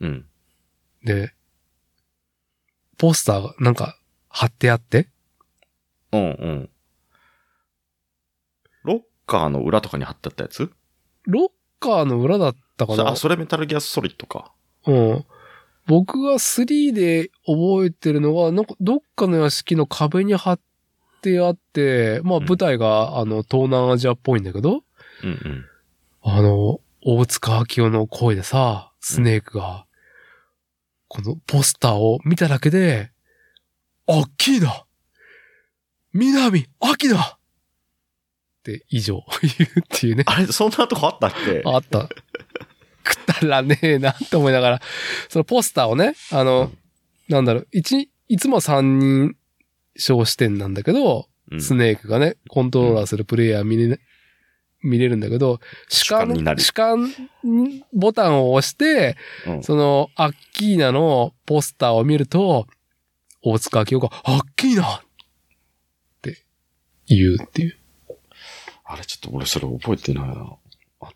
Speaker 2: うん。
Speaker 1: で、ポスターがなんか貼ってあって、
Speaker 2: うんうん。ロッカーの裏とかに貼ってあったやつ
Speaker 1: ロッカーの裏だったか
Speaker 2: それ
Speaker 1: な
Speaker 2: あ、それメタルギアソリッドか。
Speaker 1: うん。僕が3で覚えてるのは、なんかどっかの屋敷の壁に貼ってあって、まあ
Speaker 2: うん
Speaker 1: 舞台が、あの東南アジアっぽいんだけど、
Speaker 2: うんうん。
Speaker 1: あの、大塚明夫の声でさ、スネークが、このポスターを見ただけで、アッキーだ南アキだって以上 言うっていうね。
Speaker 2: あれ、そんなとこあったっけ
Speaker 1: あった。 くだらねえなって思いながら、そのポスターをね、あの、なんだろう、一、いつもは三人称視点なんだけど、
Speaker 2: うん
Speaker 1: スネークがね、コントローラーするプレイヤー見れ,、見れるんだけど、主
Speaker 2: 主観
Speaker 1: 観
Speaker 2: にな、る
Speaker 1: 主観ボタンを押して、
Speaker 2: うん
Speaker 1: その、アッキーナのポスターを見ると、大塚明夫が、アッキーナって言うっていう。
Speaker 2: あれ、ちょっと俺それ覚えてないな。あ、あっ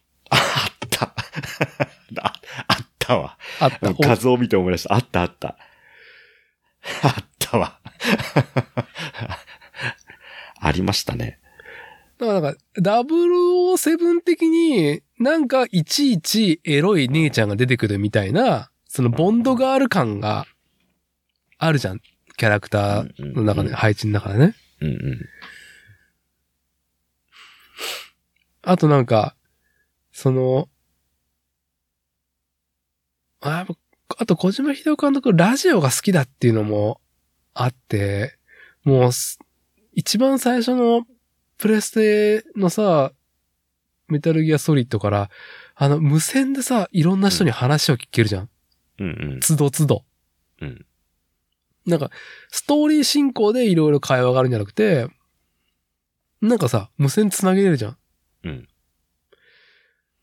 Speaker 2: た。 ああったわ。
Speaker 1: あった。
Speaker 2: 画像を見て思い出した。あったあった。あったわ。 ありましたね。
Speaker 1: だからなんか、007的になんかいちいちエロい姉ちゃんが出てくるみたいな、そのボンドガール感があるじゃん。キャラクターの中で、配置の中でね。
Speaker 2: うんうん。
Speaker 1: あとなんか、その、あやっぱあと小島秀夫監督ラジオが好きだっていうのもあって、もうす、一番最初のプレステのさ、メタルギアソリッドから、あの、無線でさ、いろんな人に話を聞けるじゃん。
Speaker 2: うんうん。
Speaker 1: つどつど。
Speaker 2: うん。
Speaker 1: なんか、ストーリー進行でいろいろ会話があるんじゃなくて、なんかさ、無線つなげれるじゃん。
Speaker 2: うん。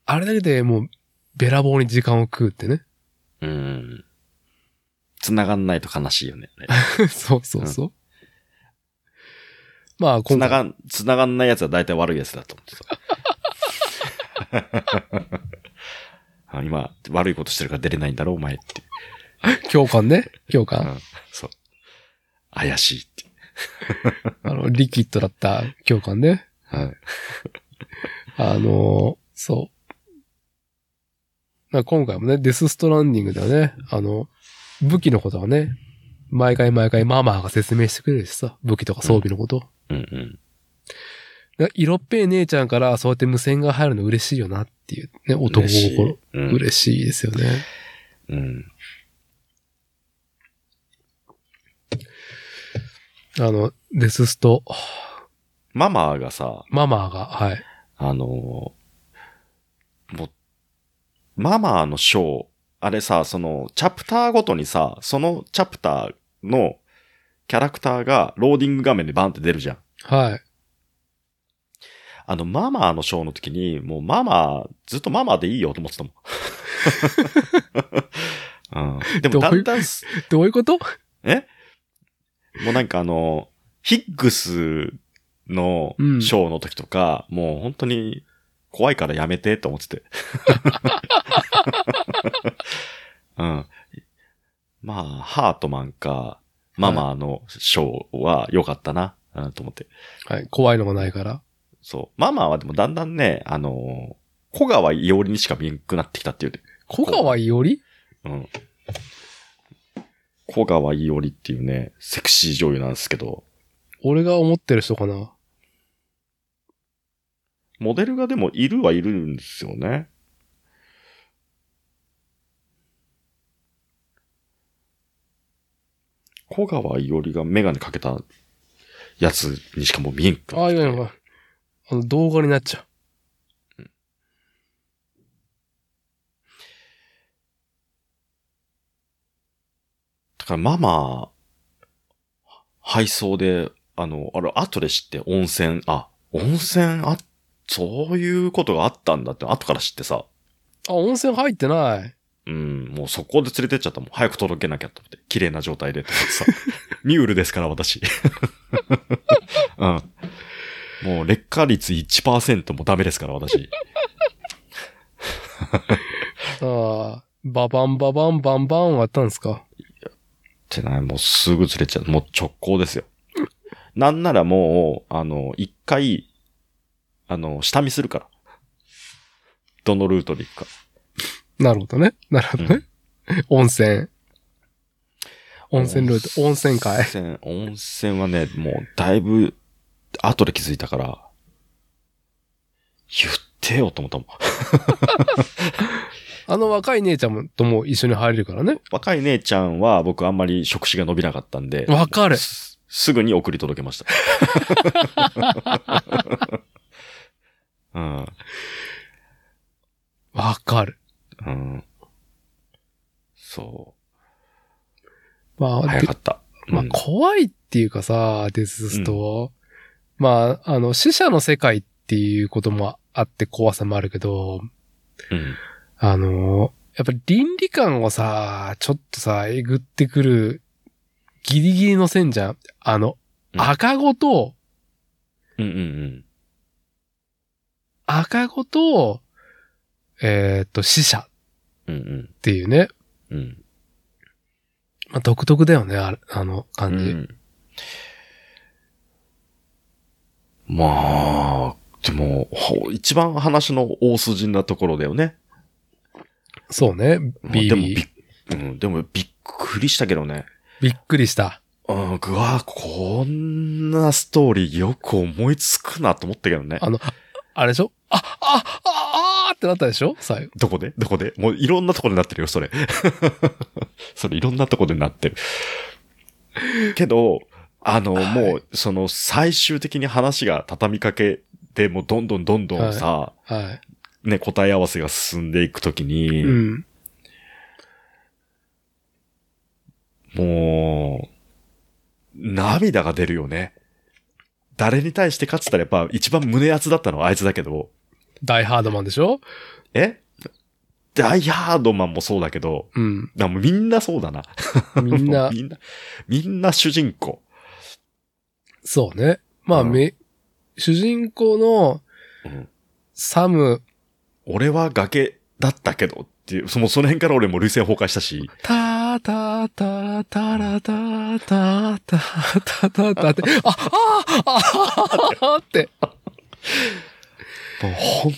Speaker 1: あれだけでもう、べらぼうに時間を食うってね。
Speaker 2: うん。繋がんないと悲しいよね。
Speaker 1: そうそうそう。まあ、今
Speaker 2: 繋
Speaker 1: 回、
Speaker 2: がん、繋がんないやつは大体悪いやつだと思って た。あ今、悪いことしてるから出れないんだろ、お前って。
Speaker 1: 共感ね。共
Speaker 2: う
Speaker 1: 感。
Speaker 2: ん。そう。怪しいって。
Speaker 1: あの、リキッドだった共感ね。
Speaker 2: はい。
Speaker 1: あのーそう。なんか今回もね、デスストランディングではね、あの、武器のことはね、毎回毎回ママが説明してくれるしさ、武器とか装備のこと。
Speaker 2: うんうん。
Speaker 1: だから色っぺい姉ちゃんからそうやって無線が入るの嬉しいよなっていうね、男
Speaker 2: 嬉しい
Speaker 1: 心。
Speaker 2: うん。
Speaker 1: 嬉しいですよね。
Speaker 2: うん。
Speaker 1: あの、デススト、
Speaker 2: ママがさ、
Speaker 1: ママが、はい。
Speaker 2: あのーもう、ママのショー、あれさ、その、チャプターごとにさ、そのチャプターのキャラクターがローディング画面でバンって出るじゃん。
Speaker 1: はい。
Speaker 2: あの、ママのショーの時に、もうママ、ずっとママでいいよと思ってたも ん。うん、でもだんだんす、
Speaker 1: どういうこと
Speaker 2: えもうなんかあの、ヒッグスのシ
Speaker 1: うん
Speaker 2: ョーの時とか、もう本当に怖いからやめてと思って て。うん。まあ、ハートマンか、ママのショーは良かったな、うん、と思って。
Speaker 1: はい。怖いのがないから。
Speaker 2: そう。ママはでもだんだんね、あのー小川いおりにしか見えなくなってきたっていうね。
Speaker 1: 小川いおり
Speaker 2: うん。小川いおりっていうね、セクシー女優なんですけど、
Speaker 1: 俺が思ってる人かな。
Speaker 2: モデルがでもいるはいるんですよね。小川いおりがメガネかけたやつにしかもう見えんか。
Speaker 1: ああ、いやいや、あの、動画になっちゃ
Speaker 2: だからママ、配送で、あの、あれ、後で知って温泉、あ、温泉、あ、そういうことがあったんだって、後から知ってさ、
Speaker 1: う。あ、温泉入ってない。
Speaker 2: うん、もうそこで連れてっちゃったもん。早く届けなきゃと思って、綺麗な状態でと思ってさ、 ミュールですから、私。 うん。もう劣化率1%もダメですから、私。
Speaker 1: ああ、ババンババンバンバンはあったんですか。
Speaker 2: ってない、もうすぐずれちゃう。もう直行ですよ。なんならもう、あの、一回、あの、下見するから。どのルートで行くか。
Speaker 1: なるほどね。なるほどね。温泉。温泉ルート、温泉会。
Speaker 2: 温泉、温泉はね、もうだいぶ、後で気づいたから、言ってよと思ったもん。
Speaker 1: あの若い姉ちゃんもとも一緒に入れるからね。
Speaker 2: 若い姉ちゃんは僕あんまり触手が伸びなかったんで、
Speaker 1: わかる。
Speaker 2: すすぐに送り届けました。 うん。
Speaker 1: わかる。
Speaker 2: うん。そ
Speaker 1: ま
Speaker 2: う。
Speaker 1: あ、
Speaker 2: 早
Speaker 1: で
Speaker 2: かった。
Speaker 1: まあ
Speaker 2: うん、
Speaker 1: 怖いっていうかさ、デススト。まあ、あの、死者の世界っていうこともあって怖さもあるけど、
Speaker 2: うん
Speaker 1: あの、やっぱり倫理観をさ、ちょっとさ、えぐってくる、ギリギリの線じゃん。あの、
Speaker 2: うん
Speaker 1: 赤子と、
Speaker 2: うんうん
Speaker 1: 赤子と、えーっと、死者
Speaker 2: うん。うん
Speaker 1: っていうね。
Speaker 2: うん。うん。
Speaker 1: まあ、独特だよね、あれあの感じ。
Speaker 2: うんまあ、でも、ほ一番話の大筋なところだよね。
Speaker 1: そうね、ビ
Speaker 2: でもび
Speaker 1: ビ
Speaker 2: っ、うん、でもびっくりしたけどね。
Speaker 1: びっくりした。
Speaker 2: うん、ぐわ、こんなストーリーよく思いつくなと思ったけどね
Speaker 1: あ。の、あれでしょあ、あ、あ、あーってなったでしょ最後。
Speaker 2: どこでどこでもういろんなとこでなってるよ、それ。 それいろんなとこでなってる。けど、あの、
Speaker 1: はい
Speaker 2: もう、その最終的に話が畳みかけで、もうどんどんどんどんさ、
Speaker 1: は
Speaker 2: ね、答え合わせが進んでいくとき
Speaker 1: い。
Speaker 2: に、
Speaker 1: うん。
Speaker 2: もう、涙が出るよね。誰に対して勝つったらやっぱ一番胸熱だったのはあいつだけど、
Speaker 1: ダイハードマンでしょ
Speaker 2: えダイハードマンもそうだけど、
Speaker 1: うん。
Speaker 2: だもうみんなそうだな。
Speaker 1: みんな、
Speaker 2: みんな、みんな主人公。
Speaker 1: そうね。まあ、
Speaker 2: うん
Speaker 1: め、主人公の
Speaker 2: うん
Speaker 1: サム、
Speaker 2: 俺は崖だったけどっていう、そのその辺から俺も類線崩壊したし、
Speaker 1: タータータータラターターターターターターって、あ、あー、あーって。
Speaker 2: もうほん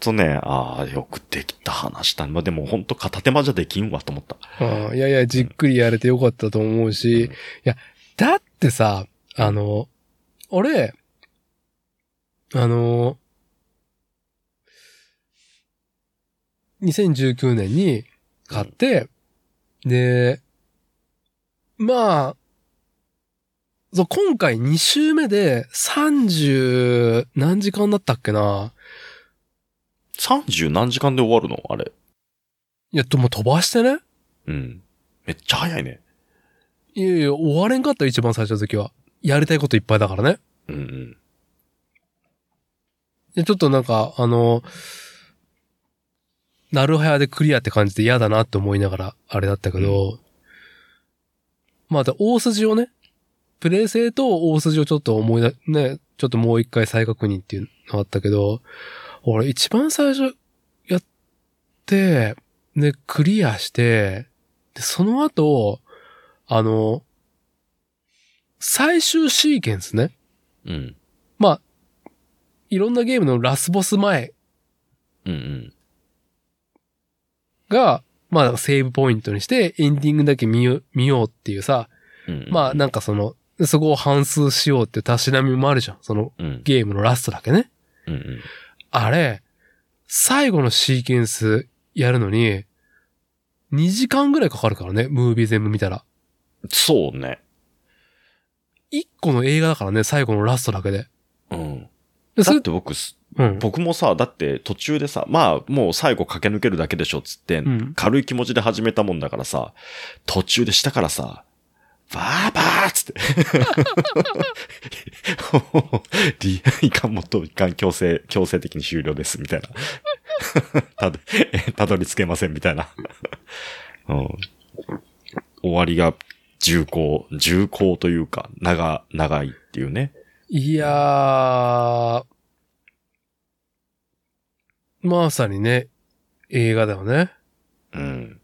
Speaker 2: とね、ああ、よくできた話だ。まあでもほんと片手間じゃできんわと思った。
Speaker 1: うんいやいや、じっくりやれてよかったと思うし、
Speaker 2: うん
Speaker 1: いや、だってさ、あの、俺、あの、2019年に買って、で、まあ、そう、今回2週目で30何時間だったっけな。
Speaker 2: 30何時間で終わるのあれ。
Speaker 1: いや、ともう飛ばしてね。
Speaker 2: うん。めっちゃ早いね。
Speaker 1: いやいや、終われんかったよ一番最初の時は。やりたいこといっぱいだからね。
Speaker 2: うんうん。
Speaker 1: で、ちょっとなんか、あの、なるはやでクリアって感じで嫌だなって思いながら、あれだったけど、まあ、で大筋をね、プレイ性と大筋をちょっと思い出、ね、ちょっともう一回再確認っていうのあったけど、俺一番最初やって、で、クリアして、で、その後、あの、最終シーケンスね。
Speaker 2: うん。
Speaker 1: いろんなゲームのラスボス前
Speaker 2: うんうん。
Speaker 1: が、まあ、セーブポイントにして、エンディングだけ見よ見ようっていうさ、
Speaker 2: うん
Speaker 1: まあ、なんかその、そこを反数しようっていうたしなみもあるじゃん。その、
Speaker 2: うん。
Speaker 1: ゲームのラストだけね。
Speaker 2: うんうん。
Speaker 1: あれ、最後のシーケンスやるのに、2時間ぐらいかかるからね、ムービー全部見たら。
Speaker 2: そうね。
Speaker 1: 一個の映画だからね、最後のラストだけで。
Speaker 2: うん。
Speaker 1: でそ
Speaker 2: だっ
Speaker 1: れ、
Speaker 2: て僕す、
Speaker 1: うん。
Speaker 2: 僕もさ、だって途中でさ、まあもう最後駆け抜けるだけでしょっつって、
Speaker 1: うん
Speaker 2: 軽い気持ちで始めたもんだからさ、途中でしたからさ、ばーばーっつって。 リいかんもといかん強制、強制的に終了です、みたいな。 たど、えたどり着けません、みたいな。うん。終わりが重厚、重厚というか、長、長いっていうね。
Speaker 1: いやー。まさにね、映画だよね。
Speaker 2: うん。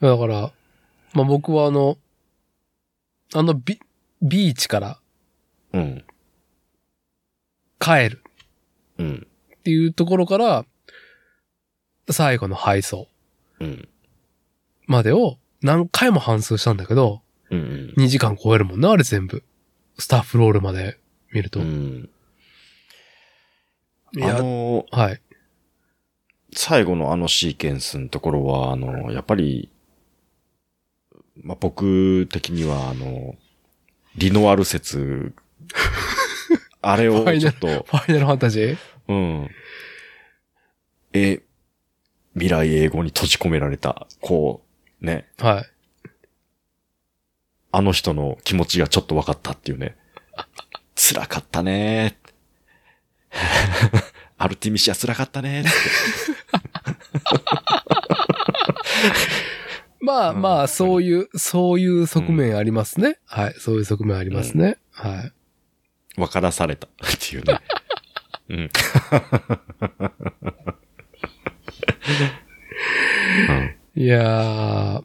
Speaker 1: だから、まあ、僕はあの、あのビ、ビーチから
Speaker 2: うん。
Speaker 1: 帰る
Speaker 2: うん。
Speaker 1: っていうところから、最後の配送
Speaker 2: うん。
Speaker 1: までを何回も反数したんだけど、
Speaker 2: うんうん。
Speaker 1: 2時間超えるもんな、あれ全部。スタッフロールまで見ると。
Speaker 2: うん。
Speaker 1: い
Speaker 2: あ
Speaker 1: や、
Speaker 2: の、
Speaker 1: はい。
Speaker 2: 最後のあのシーケンスのところは、あの、やっぱり、まあ、僕的には、あの、リノア ル説、あれをちょっと、
Speaker 1: ファイナルファンタジー
Speaker 2: うん。え、未来英語に閉じ込められた、こう、ね、
Speaker 1: はい。
Speaker 2: あの人の気持ちがちょっと分かったっていうね。 辛かったね ー。アルティミシア辛かったねーって。
Speaker 1: まあ
Speaker 2: うん
Speaker 1: まあ、そういう、そういう側面ありますね。はい。そういう側面ありますね。はい。
Speaker 2: 分からされたっていうね。うん。
Speaker 1: いやー、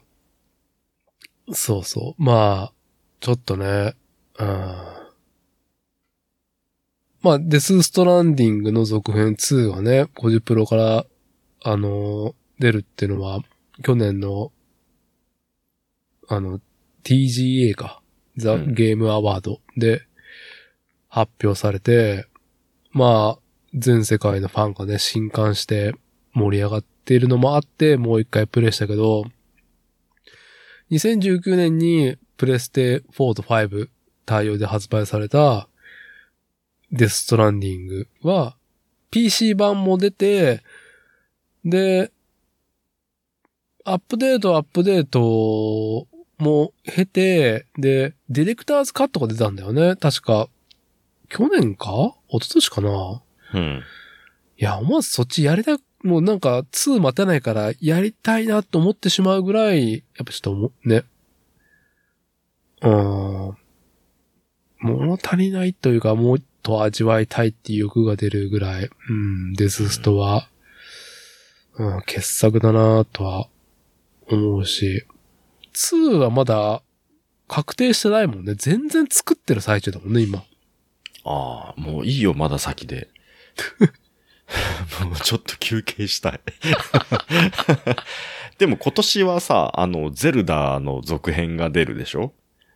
Speaker 1: そうそう。まあ、ちょっとね、うん。まあ、デス・ストランディングの続編2がね、50プロから、あのー出るっていうのは、去年の、あの、TGA か、ザ・
Speaker 2: うん
Speaker 1: ゲーム・アワードで発表されて、まあ、全世界のファンがね、震撼して盛り上がっているのもあって、もう一回プレイしたけど、2019年にプレステ4と5対応で発売されたデストランディングは PC 版も出て、で、アップデートアップデートも経て、で、ディレクターズカットが出たんだよね。確か、去年か一昨年かな
Speaker 2: うん。
Speaker 1: いや、思わずそっちやりたく、もうなんか2待てないからやりたいなと思ってしまうぐらい、やっぱちょっと思う、ね。うーん。物足りないというか、もっと味わいたいっていう欲が出るぐらい、うん、デスストは、うん、傑作だなとは思うし、2はまだ確定してないもんね。全然作ってる最中だもんね、今。
Speaker 2: ああ、もういいよ、まだ先で。 もうちょっと休憩したい。 でも今年はさ、あの、ゼルダの続編が出るでしょ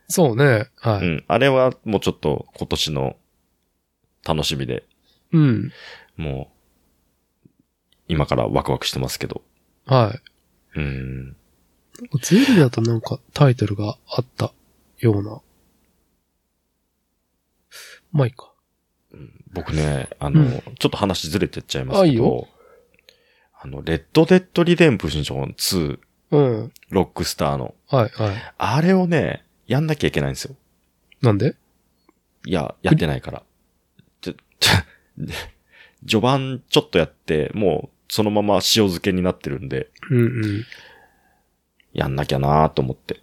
Speaker 1: そうね、は
Speaker 2: う
Speaker 1: い。
Speaker 2: ん。あれはもうちょっと今年の楽しみで、
Speaker 1: うん、
Speaker 2: もう、今からワクワクしてますけど。
Speaker 1: はい。
Speaker 2: うん。
Speaker 1: ゼルダとなんかタイトルがあったような。まあいいか。
Speaker 2: 僕ね、あの、
Speaker 1: うん
Speaker 2: ちょっと話ずれてっちゃいます
Speaker 1: あい
Speaker 2: け
Speaker 1: いよ
Speaker 2: ど、あの、レッドデッドリデンプション2、
Speaker 1: うん。
Speaker 2: ロックスターの、
Speaker 1: はいはい。
Speaker 2: あれをね、やんなきゃいけないんですよ。
Speaker 1: なんで
Speaker 2: いや、やってないから。ちょ、ちょ、 序盤ちょっとやって、もうそのまま塩漬けになってるんで、
Speaker 1: うんうん。
Speaker 2: やんなきゃなーと思って。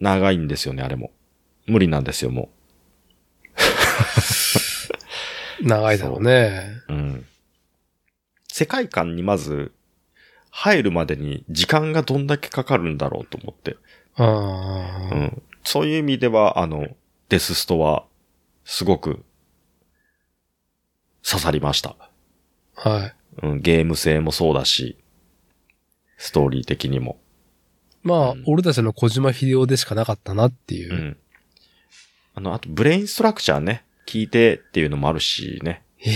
Speaker 2: 長いんですよね、あれも。無理なんですよ、も
Speaker 1: 長いだろうね。
Speaker 2: う。うん。世界観にまず、入るまでに時間がどんだけかかるんだろうと思って。
Speaker 1: あ
Speaker 2: う
Speaker 1: あ、
Speaker 2: ん。そういう意味では、あの、デスストは、すごく、刺さりました。
Speaker 1: はい。
Speaker 2: うん、ゲーム性もそうだし、ストーリー的にも。
Speaker 1: まあ、
Speaker 2: うん
Speaker 1: 俺たちの小島秀夫でしかなかったなっていうう。
Speaker 2: ん。あの、あと、ブレインストラクチャーね、聞いてっていうのもあるしね。
Speaker 1: いや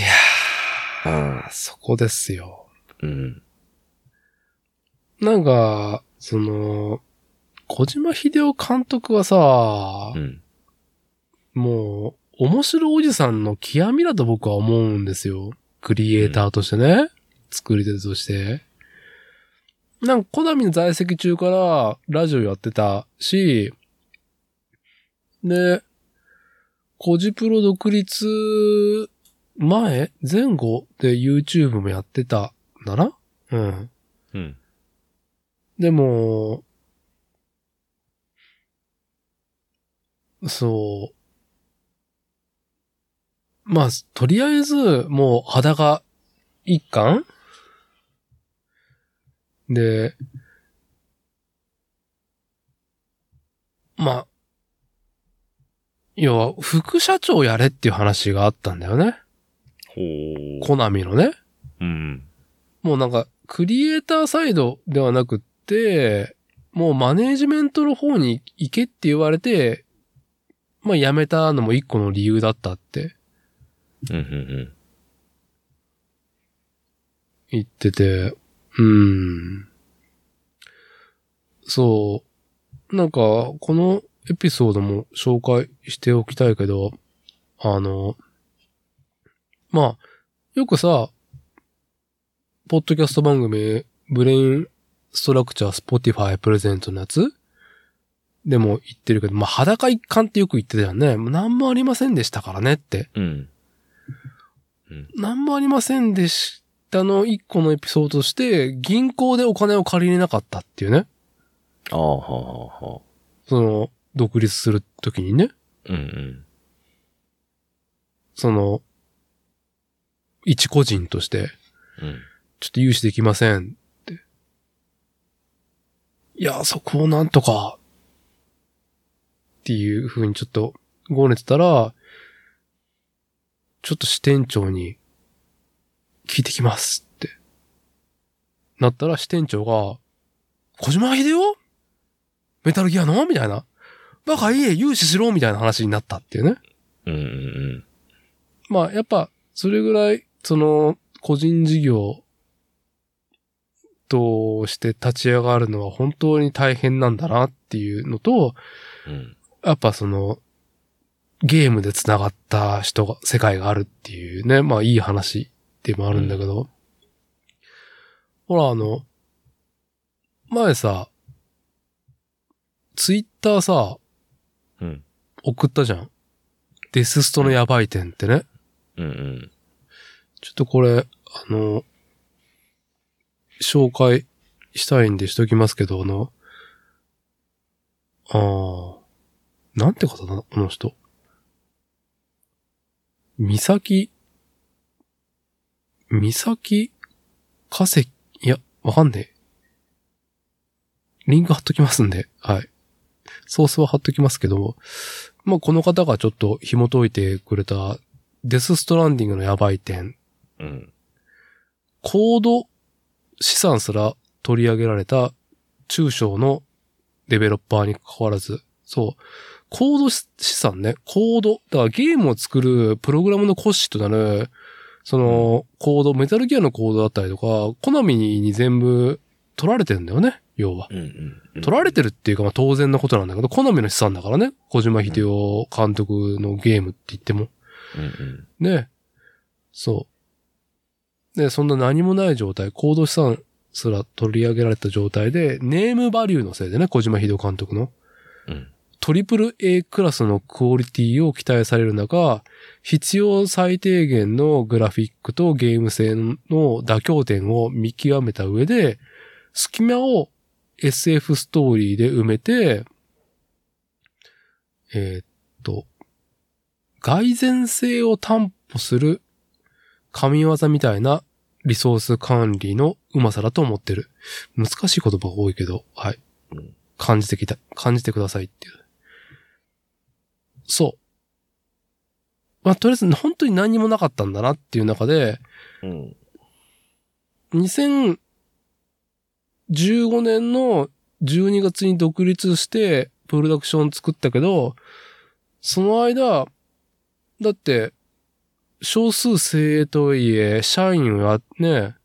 Speaker 2: うん。
Speaker 1: ー、そこですよ。
Speaker 2: うん。
Speaker 1: なんか、その、小島秀夫監督はさ
Speaker 2: う、ん。
Speaker 1: もう、面白おじさんの極みだと僕は思うんですよ。クリエイターとしてね。作り手として。なんか、コナミの在籍中からラジオやってたし、で、コジプロ独立前前後で YouTube もやってたんだなうん。
Speaker 2: うん。
Speaker 1: でも、そう。まあ、とりあえず、もう裸一貫で、まあ、要は、副社長やれっていう話があったんだよね。
Speaker 2: ほう。
Speaker 1: コナミのね。
Speaker 2: うん。
Speaker 1: もうなんか、クリエイターサイドではなくって、もうマネージメントの方に行けって言われて、まあ辞めたのも一個の理由だったって
Speaker 2: うん、うん、
Speaker 1: 言ってて、うん。そう。なんか、このエピソードも紹介しておきたいけど、あの、まあ、よくさ、ポッドキャスト番組、ブレインストラクチャー、スポティファイプレゼントのやつでも言ってるけど、まあ、裸一貫ってよく言ってたよね。もう何もありませんでしたからねって。
Speaker 2: うん。うん。
Speaker 1: 何もありませんでしたの一個のエピソードとして、銀行でお金を借りれなかったっていうね。
Speaker 2: ああ、はあ、はあ、はあ。
Speaker 1: その、独立するときにね。
Speaker 2: うん、うん。
Speaker 1: その、一個人として、
Speaker 2: うん。
Speaker 1: ちょっと融資できませんって。いや、そこをなんとか、っていう風にちょっと、ごねてたら、ちょっと支店長に、聞いてきますって。なったら支店長が、小島秀夫メタルギアのみたいな。バカいい融資しろみたいな話になったっていうね。
Speaker 2: うん、うん、
Speaker 1: まあ、やっぱ、それぐらい、その、個人事業として立ち上がるのは本当に大変なんだなっていうのと、
Speaker 2: うん。うん。
Speaker 1: やっぱその、ゲームで繋がった人が、世界があるっていうね、まあいい話でもあるんだけど、ほらあの、前さ、ツイッターさ、
Speaker 2: うん
Speaker 1: 送ったじゃん。デスストのやばい点ってね。
Speaker 2: うん、うん。
Speaker 1: ちょっとこれ、あの、紹介したいんでしときますけど、あの、ああ、なんて方だな、この人。三崎、三崎、化石、いや、わかんねえ。リンク貼っときますんで、はい。ソースは貼っときますけども、まあ、この方がちょっと紐解いてくれたデスストランディングのやばい点、
Speaker 2: うん。
Speaker 1: 高度資産すら取り上げられた中小のデベロッパーに関わらず、そう、高度資産ね、高度、だからゲームを作るプログラムの骨子となる、その、コード、メタルギアのコードだったりとか、コナミに全部取られてんだよね、要は。
Speaker 2: うん、うん。うん
Speaker 1: 取られてるっていうか、まあ当然のことなんだけど、コナミの資産だからね、小島秀夫監督のゲームって言っても。
Speaker 2: うん、うん。
Speaker 1: ね。そう。で、そんな何もない状態、高度資産すら取り上げられた状態で、ネームバリューのせいでね、小島秀夫監督の。
Speaker 2: うん。
Speaker 1: トリプル A クラスのクオリティを期待される中、必要最低限のグラフィックとゲーム性の妥協点を見極めた上で、隙間を SF ストーリーで埋めて、えーっと、外然性を担保する神業みたいなリソース管理のうまさだと思ってる。難しい言葉が多いけど、はい
Speaker 2: うん。
Speaker 1: 感じてきた、感じてくださいっていう。そう。まあ、とりあえず本当に何にもなかったんだなっていう中で、
Speaker 2: うん。
Speaker 1: 2015年の12月に独立して、プロダクション作ったけど、その間、だって、少数精鋭とはいえ、社員はね、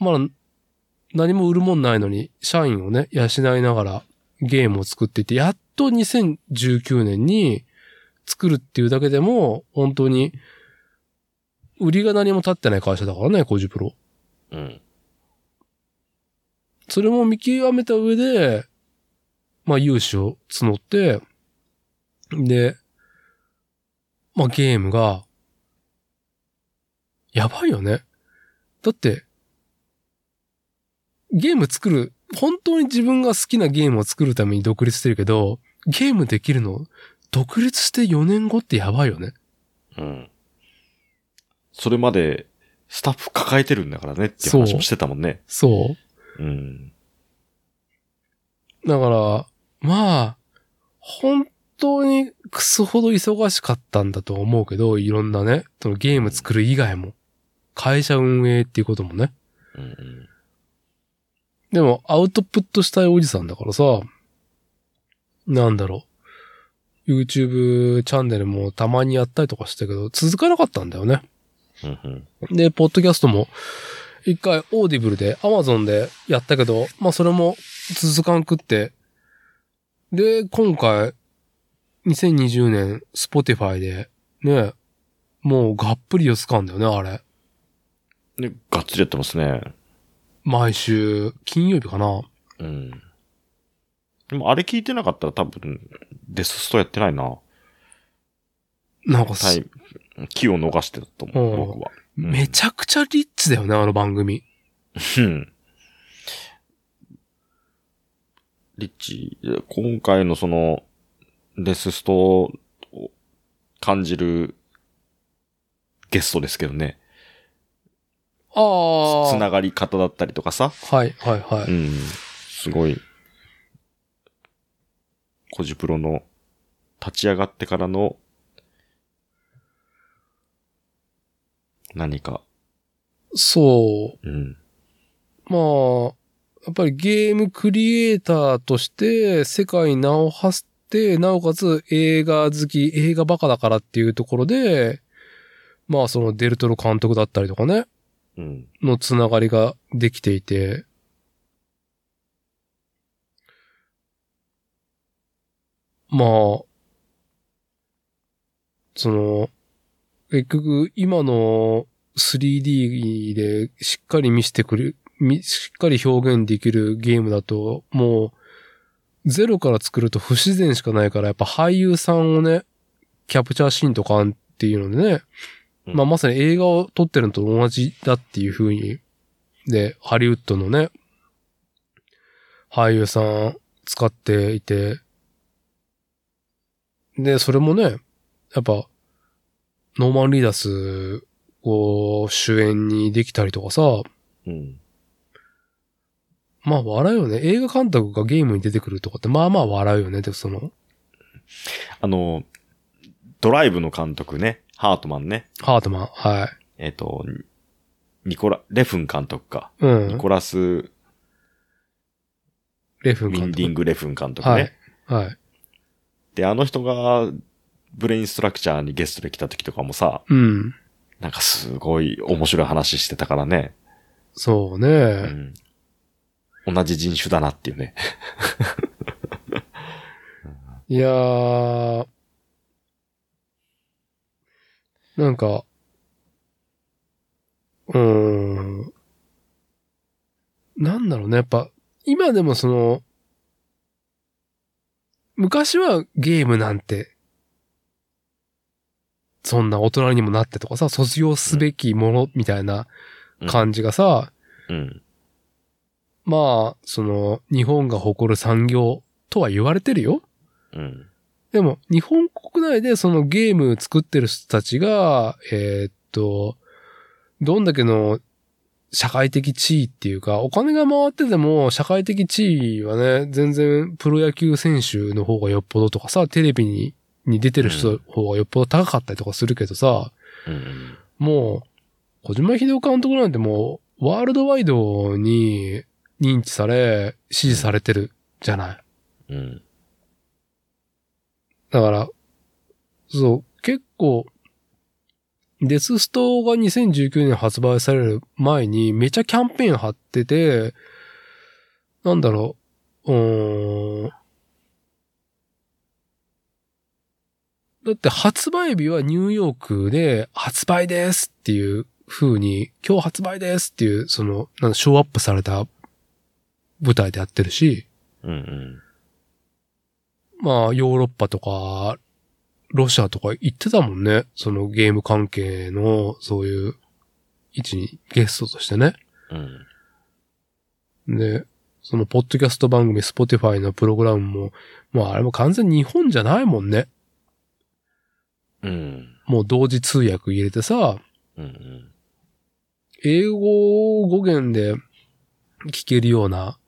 Speaker 1: まだ何も売るもんないのに、社員をね、養いながらゲームを作っていて、やっと2019年に作るっていうだけでも、本当に、売りが何も立ってない会社だからね、コジプロ。
Speaker 2: うん。
Speaker 1: それも見極めた上で、まあ融資を募って、で、まあゲームが、やばいよね。だって、ゲーム作る、本当に自分が好きなゲームを作るために独立してるけど、ゲームできるの、独立して4年後ってやばいよね。
Speaker 2: うん。それまで、スタッフ抱えてるんだからねって話もしてたもんね。
Speaker 1: そう。
Speaker 2: うん。
Speaker 1: だから、まあ、本当にクソほど忙しかったんだと思うけど、いろんなね、そのゲーム作る以外も、会社運営っていうこともね。
Speaker 2: うんうん。
Speaker 1: でも、アウトプットしたいおじさんだからさ、なんだろう。YouTube チャンネルもたまにやったりとかしたけど、続かなかったんだよね。
Speaker 2: うんうん。
Speaker 1: で、ポッドキャストも、一回オーディブルで、アマゾンでやったけど、まあそれも続かんくって。で、今回、2020年、スポティファイで、ね、もうがっぷりを掴んだよね、あれ。
Speaker 2: ね、がっつりやってますね。
Speaker 1: 毎週、金曜日かな。
Speaker 2: うん。でもあれ聞いてなかったら多分、デスストやってないな。
Speaker 1: なんかす、
Speaker 2: タイム、気を逃してたと思
Speaker 1: うん
Speaker 2: う、僕は。うん
Speaker 1: めちゃくちゃリッチだよね、あの番組。
Speaker 2: うん。リッチ、今回のその、デスストを感じるゲストですけどね。
Speaker 1: ああ。
Speaker 2: つながり方だったりとかさ。
Speaker 1: はい、はい、は
Speaker 2: う
Speaker 1: い。
Speaker 2: ん。すごい。コジプロの立ち上がってからの何か。
Speaker 1: そう。
Speaker 2: うん。
Speaker 1: まあ、やっぱりゲームクリエイターとして世界に名を馳せて、なおかつ映画好き、映画バカだからっていうところで、まあそのデルトロ監督だったりとかね、
Speaker 2: うん。
Speaker 1: のつながりができていて、まあ、その、結局今の 3D でしっかり見せてくる、みしっかり表現できるゲームだと、もう、ゼロから作ると不自然しかないから、やっぱ俳優さんをね、キャプチャーシーンとかっていうのでね、
Speaker 2: うん
Speaker 1: まあまさに映画を撮ってるのと同じだっていう風に、で、ハリウッドのね、俳優さん使っていて、で、それもね、やっぱ、ノーマンリーダスを主演にできたりとかさ、
Speaker 2: うん。
Speaker 1: まあ笑うよね。映画監督がゲームに出てくるとかって、まあまあ笑うよね。で、その、
Speaker 2: あの、ドライブの監督ね、ハートマンね。
Speaker 1: ハートマン、はい。
Speaker 2: えっ、と、ニコラ、レフン監督か。
Speaker 1: う
Speaker 2: ニ
Speaker 1: ん。
Speaker 2: コラス・
Speaker 1: レフ
Speaker 2: ウ
Speaker 1: ン
Speaker 2: ィン
Speaker 1: 監
Speaker 2: ディ
Speaker 1: 督。
Speaker 2: ング・レフン監督ね。
Speaker 1: はい。はい。
Speaker 2: で、あの人が、ブレインストラクチャーにゲストで来た時とかもさ、
Speaker 1: うん。
Speaker 2: なんかすごい面白い話してたからね。
Speaker 1: そう
Speaker 2: う
Speaker 1: ね。
Speaker 2: ん。同じ人種だなっていうね。
Speaker 1: いやー。なんか、うーん。なんだろうね。やっぱ、今でもその、昔はゲームなんて、そんな大人にもなってとかさ、卒業すべきものみたいな感じがさ、
Speaker 2: うん。
Speaker 1: まあ、その、日本が誇る産業とは言われてるよ。
Speaker 2: うん。
Speaker 1: でも、日本国内でそのゲーム作ってる人たちが、えーっと、どんだけの社会的地位っていうか、お金が回ってても社会的地位はね、全然プロ野球選手の方がよっぽどとかさ、テレビにに出てる人の方がよっぽど高かったりとかするけどさ、
Speaker 2: うん。
Speaker 1: もう、小島秀夫監督なんてもう、ワールドワイドに認知され、支持されてるじゃない。
Speaker 2: うん。
Speaker 1: だから、そう、結構、デスストが2019年発売される前にめちゃキャンペーン張ってて、なんだろう、うーん、だって発売日はニューヨークで発売ですっていう風に、今日発売ですっていう、その、なんだショーアップされた舞台でやってるし、
Speaker 2: うんうん。
Speaker 1: まあヨーロッパとか、ロシアとか行ってたもんね。そのゲーム関係の、そういう、位置にゲストとしてね。
Speaker 2: うん。
Speaker 1: で、そのポッドキャスト番組、Spotify のプログラムも、まああれも完全に日本じゃないもんね。
Speaker 2: うん。
Speaker 1: もう同時通訳入れてさ、
Speaker 2: うんうん。
Speaker 1: 英語語源で聞けるような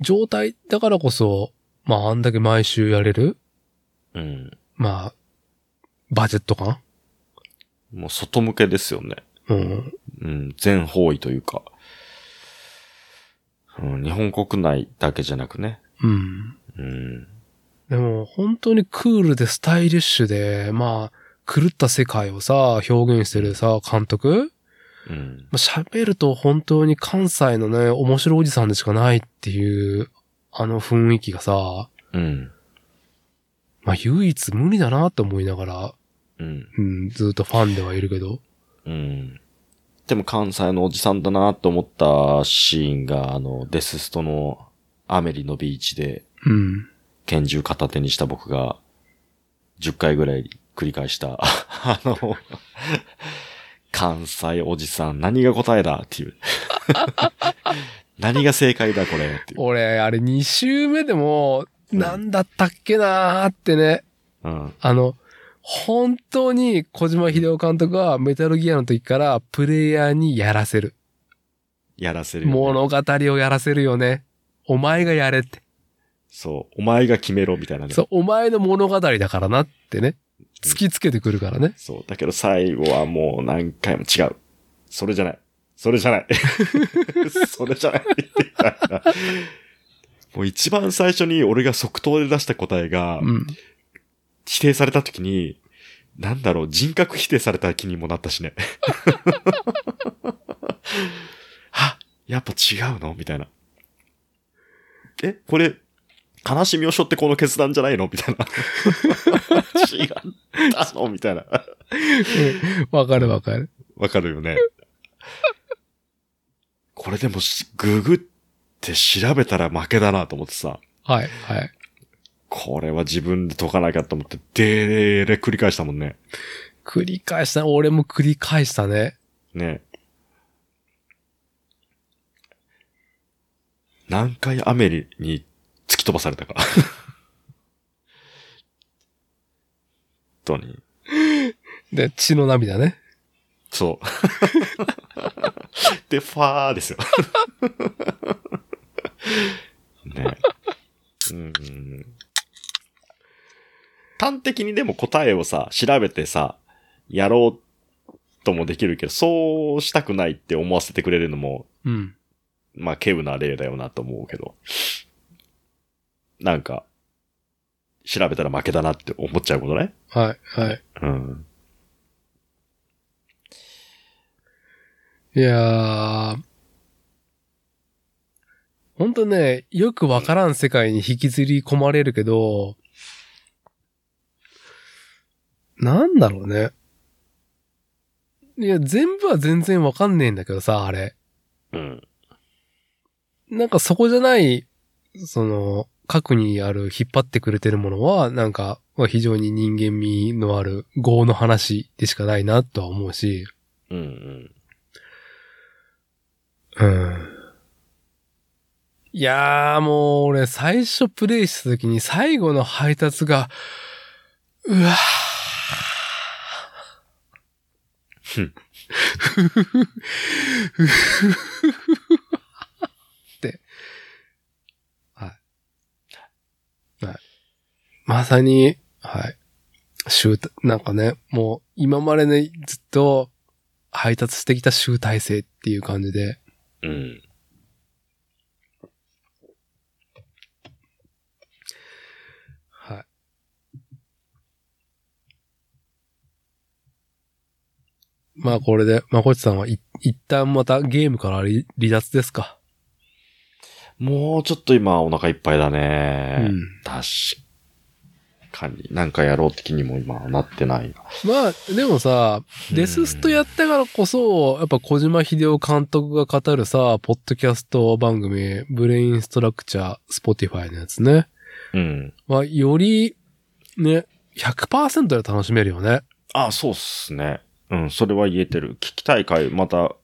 Speaker 1: 状態だからこそ、まああんだけ毎週やれる、
Speaker 2: うん。
Speaker 1: まあ、バジェット感
Speaker 2: もう外向けですよね。
Speaker 1: うん。
Speaker 2: うん、全方位というか、うん、日本国内だけじゃなくね。
Speaker 1: うん。
Speaker 2: うん。
Speaker 1: でも本当にクールでスタイリッシュで、まあ、狂った世界をさ、表現してるさ、監督
Speaker 2: うん。
Speaker 1: まあ喋ると本当に関西のね、面白いおじさんでしかないっていう、あの雰囲気がさ、
Speaker 2: うん。
Speaker 1: まあ唯一無理だなと思いながら、
Speaker 2: うん。
Speaker 1: うん、ずっとファンではいるけど。
Speaker 2: うん。でも関西のおじさんだなと思ったシーンが、あの、デスストのアメリのビーチで
Speaker 1: うん。
Speaker 2: 拳銃片手にした僕が、10回ぐらい繰り返した、 あの、関西おじさん、何が答えだっていう。 何が正解だ、これ。っていう。
Speaker 1: 俺、あれ2週目でも、
Speaker 2: うん
Speaker 1: なんだったっけなーってね、
Speaker 2: うん。
Speaker 1: あの、本当に小島秀夫監督はメタルギアの時からプレイヤーにやらせる。
Speaker 2: やらせるよね、
Speaker 1: 物語をやらせるよね。お前がやれって。
Speaker 2: そう。お前が決めろ、みたいなね。
Speaker 1: そう、お前の物語だからなってね。突きつけてくるからね。
Speaker 2: そう。だけど最後はもう何回も違う。それじゃない。それじゃない。 それじゃない。みたいなもう一番最初に俺が即答で出した答えが、
Speaker 1: うん。
Speaker 2: 否定された時に、なんだろう、人格否定された気にもなったしね。 あ、やっぱ違うのみたいな。え、これ、悲しみを背負ってこの決断じゃないのみたいな。 違ったのみたいな。
Speaker 1: わかるわかる。
Speaker 2: わかるよね。これでもし、ググって調べたら負けだなと思ってさ、
Speaker 1: はい、はい。
Speaker 2: これは自分で解かなきゃと思って、でーれ繰り返したもんね。
Speaker 1: 繰り返した。俺も繰り返したね。
Speaker 2: ね。何回雨にに突き飛ばされたか。 本当に。
Speaker 1: で、血の涙ね。
Speaker 2: そう。 で、ファーですよ。 ね。うん。端的にでも答えをさ、調べてさ、やろうともできるけど、そうしたくないって思わせてくれるのも、
Speaker 1: うん。
Speaker 2: まあ、稀有な例だよなと思うけど。なんか、調べたら負けだなって思っちゃうことね。
Speaker 1: はい、はい。
Speaker 2: うん。
Speaker 1: いやー。ほんとね、よくわからん世界に引きずり込まれるけど、なんだろうね。いや、全部は全然わかんねえんだけどさ、あれ。
Speaker 2: うん。
Speaker 1: なんかそこじゃない、その、核にある引っ張ってくれてるものは、なんか、まあ非常に人間味のある業の話でしかないなとは思うし、
Speaker 2: うんう
Speaker 1: う
Speaker 2: ん。
Speaker 1: んいやーもう俺最初プレイした時に最後の配達が、うわ
Speaker 2: ふ
Speaker 1: ー
Speaker 2: ん。
Speaker 1: って。はい。はい。まさに、はい。集大、なんかね、もう今までね、ずっと配達してきた集大成っていう感じで、
Speaker 2: うん。
Speaker 1: はい。まあこれで、まこっちさんはい一旦またゲームから離離脱ですか。
Speaker 2: もうちょっと今お腹いっぱいだね。
Speaker 1: うん
Speaker 2: 確かに、なんかやろう的にも今はなってないな。
Speaker 1: まあ、でもさ、デスストやったからこそ、やっぱ小島秀夫監督が語るさ、ポッドキャスト番組、ブレインストラクチャー、スポティファイのやつね。
Speaker 2: うん。
Speaker 1: まあ、より、ね、100%で楽しめるよね。
Speaker 2: あ、そうっすね。うん、それは言えてる。聞きたい回、また、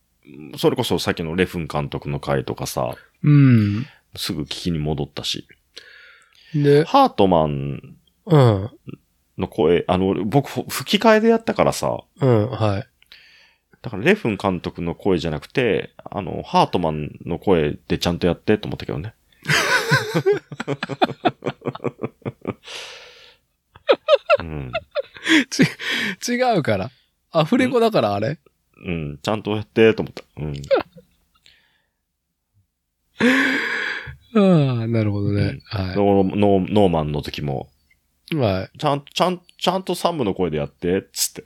Speaker 2: それこそさっきのレフン監督の回とかさ、
Speaker 1: うん。
Speaker 2: すぐ聞きに戻ったし。
Speaker 1: で、
Speaker 2: ハートマン
Speaker 1: うん、
Speaker 2: の声、あの、俺僕、ふ吹き替えでやったからさ、
Speaker 1: うん、はい。
Speaker 2: だからレフン監督の声じゃなくて、あの、ハートマンの声でちゃんとやってと思ったけどね。うん。
Speaker 1: 違うから。アフレコだから、あれ。
Speaker 2: うん。ちゃんとやってと思った。うん。
Speaker 1: ああ、なるほどね。は
Speaker 2: ノーノーノーマンの時も、
Speaker 1: い。はい。
Speaker 2: ちゃん、ちゃん、ちゃんとサムの声でやって、つって。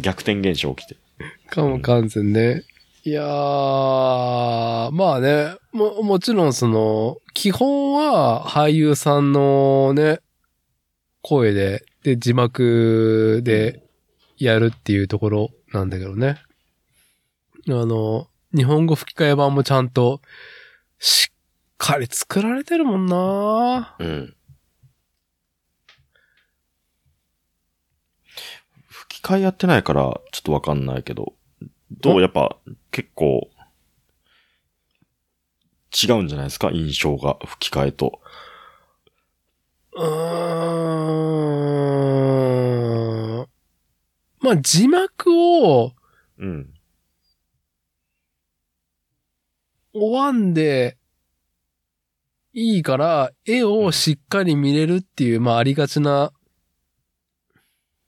Speaker 2: 逆転現象起きて。
Speaker 1: かも完全ね。いやー、まあね、も、もちろんその、基本は俳優さんのね、声で、で、字幕でやるっていうところなんだけどね。あの、日本語吹き替え版もちゃんと、しっかり作られてるもんな
Speaker 2: うん。吹き替えやってないから、ちょっとわかんないけど、どうやっぱ、結構、違うんじゃないですか印象が、吹き替えと。
Speaker 1: うーん。まあ、字幕を、
Speaker 2: うん。
Speaker 1: おわんで、いいから、絵をしっかり見れるっていう、まあ、ありがちな、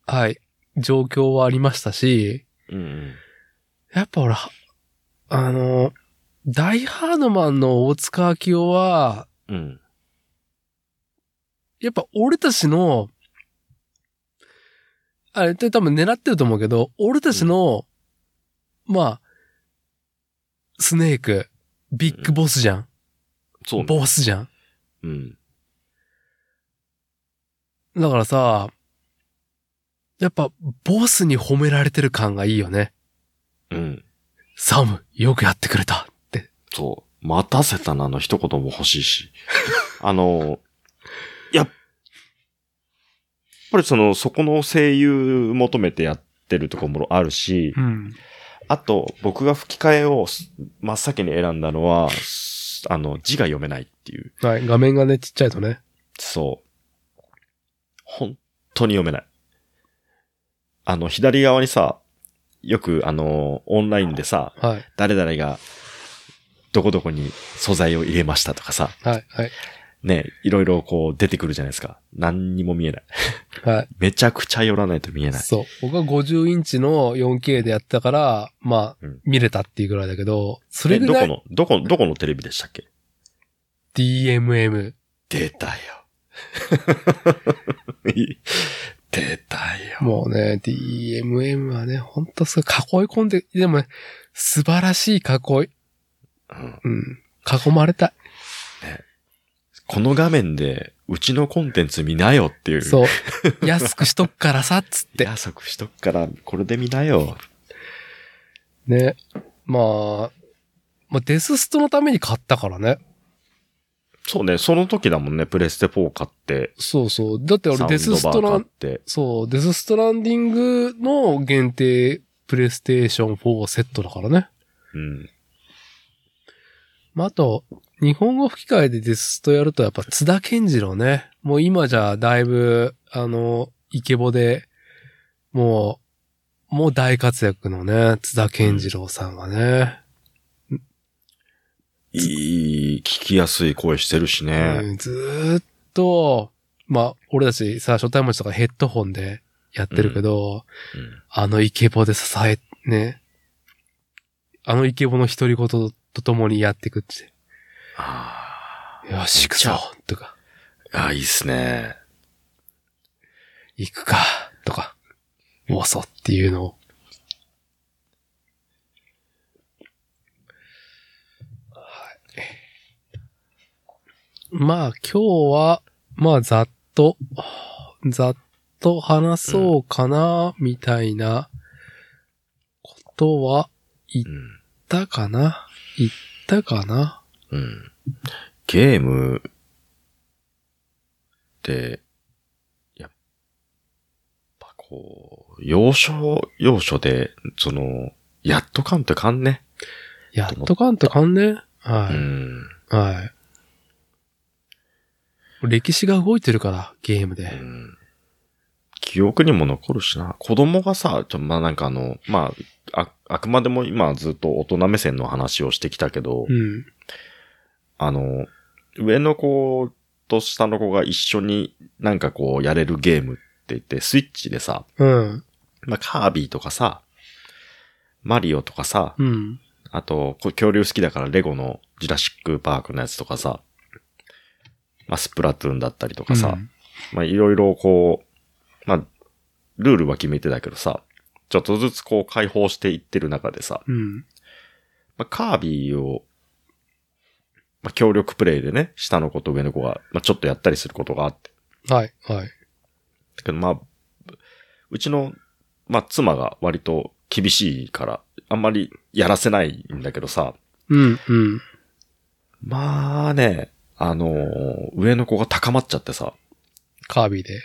Speaker 1: はい、状況はありましたし、
Speaker 2: うん、うん。
Speaker 1: やっぱほら、あの、ダイハードマンの大塚明夫は、
Speaker 2: うん。
Speaker 1: やっぱ俺たちの、あれって多分狙ってると思うけど、俺たちの、まあ、スネーク、ビッグボスじゃん、
Speaker 2: そうね。
Speaker 1: ボスじゃん。
Speaker 2: うん。
Speaker 1: だからさ、やっぱ、ボスに褒められてる感がいいよね。
Speaker 2: うん。
Speaker 1: サム、よくやってくれたって。
Speaker 2: そう。待たせたなの一言も欲しい し。あの、やっぱりその、そこの声優求めてやってるところもあるし、
Speaker 1: うん。
Speaker 2: あと、僕が吹き替えをす真っ先に選んだのは、すあの、字が読めないっていう。
Speaker 1: はい、画面がね、ちっちゃいとね。
Speaker 2: そう。本当に読めない。あの、左側にさ、よくあの、オンラインでさ、
Speaker 1: はい、
Speaker 2: 誰々が、どこどこに素材を入れましたとかさ、
Speaker 1: はい、はい、
Speaker 2: ね、いろいろこう出てくるじゃないですか。何にも見えない。
Speaker 1: は
Speaker 2: めちゃくちゃ寄らないと見え
Speaker 1: い。
Speaker 2: ない。
Speaker 1: そう。僕は50インチの 4K でやったから、まあ、
Speaker 2: うん
Speaker 1: 見れたっていうぐらいだけど、それ
Speaker 2: え、
Speaker 1: ぐ
Speaker 2: ど
Speaker 1: ら
Speaker 2: こ
Speaker 1: い
Speaker 2: の、どこ、どこのテレビでしたっけ
Speaker 1: DMM。
Speaker 2: 出 たよ。出たよ。
Speaker 1: もうね、DMM はね、ほんとすごい囲い込んで、でもね、素晴らしい囲い。
Speaker 2: うん
Speaker 1: うん。囲まれた
Speaker 2: この画面で、うちのコンテンツ見なよっていう。
Speaker 1: い。 そう。安くしとくからさ、つって。
Speaker 2: 約束しとくから、これで見なよ。
Speaker 1: ね。まあ、まあ、デスストのために買ったからね。
Speaker 2: そうね、その時だもんね、プレステ4買って、
Speaker 1: そうそう。だって
Speaker 2: サ
Speaker 1: 俺
Speaker 2: ウン
Speaker 1: デススト
Speaker 2: ドバ
Speaker 1: ラ
Speaker 2: ー買っ
Speaker 1: ン、
Speaker 2: て。
Speaker 1: そう、デスストランディングの限定プレイステーション4セットだからね。
Speaker 2: うん。
Speaker 1: まあ、あと、日本語吹き替えでデスストやるとやっぱ津田健次郎ね。もう今じゃだいぶ、あの、イケボで、もう、もう大活躍のね、津田健次郎さんがね。
Speaker 2: いい、聞きやすい声してるしね。
Speaker 1: うんずーっと、まあ、俺たちさ、初対面とかヘッドホンでやってるけど、
Speaker 2: うん
Speaker 1: あのイケボで支え、ね。あのイケボの独り言とともにやってくって。
Speaker 2: あ
Speaker 1: よし、行くぞ
Speaker 2: めっ
Speaker 1: とか、
Speaker 2: ーあー、いいっすね。
Speaker 1: 行くかとか、おそっていうのを。はいまあ、今日は、まあ、ざっと、ざっと話そうかな、みたいな、ことは
Speaker 2: う
Speaker 1: 言
Speaker 2: ん。
Speaker 1: ったかな言ったかな
Speaker 2: うん。ゲームって、やっぱこう、要所要所で、その、やっとかんとかんね。
Speaker 1: やっとかんとかんね。は
Speaker 2: う
Speaker 1: い。
Speaker 2: ん。
Speaker 1: はい。歴史が動いてるから、ゲーム
Speaker 2: う
Speaker 1: で。
Speaker 2: ん記憶にも残るしな。子供がさ、ちょまあなんかあの、まあ、あ、あくまでも今ずっと大人目線の話をしてきたけど、
Speaker 1: うん。
Speaker 2: あの、上の子と下の子が一緒になんかこうやれるゲームって言って、スイッチでさ、
Speaker 1: うん。
Speaker 2: まあ、カービィとかさ、マリオとかさ、
Speaker 1: うん。
Speaker 2: あと、こ恐竜好きだからレゴのジュラシックパークのやつとかさ、まあ、スプラトゥーンだったりとかさ、
Speaker 1: うん
Speaker 2: まあ、いろいろこう、まあ、ルールは決めてたけどさ、ちょっとずつこう解放していってる中でさ、
Speaker 1: うん。
Speaker 2: まあ、カービィを、まあ、協力プレイでね、下の子と上の子が、まあ、ちょっとやったりすることがあって。
Speaker 1: はい、はい。
Speaker 2: だけど、まあ、うちの、まあ、妻が割と厳しいから、あんまりやらせないんだけどさ、
Speaker 1: うん、うん。
Speaker 2: まあね、あのー上の子が高まっちゃってさ、
Speaker 1: カービィで。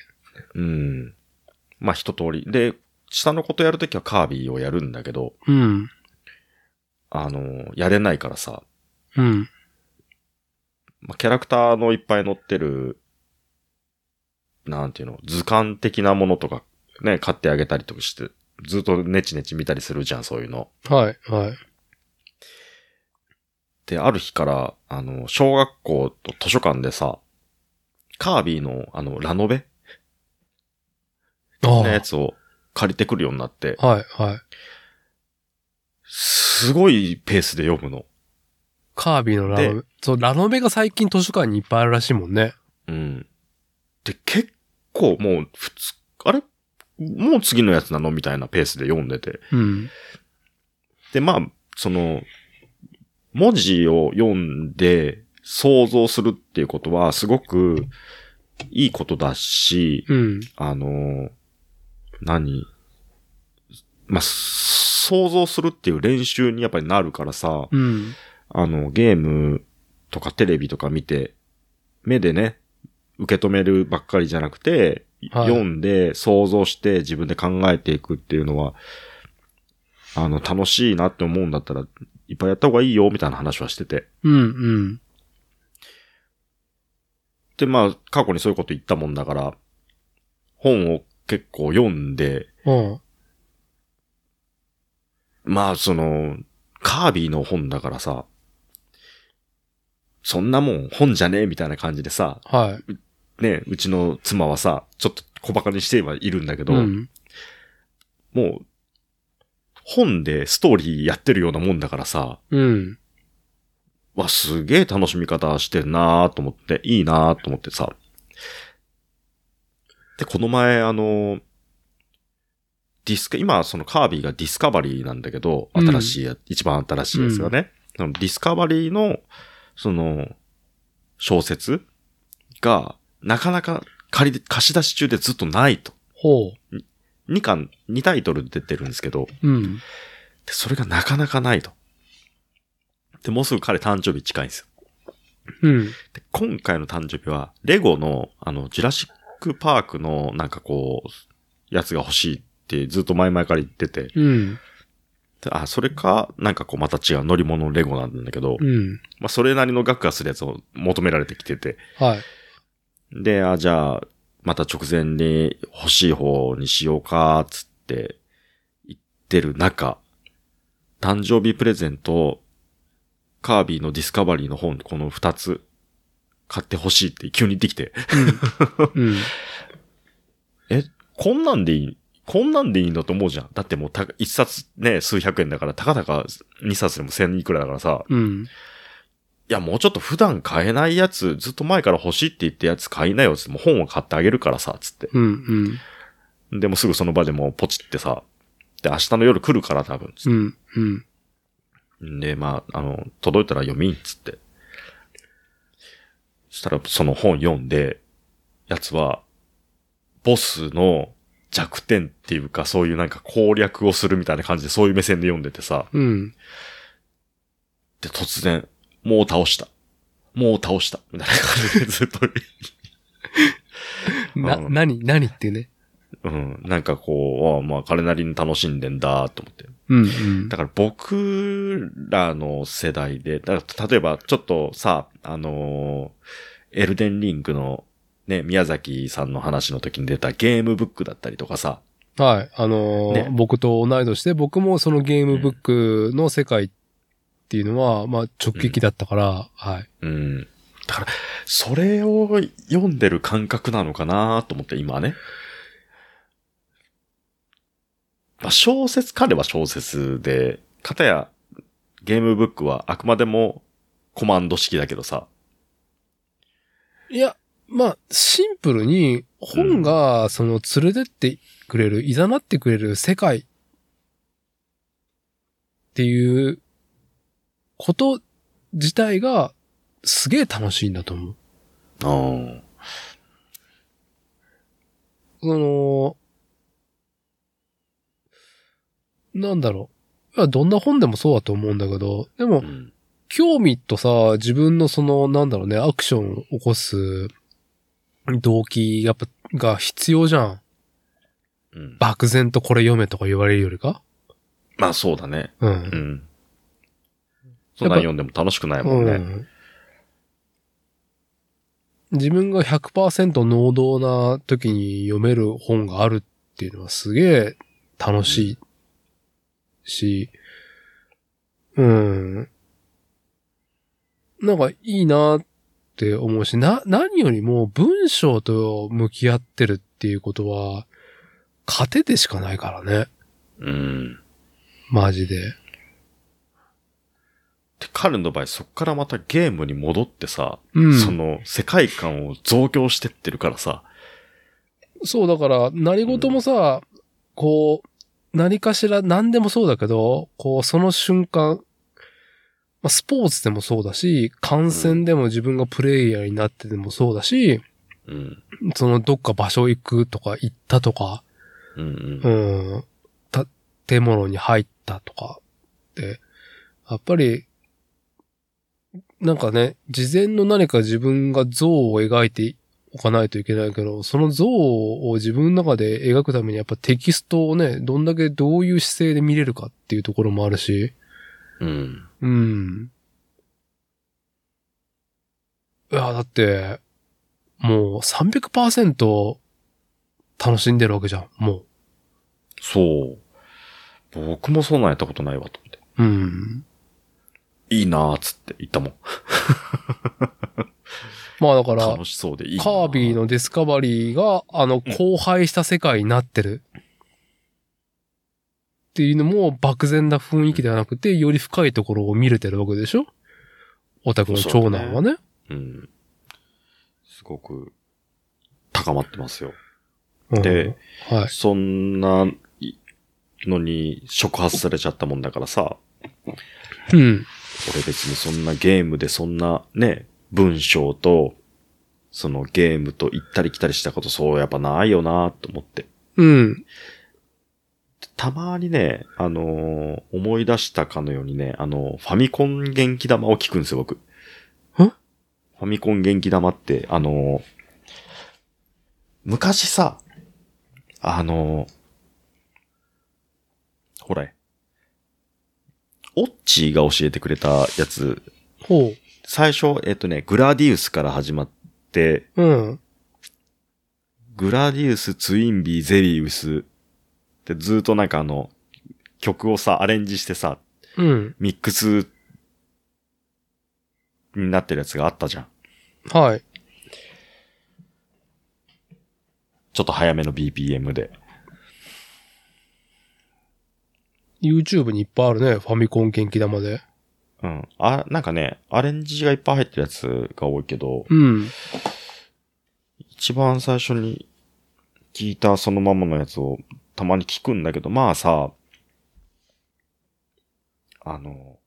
Speaker 2: うん。まあ、一通り。で、下の子とやるときはカービィをやるんだけど、
Speaker 1: うん。
Speaker 2: あのーやれないからさ、
Speaker 1: うん。
Speaker 2: まあ、キャラクターのいっぱい載ってる、なんていうの、図鑑的なものとか、ね、買ってあげたりとかして、ずっとネチネチ見たりするじゃん、そういうの。
Speaker 1: はい、はい。
Speaker 2: で、ある日から、あの、小学校と図書館でさ、カービィの、あの、ラノベ
Speaker 1: あ
Speaker 2: のやつを借りてくるようになって、
Speaker 1: あ。はい、はい。
Speaker 2: すごいペースで読むの。
Speaker 1: カービィのラノベ。そう、ラノベが最近図書館にいっぱいあるらしいもんね。
Speaker 2: うん。で、結構もう、普通、あれもう次のやつなのみたいなペースで読んでて。
Speaker 1: うん。
Speaker 2: で、まあ、その、文字を読んで想像するっていうことはすごくいいことだし、
Speaker 1: うん。
Speaker 2: あの、何まあ、想像するっていう練習にやっぱりなるからさ、
Speaker 1: うん。
Speaker 2: あの、ゲームとかテレビとか見て、目でね、受け止めるばっかりじゃなくて、
Speaker 1: はい
Speaker 2: 読んで想像して自分で考えていくっていうのは、あの、楽しいなって思うんだったら、いっぱいやった方がいいよ、みたいな話はしてて。
Speaker 1: うん、うん。
Speaker 2: で、まあ、過去にそういうこと言ったもんだから、本を結構読んで、
Speaker 1: うん。
Speaker 2: まあ、その、カービィの本だからさ、そんなもん本じゃねえみたいな感じでさ、
Speaker 1: はい。
Speaker 2: ね、うちの妻はさ、ちょっと小馬鹿にしてはいるんだけど、
Speaker 1: うん。
Speaker 2: もう、本でストーリーやってるようなもんだからさ、
Speaker 1: うん。
Speaker 2: わ、すげえ楽しみ方してるなーと思って、いいなーと思ってさ。で、この前、あの、ディスカ、今、そのカービィがディスカバリーなんだけど、
Speaker 1: うん
Speaker 2: 新しいや、一番新しいやつがね、そのディスカバリーの、その、小説が、なかなか借り、貸し出し中でずっとないと。
Speaker 1: ほう。
Speaker 2: 2巻、2タイトル出てるんですけど、
Speaker 1: うん。
Speaker 2: でそれがなかなかないと。で、もうすぐ彼誕生日近いんですよ。
Speaker 1: うん。
Speaker 2: で、今回の誕生日は、レゴの、あの、ジュラシックパークの、なんかこう、やつが欲しいってずっと前々から言ってて、
Speaker 1: うん。
Speaker 2: であ、それか、なんかこう、また違う乗り物のレゴなんだけど、
Speaker 1: うん。
Speaker 2: まあ、それなりの額がするやつを求められてきてて、
Speaker 1: はい。
Speaker 2: で、あ、じゃあ、また直前に欲しい方にしようか、つって言ってる中、誕生日プレゼント、カービィのディスカバリーの本、この二つ、買ってほしいって急に言ってきて、
Speaker 1: うん。うん。
Speaker 2: え、こんなんでいいこんなんでいいんだと思うじゃん。だってもうた、一冊ね、数百円だから、たかだか二冊でも千いくらだからさ、
Speaker 1: うん。
Speaker 2: いや、もうちょっと普段買えないやつ、ずっと前から欲しいって言ってやつ買いなよ、つって、もう本を買ってあげるからさ、つって。
Speaker 1: うん。うん。
Speaker 2: でもすぐその場でもうポチってさ、で、明日の夜来るから多分、つっ
Speaker 1: うん。うん。
Speaker 2: てで、まあ、あの、届いたら読みん、つって。そしたら、その本読んで、やつは、ボスの弱点っていうか、そういうなんか攻略をするみたいな感じで、そういう目線で読んでてさ、
Speaker 1: うん。
Speaker 2: で、突然、もう倒した。もう倒した。みたいな感じでずっと、
Speaker 1: な、
Speaker 2: うん
Speaker 1: 何、何ってね。
Speaker 2: うん。なんかこう、ああまあ、彼なりに楽しんでんだ、と思って。
Speaker 1: うん、うん
Speaker 2: だ。から僕らの世代で、だから例えばちょっとさ、あのーエルデンリングのね、宮崎さんの話の時に出たゲームブックだったりとかさ、
Speaker 1: はい。あのー
Speaker 2: ね
Speaker 1: 僕と同い年で、僕もそのゲームブックの世界っていうのは、まあ直撃だったから、はい。
Speaker 2: うん。だから、それを読んでる感覚なのかなと思って今ね。まあ、小説、彼は小説で、かたやゲームブックはあくまでもコマンド式だけどさ、
Speaker 1: いや、まあ、シンプルに、本が、その、連れてってくれる、誘ってくれる世界っていうこと自体が、すげえ楽しいんだと思う。
Speaker 2: うん。
Speaker 1: その、なんだろう。いやどんな本でもそうだと思うんだけど、でも
Speaker 2: う、ん
Speaker 1: 興味とさ、自分のその、なんだろうね、アクションを起こす動機、やっぱ、が必要じゃん。
Speaker 2: うん、
Speaker 1: 漠然とこれ読めとか言われるよりか
Speaker 2: まあそうだね。
Speaker 1: う。
Speaker 2: うんん。そんなん読んでも楽しくないもん
Speaker 1: う
Speaker 2: ね。
Speaker 1: ん。自分が100%能動な時に読める本があるっていうのはすげえ楽しいし、うん。なんかいいなって思うし、な、何よりも文章と向き合ってるっていうことは、糧でしかないからね。
Speaker 2: うん。
Speaker 1: マジで。
Speaker 2: で、彼の場合そっからまたゲームに戻ってさ、
Speaker 1: うん。
Speaker 2: その世界観を増強してってるからさ、
Speaker 1: そう、だから、何事もさ、こう、何かしら何でもそうだけど、こう、その瞬間、まあ、スポーツでもそうだし、観戦でも自分がプレイヤーになってでもそうだし、
Speaker 2: うん。
Speaker 1: そのどっか場所行くとか行ったとか、
Speaker 2: うんうん
Speaker 1: う。ん、建物に入ったとかって、やっぱり、なんかね、事前の何か自分が像を描いておかないといけないけど、その像を自分の中で描くためにやっぱテキストをね、どんだけどういう姿勢で見れるかっていうところもあるし、
Speaker 2: うん。
Speaker 1: うん。いや、だって、もう300%楽しんでるわけじゃん、もう。
Speaker 2: そう。僕もそんなんやったことないわ、と思って。
Speaker 1: うん。
Speaker 2: いいなーっつって言ったもん。
Speaker 1: まあだから、
Speaker 2: 楽しそうでいいな
Speaker 1: カービィ
Speaker 2: の。
Speaker 1: のディスカバリーが、あの、
Speaker 2: うん
Speaker 1: 荒廃した世界になってる。っていうのも、漠然な雰囲気ではなくて、より深いところを見れてるわけでしょオタクの長男はね。
Speaker 2: うん。すごく高まってますよ。
Speaker 1: うん
Speaker 2: で、
Speaker 1: はい。
Speaker 2: そんなのに触発されちゃったもんだからさ、
Speaker 1: うん。
Speaker 2: 俺別にそんなゲームでそんなね、文章と、そのゲームと行ったり来たりしたことそうやっぱないよなと思って。
Speaker 1: うん。
Speaker 2: たまにね、あのー思い出したかのようにね、あのーファミコン元気玉を聞くんですよ、僕。
Speaker 1: え
Speaker 2: ファミコン元気玉って、あのー昔さ、あのーほら、オッチーが教えてくれたやつ、
Speaker 1: ほ
Speaker 2: 最初、えっとね、グラディウスから始まって、
Speaker 1: う。うん。
Speaker 2: グラディウス、ツインビー、ゼリウスってずーっとなんかあの、曲をさ、アレンジしてさ、
Speaker 1: うん。
Speaker 2: ミックスになってるやつがあったじゃん。
Speaker 1: はい。
Speaker 2: ちょっと早めの BPM で。
Speaker 1: YouTube にいっぱいあるね。ファミコン元気玉で。
Speaker 2: うん。あ、なんかね、アレンジがいっぱい入ってるやつが多いけど、
Speaker 1: うん。
Speaker 2: 一番最初に聞いたそのままのやつをたまに聞くんだけど、まあさ、あの、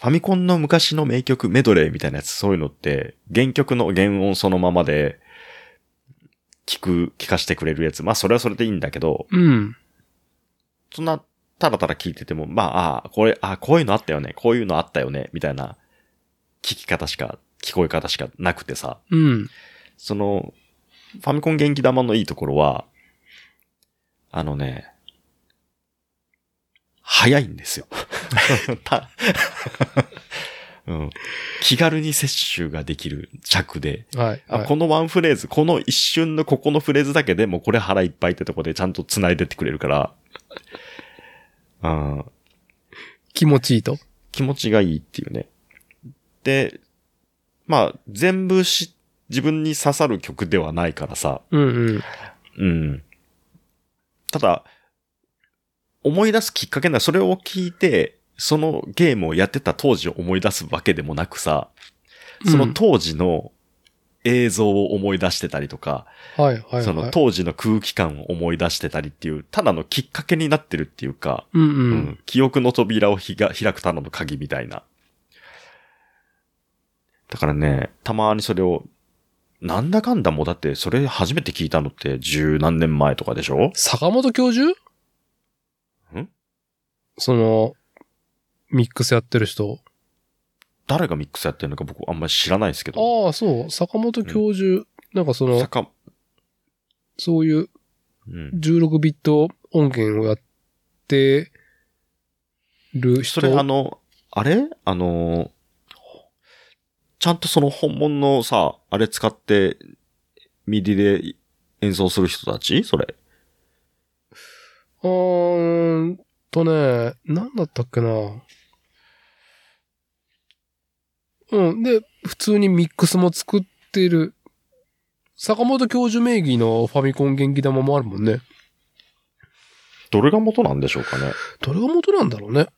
Speaker 2: ファミコンの昔の名曲メドレーみたいなやつ、そういうのって、原曲の原音そのままで、聞く、聞かせてくれるやつ。まあ、それはそれでいいんだけど、
Speaker 1: うん。
Speaker 2: そんな、ただただ聞いてても、まあ、ああ、これ、ああ、こういうのあったよね、こういうのあったよね、みたいな、聞き方しか、聞こえ方しかなくてさ、
Speaker 1: うん。
Speaker 2: その、ファミコン元気玉のいいところは、あのね、早いんで すよ。た うん、気軽に摂取ができる着で、
Speaker 1: はい。
Speaker 2: あ
Speaker 1: はい
Speaker 2: このワンフレーズ、この一瞬のここのフレーズだけでもうこれ腹いっぱいってとこでちゃんと繋いでってくれるから、うん、
Speaker 1: 気持ちいいと。
Speaker 2: 気持ちがいいっていうね。で、まあ、全部し、自分に刺さる曲ではないからさ、
Speaker 1: うんうん。
Speaker 2: うん。ただ、思い出すきっかけな、それを聞いて、そのゲームをやってた当時を思い出すわけでもなくさ、その当時の映像を思い出してたりとか、
Speaker 1: はいはいはい。
Speaker 2: その当時の空気感を思い出してたりっていう、ただのきっかけになってるっていうか、
Speaker 1: うんう。
Speaker 2: うんん記憶の扉をひが開くための鍵みたいな。だからね、たまにそれを、なんだかんだもうだって、それ初めて聞いたのって十何年前とかでしょ
Speaker 1: 坂本教授
Speaker 2: ん
Speaker 1: その、ミックスやってる人。
Speaker 2: 誰がミックスやってるのか僕あんまり知らないですけど。
Speaker 1: ああ、そう。坂本教授、なんかその、
Speaker 2: 坂
Speaker 1: そういう
Speaker 2: うん。
Speaker 1: 16ビット音源をやってる人。
Speaker 2: それあの、あれあの、ちゃんとその本物のさ、あれ使って、ミディで演奏する人たちそれ。
Speaker 1: うーんとね、なんだったっけな。うん。で、普通にミックスも作ってる。坂本教授名義のファミコン元気玉もあるもんね。
Speaker 2: どれが元なんでしょうかね。
Speaker 1: どれが元なんだろうね。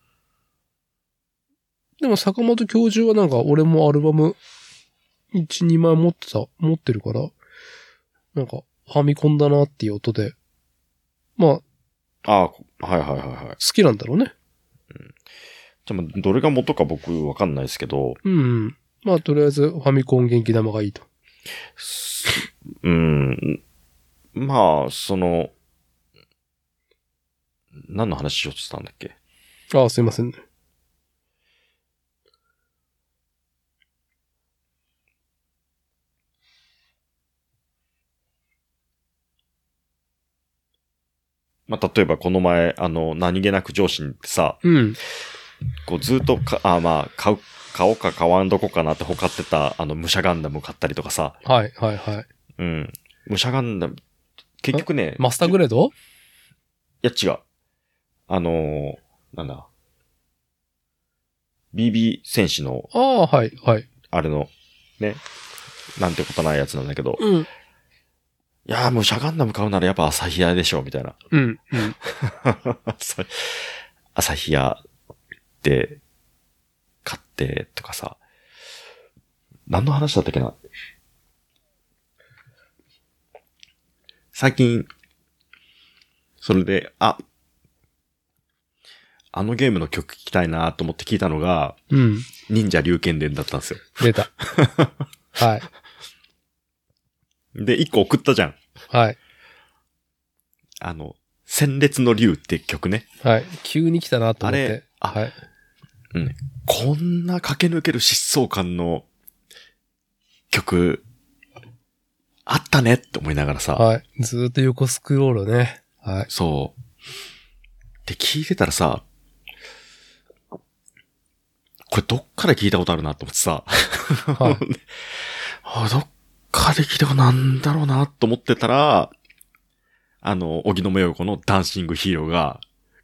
Speaker 1: でも坂本教授はなんか俺もアルバム1、2枚持ってた、持ってるから、なんかファミコンだなっていう音で、まあ好
Speaker 2: ああ、はいはいはいはい。
Speaker 1: きなんだろうね。
Speaker 2: でも、どれが元か僕わかんないですけど、
Speaker 1: うん、うん。まあとりあえずファミコン元気玉がいいと。
Speaker 2: すうん、まあ、その、何の話しようとしたんだっけ
Speaker 1: ああ、すいませんね。
Speaker 2: まあ、例えばこの前、あの、何気なく上司に行ってさ、
Speaker 1: うん。
Speaker 2: こうずっとか、あまあ、買う、買おうか買わんどこかなって他ってた、あの、武者ガンダム買ったりとかさ、
Speaker 1: はい、はい、はい。
Speaker 2: うん。武者ガンダム、結局ね、
Speaker 1: マスターグレード
Speaker 2: いや、違う。あのーなんだ。BB 戦士の
Speaker 1: ああ、はい、はい。
Speaker 2: あれの、ね、なんてことないやつなんだけど、
Speaker 1: うん。
Speaker 2: いやーもうシャガンダム買うならやっぱ朝日屋でしょ、みたいな。
Speaker 1: うん、うん。
Speaker 2: 朝朝日屋で買ってとかさ、何の話だったっけな最近、それで、あ、あのゲームの曲聞きたいなと思って聞いたのが、
Speaker 1: うん。
Speaker 2: 忍者龍剣伝だったんですよ。
Speaker 1: 出た。 はい、
Speaker 2: で、一個送ったじゃん。
Speaker 1: はい、
Speaker 2: あの、戦列の竜って曲ね。
Speaker 1: はい。急に来たなと思っ
Speaker 2: あ
Speaker 1: て
Speaker 2: れ。あ
Speaker 1: はい。
Speaker 2: こんな駆け抜ける疾走感の曲、あったねって思いながらさ、
Speaker 1: はい。ずーっと横スクロールね。はい。
Speaker 2: そう。って聞いてたらさ、これどっかで聞いたことあるなと思ってさ、
Speaker 1: はい
Speaker 2: あどっかで聞いたことなんだろうなと思ってたら、あの、荻野目洋子のダンシングヒーローが、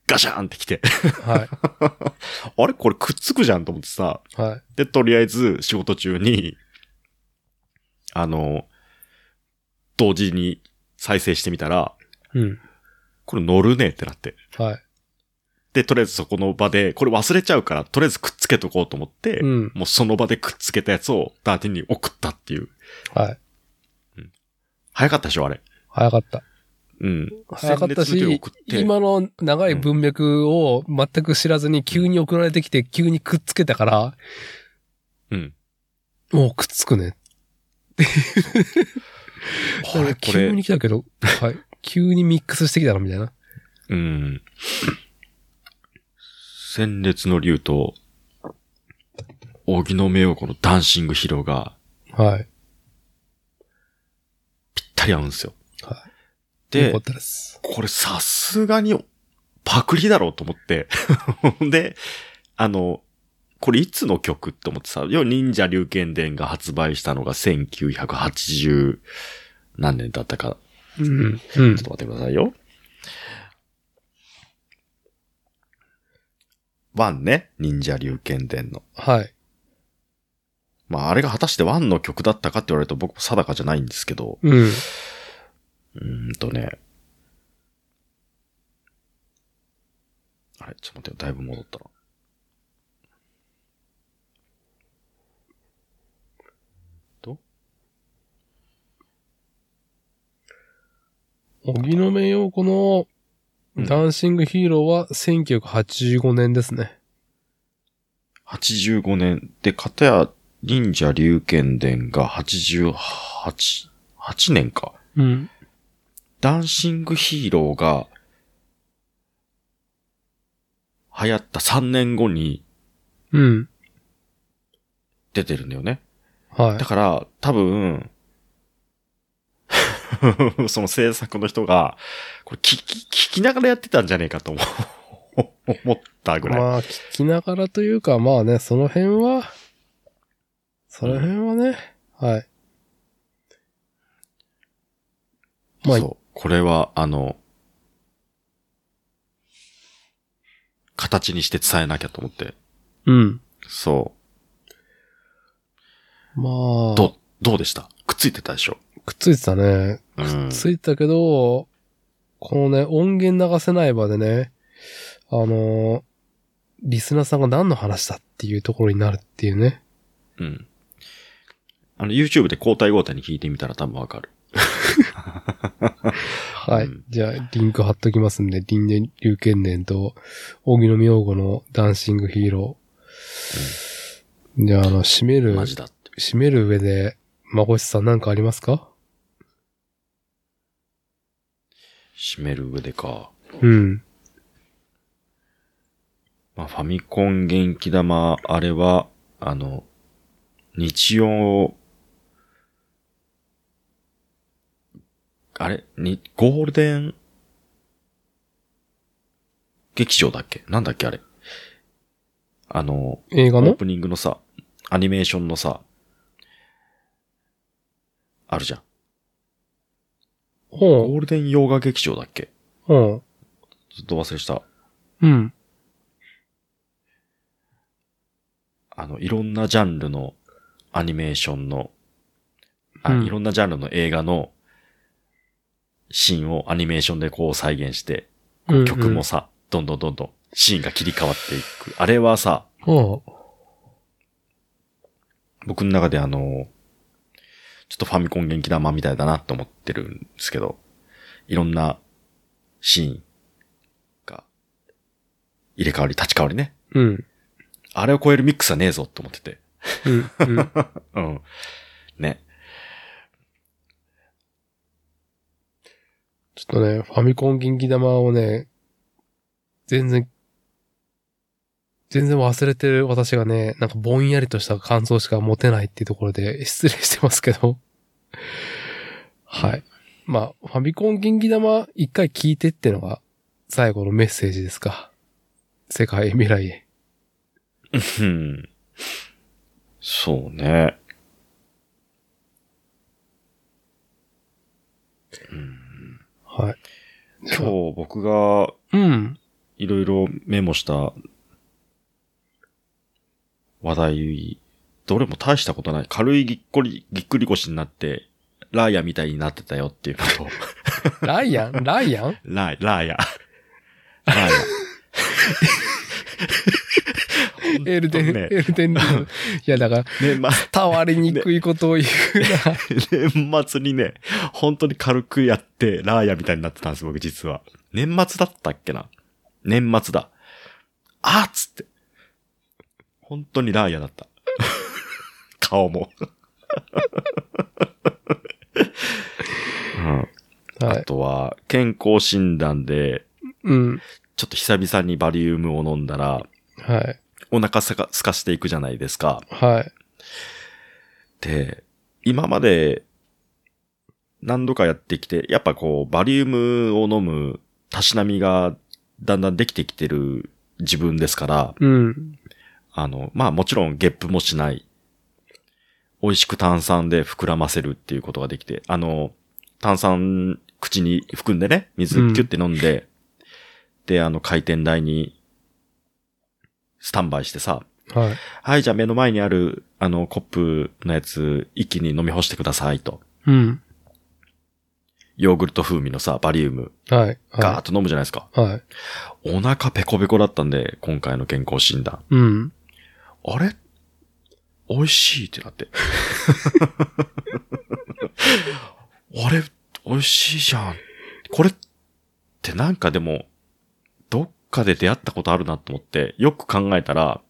Speaker 2: ガシャーンって来て、
Speaker 1: はい。
Speaker 2: あれこれくっつくじゃんと思ってさ、
Speaker 1: はい。
Speaker 2: で、とりあえず仕事中に、あの、同時に再生してみたら、
Speaker 1: うん。
Speaker 2: これ乗るねってなって。
Speaker 1: はい。
Speaker 2: で、とりあえずそこの場で、これ忘れちゃうから、とりあえずくっつけとこうと思って、
Speaker 1: うん。
Speaker 2: もうその場でくっつけたやつをダーティンに送ったっていう。
Speaker 1: はい。
Speaker 2: 早かったでしょ、あれ。
Speaker 1: 早かった。
Speaker 2: うん。
Speaker 1: 早かった
Speaker 2: 鮮烈な手を
Speaker 1: し
Speaker 2: 送っ、て
Speaker 1: 今の長い文脈を全く知らずに急に送られてきて、急にくっつけたから、
Speaker 2: うん。
Speaker 1: もうくっつくね。
Speaker 2: あ
Speaker 1: 俺
Speaker 2: れこ
Speaker 1: 急
Speaker 2: れ、
Speaker 1: に来たけど、 はい。急にミックスしてきたのみたいな。
Speaker 2: うん。鮮烈の竜と、荻野目洋子のダンシングヒロが
Speaker 1: はい。
Speaker 2: ぴったり合うんですよ。
Speaker 1: はよ
Speaker 2: で
Speaker 1: かっ、たです。
Speaker 2: これさすがにパクリだろうと思って。 で、あの、これいつの曲って思ってさ、要は忍者龍剣伝が発売したのが1980何年だったか。
Speaker 1: うん。うん
Speaker 2: ちょっ。と待ってくださいよ。ワンね、忍者龍剣伝の。
Speaker 1: はい。
Speaker 2: まああれが果たしてワンの曲だったかって言われると僕も定かじゃないんですけど、
Speaker 1: うん。
Speaker 2: うーんとね。あれ、ちょっと待ってよ。だいぶ戻ったな。と
Speaker 1: 荻野目洋子の
Speaker 2: うん
Speaker 1: ダンシングヒーローは1985年ですね。
Speaker 2: 85年。で、片や忍者龍剣伝が88、8年か。
Speaker 1: うん。
Speaker 2: ダンシングヒーローが流行った3年後に
Speaker 1: うん。
Speaker 2: 出てるんだよね。
Speaker 1: は
Speaker 2: だから、多分、 その制作の人が、これ聞き、聞きながらやってたんじゃねえかと思う 思った
Speaker 1: い。
Speaker 2: ぐらい。
Speaker 1: まあ、聞きながらというか、まあね、その辺は、その辺はね、はい。まあ、
Speaker 2: そう。これは、あの、形にして伝えなきゃと思って。
Speaker 1: うん。
Speaker 2: そ
Speaker 1: ま
Speaker 2: う。
Speaker 1: あ
Speaker 2: ど、うどうでしたくっついてたでしょ
Speaker 1: くっついてたね。く
Speaker 2: う
Speaker 1: っ
Speaker 2: ん。
Speaker 1: ついてたけど、このね、音源流せない場でね、あのーリスナーさんが何の話だっていうところになるっていうね。
Speaker 2: うん。あの、YouTube で交代交代に聞いてみたら多分わかる。
Speaker 1: はい。
Speaker 2: うん
Speaker 1: じゃあ、リンク貼っときますんで、リンネ・リュウケンネンと、荻野明吾のダンシングヒーロー。じゃあ、あの、締める、
Speaker 2: マジだって。
Speaker 1: 締める上で、孫子さんなんかありますか
Speaker 2: 締める上でか。
Speaker 1: うん。
Speaker 2: まあ、ファミコン元気玉、あれは、あの、日曜、あれに、ゴールデン、劇場だっけなんだっけあれ。あの、
Speaker 1: 映
Speaker 2: オ
Speaker 1: 画
Speaker 2: ー
Speaker 1: の
Speaker 2: プニングのさ、アニメーションのさ、あるじゃん。
Speaker 1: ほ
Speaker 2: ゴールデン洋画劇場だっけ
Speaker 1: う、ほ
Speaker 2: ずっと忘れした。
Speaker 1: う、うん。
Speaker 2: あの、いろんなジャンルのアニメーションの、あ、
Speaker 1: うん
Speaker 2: いろんなジャンルの映画のシーンをアニメーションでこう再現して、
Speaker 1: うん
Speaker 2: 曲も。さ、どんどんどんどんシーンが切り替わっていく。あれはさ、
Speaker 1: ほう、
Speaker 2: 僕の中であの、ちょっとファミコン元気玉みたいだなと思ってるんですけど、いろんなシーンが入れ替わり立ち替わりね。
Speaker 1: うん。
Speaker 2: あれを超えるミックスはねえぞと思ってて。
Speaker 1: うん。うん。
Speaker 2: うん。ね。
Speaker 1: ちょっとね、ファミコン元気玉をね、全然、全然忘れてる私がね、なんかぼんやりとした感想しか持てないっていうところで失礼してますけど。はい。まあ、ファミコン元気玉一回聞いてってのが最後のメッセージですか。世界へ未来へ。
Speaker 2: うん。そうね。
Speaker 1: はい。
Speaker 2: 今日僕が
Speaker 1: うん。
Speaker 2: いろいろメモした話題、どれも大したことない。軽いぎっこり、ぎっくり腰になって、ラーヤみたいになってたよっていう こと。
Speaker 1: ライアンライアン
Speaker 2: ラー、ラーヤ。ラーヤ。
Speaker 1: エルデン、
Speaker 2: ね
Speaker 1: エルデンリング。いや、だから、
Speaker 2: 年末、
Speaker 1: 伝わりにくいことを言うな。
Speaker 2: 年末にね、本当に軽くやって、ラーヤみたいになってたんです、僕実は。年末だったっけな年末だ。あーっつって。本当にラーヤだった。 顔も。うん
Speaker 1: は
Speaker 2: あ
Speaker 1: い。
Speaker 2: とは、健康診断で、
Speaker 1: うん。
Speaker 2: ちょっと久々にバリウムを飲んだら、
Speaker 1: はい。
Speaker 2: お腹すかすかしていくじゃないですか。
Speaker 1: はい。
Speaker 2: で、今まで何度かやってきて、やっぱこう、バリウムを飲むたしなみがだんだんできてきてる自分ですから、
Speaker 1: うん。
Speaker 2: あの、まあもちろんゲップもしない。美味しく炭酸で膨らませるっていうことができて、あの、炭酸口に含んでね、水
Speaker 1: うん
Speaker 2: キュッて飲んで、で、あの回転台にスタンバイしてさ、
Speaker 1: はい。
Speaker 2: はい、じゃあ目の前にある、あの、コップのやつ、一気に飲み干してくださいと。
Speaker 1: うん。
Speaker 2: ヨーグルト風味のさ、バリウム、
Speaker 1: はい。
Speaker 2: ガーッ
Speaker 1: は
Speaker 2: と飲むじゃないですか。
Speaker 1: い。はい。
Speaker 2: お腹ペコペコだったんで、今回の健康診断。
Speaker 1: うん。
Speaker 2: あれ美味しいってなって。 あれ美味しいじゃん。これってなんかでも、どっかで出会ったことあるなと思って、よく考えたら、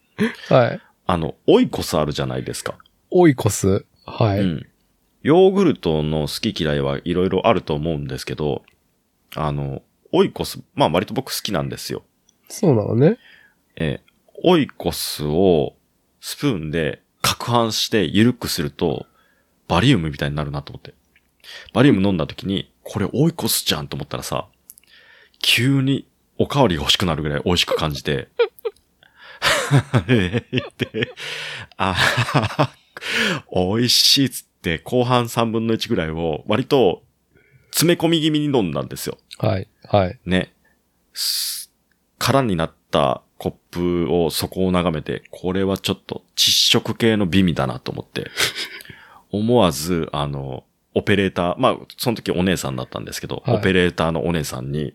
Speaker 1: はい。
Speaker 2: あの、オイコスあるじゃないですか。
Speaker 1: オイコス。はい。
Speaker 2: うん。ヨーグルトの好き嫌いはいろいろあると思うんですけど、あの、オイコス、まあ割と僕好きなんですよ。
Speaker 1: そうなのね。
Speaker 2: えーオイコスをスプーンで攪拌して緩くすると、バリウムみたいになるなと思って。バリウム飲んだ時に、これオイコスじゃんと思ったらさ、急におかわりが欲しくなるぐらい美味しく感じて、で、あはは美味しいっつって、後半3分の1ぐらいを割と詰め込み気味に飲んだんですよ。
Speaker 1: はい。はい。
Speaker 2: ね、す空になったコップを底を眺めて、これはちょっと窒息系の美味だなと 思って、思わず、あの、オペレーター、まあ、その時お姉さんだったんですけど、
Speaker 1: はい
Speaker 2: オペレーターのお姉さんに、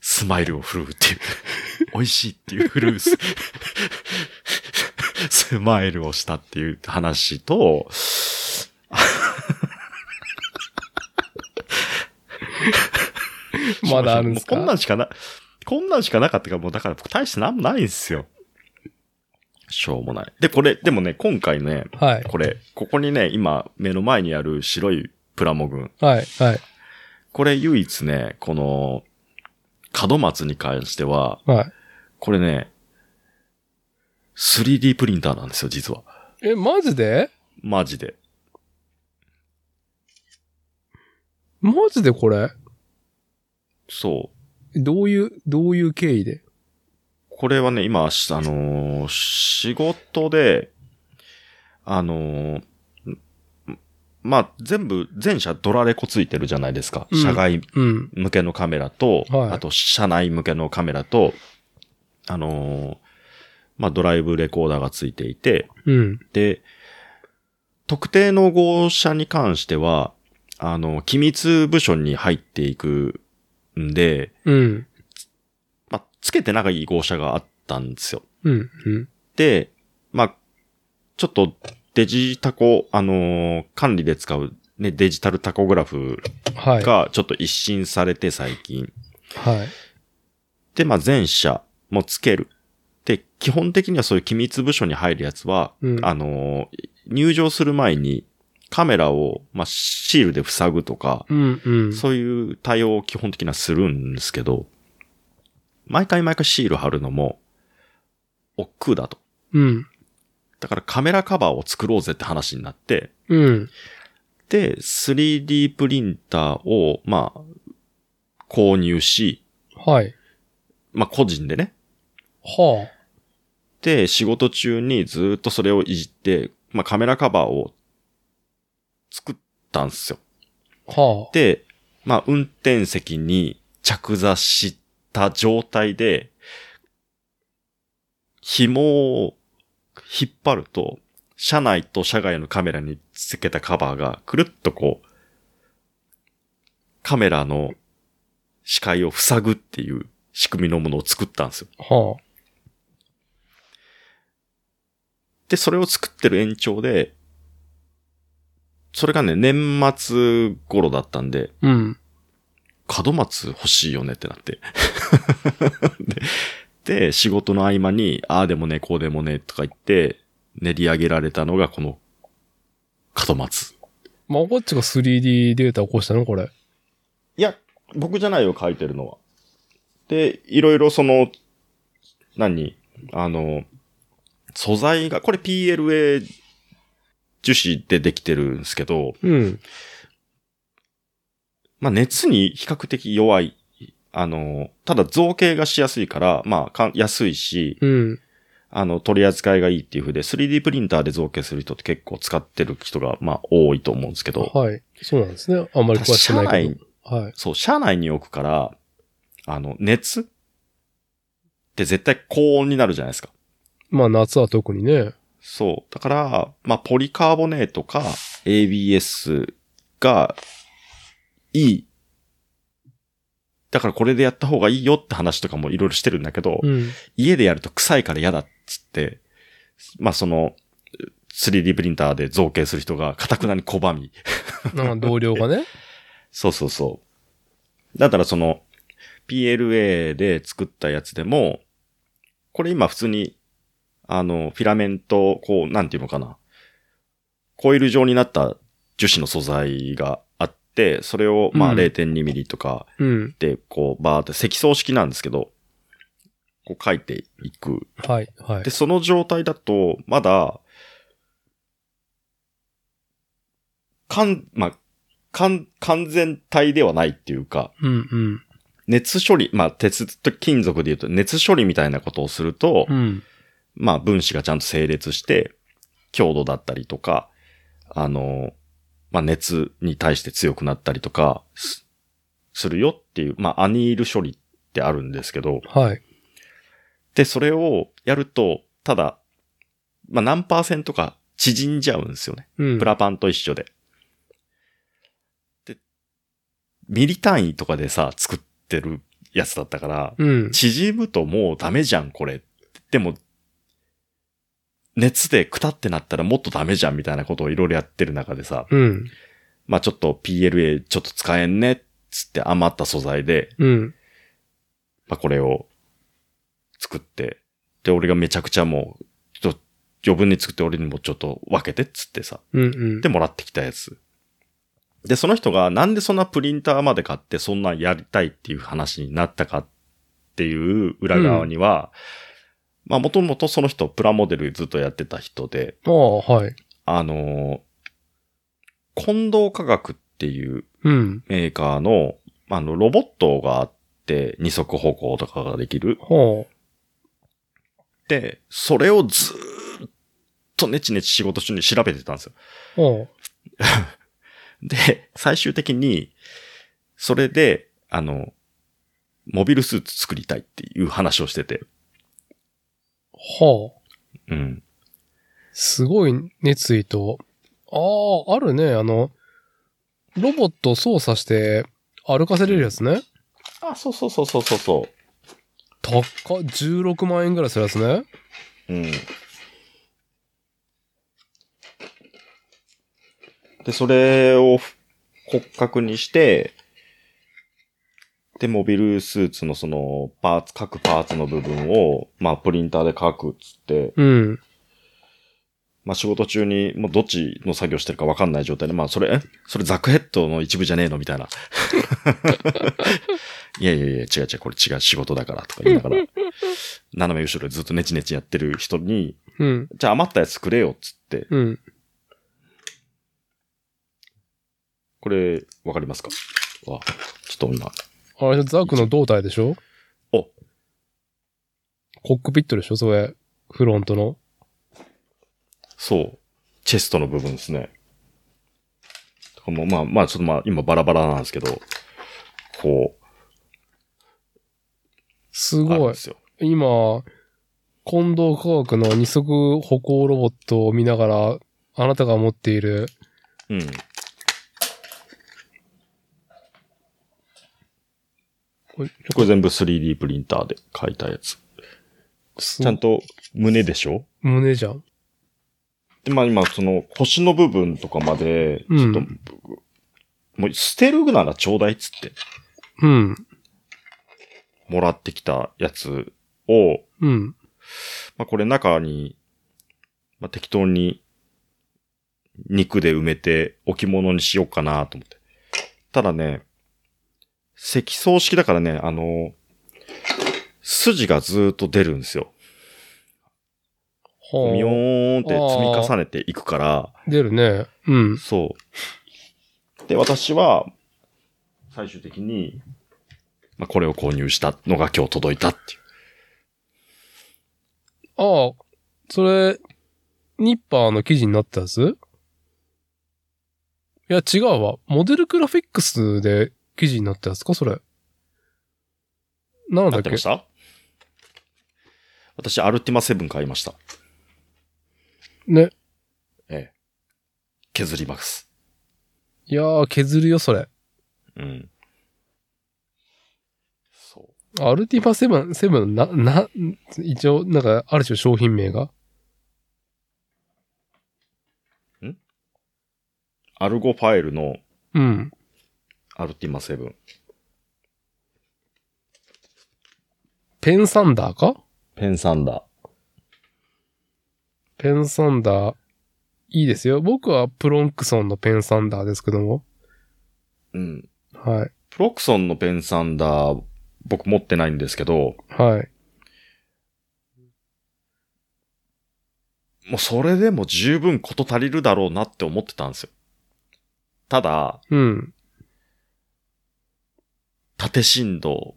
Speaker 2: スマイルを振るうっていう、美味しいっていうフルース、スマイルをしたっていう話と、
Speaker 1: まだあるんですか
Speaker 2: もうこんなんしかな、こんなんしかなかったから、もうだから僕大してなんもないんですよ。しょうもない。で、これ、でもね、今回ね、
Speaker 1: はい。
Speaker 2: これ、ここにね、今、目の前にある白いプラモ軍。
Speaker 1: はい。はい。
Speaker 2: これ唯一ね、この、角松に関しては、
Speaker 1: はい。
Speaker 2: これね、3D プリンターなんですよ、実は。
Speaker 1: え、マジで
Speaker 2: マジで。
Speaker 1: マジでこれ
Speaker 2: そう。
Speaker 1: どういう、どういう経緯で
Speaker 2: これはね、今、しあのー仕事で、あのーんまあ、全部、全車ドラレコついてるじゃないですか。
Speaker 1: うん
Speaker 2: 社外
Speaker 1: うん。
Speaker 2: 向けのカメラと、
Speaker 1: はい
Speaker 2: あと車内向けのカメラと、あのーまあ、ドライブレコーダーがついていて、
Speaker 1: うん。
Speaker 2: で、特定の号車に関しては、あの、機密部署に入っていくんで、
Speaker 1: うん。
Speaker 2: まあ、つけてない号車があったんですよ。
Speaker 1: うん。うん。
Speaker 2: で、まあ、ちょっとデジタコ、あのー管理で使う、ね、デジタルタコグラフ
Speaker 1: はい。
Speaker 2: がちょっと一新されて最近。
Speaker 1: はい。
Speaker 2: で、まあ、全社もつける。で、基本的にはそういう機密部署に入るやつは、
Speaker 1: うん
Speaker 2: あのー入場する前にカメラを、まあ、シールで塞ぐとか、
Speaker 1: うん。うん。
Speaker 2: そういう対応を基本的にはするんですけど、毎回毎回シール貼るのも、億劫だと。
Speaker 1: うん。
Speaker 2: だからカメラカバーを作ろうぜって話になって、
Speaker 1: うん。
Speaker 2: で、3D プリンターを、まあ、購入し、
Speaker 1: はい。
Speaker 2: まあ個人でね。
Speaker 1: は
Speaker 2: で、仕事中にずっとそれをいじって、まあカメラカバーを作ったんですよ。
Speaker 1: あ。はあ。
Speaker 2: で、まあ運転席に着座した状態で、紐を引っ張ると、車内と車外のカメラにつけたカバーがくるっとこう、カメラの視界を塞ぐっていう仕組みのものを作ったんですよ。
Speaker 1: は
Speaker 2: で、それを作ってる延長で、それがね、年末頃だったんで、
Speaker 1: うん。
Speaker 2: 門松欲しいよねってなって。 でで、仕事の合間に、ああでもね、こうでもね、とか言って、練り上げられたのがこの、門松。
Speaker 1: まあ、こっちが 3D データ起こしたのこれ。
Speaker 2: いや、僕じゃないよ、書いてるのは。で、いろいろその、何あの、素材が、これ PLA 樹脂でできてるんですけど、
Speaker 1: うん。
Speaker 2: まあ、熱に比較的弱い。あの、ただ造形がしやすいから、まあかん、安いし、
Speaker 1: うん。
Speaker 2: あの、取り扱いがいいっていう風で、3D プリンターで造形する人って結構使ってる人が、まあ、多いと思うんですけど、
Speaker 1: はい。そうなんですね。あんまり詳しくないけど。はい。
Speaker 2: そう、車内に置くから、あの、熱って絶対高温になるじゃないですか。
Speaker 1: まあ、夏は特にね。
Speaker 2: そう。だから、まあ、ポリカーボネートか ABS がいい。だからこれでやった方がいいよって話とかもいろいろしてるんだけど、
Speaker 1: うん。
Speaker 2: 家でやると臭いから嫌だっつって、まあ、その、3D プリンターで造形する人が、かたくなに拒み。
Speaker 1: なんか同僚がね。
Speaker 2: そうそうそう。だからその、PLA で作ったやつでも、これ今普通に、あの、フィラメント、こう、なんていうのかな。コイル状になった樹脂の素材があって、それを、まあ
Speaker 1: うん
Speaker 2: 0.2ミリとか
Speaker 1: うん。
Speaker 2: で、 こう、バーって積層式なんですけど、こう書いていく。
Speaker 1: はい。はい
Speaker 2: で、。その状態だと、まだ、完、まあ、完、完全体ではないっていうか、
Speaker 1: うんうん。
Speaker 2: 熱処理、まあ、鉄と金属で言うと熱処理みたいなことをすると、
Speaker 1: うん。
Speaker 2: まあ、分子がちゃんと整列して、強度だったりとか、あの、まあ、熱に対して強くなったりとかす、するよっていう、まあ、アニール処理ってあるんですけど、
Speaker 1: はい。
Speaker 2: で、それをやると、ただ、まあ、何パーセントか縮んじゃうんですよね。
Speaker 1: うん。
Speaker 2: プラパンと一緒で。で、ミリ単位とかでさ、作ってるやつだったから、
Speaker 1: うん。
Speaker 2: 縮むともうダメじゃん、これ。でも、熱でくたってなったらもっとダメじゃんみたいなことをいろいろやってる中でさ、
Speaker 1: うん。
Speaker 2: まあちょっと PLA ちょっと使えんねっつって余った素材で
Speaker 1: うん。
Speaker 2: まあ、これを作って、で、俺がめちゃくちゃもう、ちょっと余分に作って俺にもちょっと分けてっつってさ、
Speaker 1: うん。うん
Speaker 2: で、。もらってきたやつ。で、その人がなんでそんなプリンターまで買ってそんなんやりたいっていう話になったかっていう裏側には、まあ、もともとその人、プラモデルずっとやってた人で、
Speaker 1: ああ、はい。
Speaker 2: あのー近藤科学っていう
Speaker 1: うん。
Speaker 2: メーカーの、あの、ロボットがあって、二足歩行とかができる。
Speaker 1: は
Speaker 2: で、それをずーっとネチネチ仕事中に調べてたんですよ。
Speaker 1: あ。は
Speaker 2: で、最終的に、それで、あの、モビルスーツ作りたいっていう話をしてて。
Speaker 1: あ。はあ。
Speaker 2: うん。
Speaker 1: すごい熱意と、ああ、あるね、あの、ロボットを操作して歩かせれるやつね。
Speaker 2: あ、そうそうそうそうそうそ
Speaker 1: 高っ、16万円ぐらいするやつね。
Speaker 2: う。うん。で、それを骨格にして、で、モビルスーツのその、パーツ、各パーツの部分を、まあ、プリンターで書くっつって、
Speaker 1: うん。
Speaker 2: まあ仕事中に、もうどっちの作業してるかわかんない状態で、まあそれ、えそれザクヘッドの一部じゃねえのみたい な。いやいやいや、違う違う、これ違う仕事だからとか言いながら、斜め後ろでずっとネチネチやってる人に、
Speaker 1: うん。
Speaker 2: じゃあ余ったやつくれよっつって、
Speaker 1: うん。
Speaker 2: これ、わかりますかわ、ちょっと今。
Speaker 1: あれ、ザクの胴体でしょ
Speaker 2: お
Speaker 1: コックピットでしょそれ。フロントの。
Speaker 2: そう。チェストの部分ですね。とかもまあまあ、ちょっとまあ今バラバラなんですけど、こう、
Speaker 1: す
Speaker 2: あるん
Speaker 1: ごい
Speaker 2: で。すよ。
Speaker 1: 今、近藤科学の二足歩行ロボットを見ながら、あなたが持っている、
Speaker 2: うん。
Speaker 1: これ
Speaker 2: これ全部 3D プリンターで書いたやつ。
Speaker 1: す
Speaker 2: ちゃんと胸でしょ
Speaker 1: 胸じゃん。
Speaker 2: で、まあ今、その腰の部分とかまで、
Speaker 1: う
Speaker 2: ちょっ
Speaker 1: ん
Speaker 2: と、もう捨てるならちょうだいっつって、
Speaker 1: うん。
Speaker 2: もらってきたやつを、
Speaker 1: うん。
Speaker 2: まあこれ中に、まあ適当に肉で埋めて置物にしようかなと思って。ただね、積層式だからね、あの、筋がずーっと出るんですよ。
Speaker 1: は
Speaker 2: ミヨ
Speaker 1: あ、
Speaker 2: ーンって積み重ねていくから、
Speaker 1: 出るね。うん。
Speaker 2: そう。で、私は、最終的に、まあ、これを購入したのが今日届いたっていう。
Speaker 1: ああ、それ、ニッパーの記事になったやついや、違うわ。モデルグラフィックスで記事になったやつかそれ。なんだ
Speaker 2: な
Speaker 1: っ
Speaker 2: って
Speaker 1: け
Speaker 2: ました私、アルティマセブン買いました。
Speaker 1: ね。
Speaker 2: ええ。削ります。
Speaker 1: いやー、削るよ、それ。
Speaker 2: うん。そう。
Speaker 1: アルティファセブン、セブン、な、な、一応、なんか、ある種商品名が。
Speaker 2: アルゴファイルの
Speaker 1: うん。
Speaker 2: アルティマセブン。
Speaker 1: ペンサンダーか
Speaker 2: ペンサンダー。
Speaker 1: ペンサンダー、いいですよ。僕はプロンクソンのペンサンダーですけども。
Speaker 2: うん。
Speaker 1: はい。
Speaker 2: プロクソンのペンサンダー、僕持ってないんですけど、
Speaker 1: はい。
Speaker 2: もうそれでも十分こと足りるだろうなって思ってたんですよ。ただ、
Speaker 1: うん。
Speaker 2: 縦振動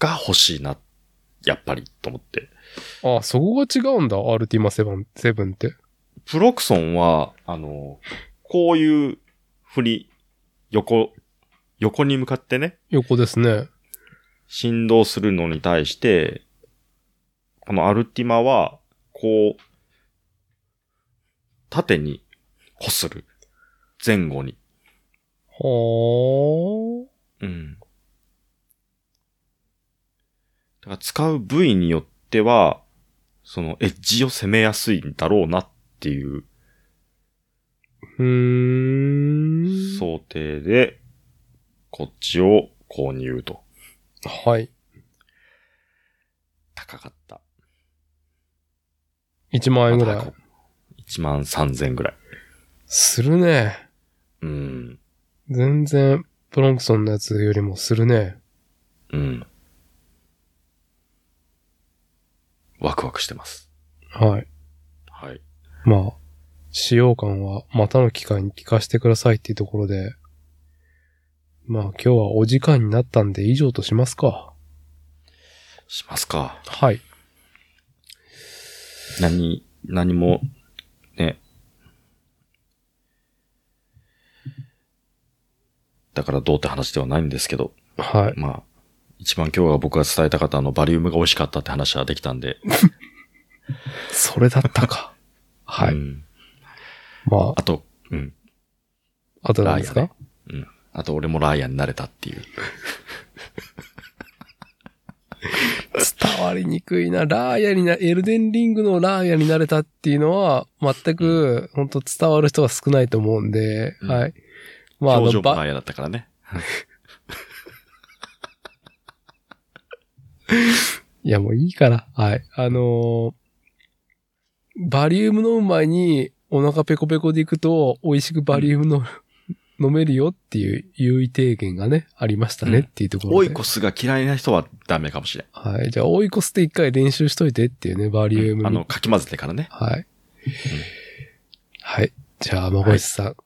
Speaker 2: が欲しいな、やっぱり、と思って。
Speaker 1: あ、そこが違うんだ。アルティマセブン、セブンって。
Speaker 2: プロクソンは、あの、こういう振り、横、横に向かってね、
Speaker 1: 横ですね。
Speaker 2: 振動するのに対して、このアルティマは、こう、縦に擦る。前後に。
Speaker 1: は
Speaker 2: うん。だから使う部位によっては、そのエッジを攻めやすいんだろうなっていう
Speaker 1: ー。うーん。
Speaker 2: 想定で、こっちを購入と。
Speaker 1: はい。
Speaker 2: 高かった。
Speaker 1: 1万円ぐら
Speaker 2: ま
Speaker 1: い
Speaker 2: た。1万3000ぐらい。
Speaker 1: するね。
Speaker 2: うん。
Speaker 1: 全然、プロンクソンのやつよりもするね。
Speaker 2: うん。ワクワクしてます。
Speaker 1: はい。
Speaker 2: はい。
Speaker 1: まあ、使用感はまたの機会に聞かせてくださいっていうところで、まあ今日はお時間になったんで以上としますか。
Speaker 2: しますか。
Speaker 1: はい。
Speaker 2: 何、何も、ね。だからどうって話ではないんですけど、
Speaker 1: はい。
Speaker 2: まあ、一番今日は僕が伝えたかったあのバリウムが美味しかったって話はできたんで、
Speaker 1: それだったか。は
Speaker 2: う
Speaker 1: い。
Speaker 2: ん
Speaker 1: まあ、
Speaker 2: あと、うん。
Speaker 1: あとなんです
Speaker 2: ラ
Speaker 1: か
Speaker 2: あと俺もラーヤになれたっていう。
Speaker 1: 伝わりにくいな。ラーヤにな、エルデンリングのラーヤになれたっていうのは、全く、本当伝わる人は少ないと思うんで、
Speaker 2: うん
Speaker 1: はい。まあ、あ
Speaker 2: 表情
Speaker 1: の、
Speaker 2: も
Speaker 1: ば
Speaker 2: ラーヤだったからね。
Speaker 1: いや、もういいから。はい。あのーバリウム飲む前にお腹ペコペコでいくと、美味しくバリウムの、飲めるよっていう優位提言がね、ありましたねっていうところ
Speaker 2: オ
Speaker 1: で。
Speaker 2: イコスが嫌いな人はダメかもしれん。
Speaker 1: はい。じゃあ、追い越して一回練習しといてっていうね、バリウム
Speaker 2: あ
Speaker 1: に。
Speaker 2: の、かき混ぜてからね。
Speaker 1: はい。はい。じゃあ、まごしさん、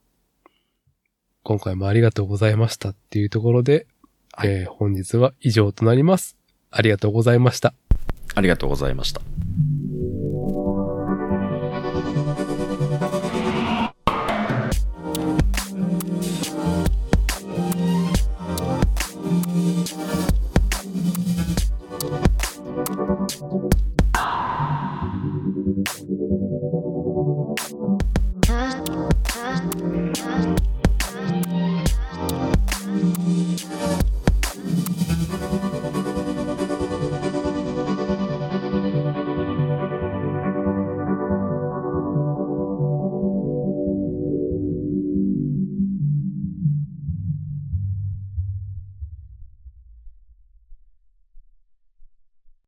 Speaker 1: 今回もありがとうございましたっていうところで、
Speaker 2: はい
Speaker 1: えー本日は以上となります。ありがとうございました。
Speaker 2: ありがとうございました。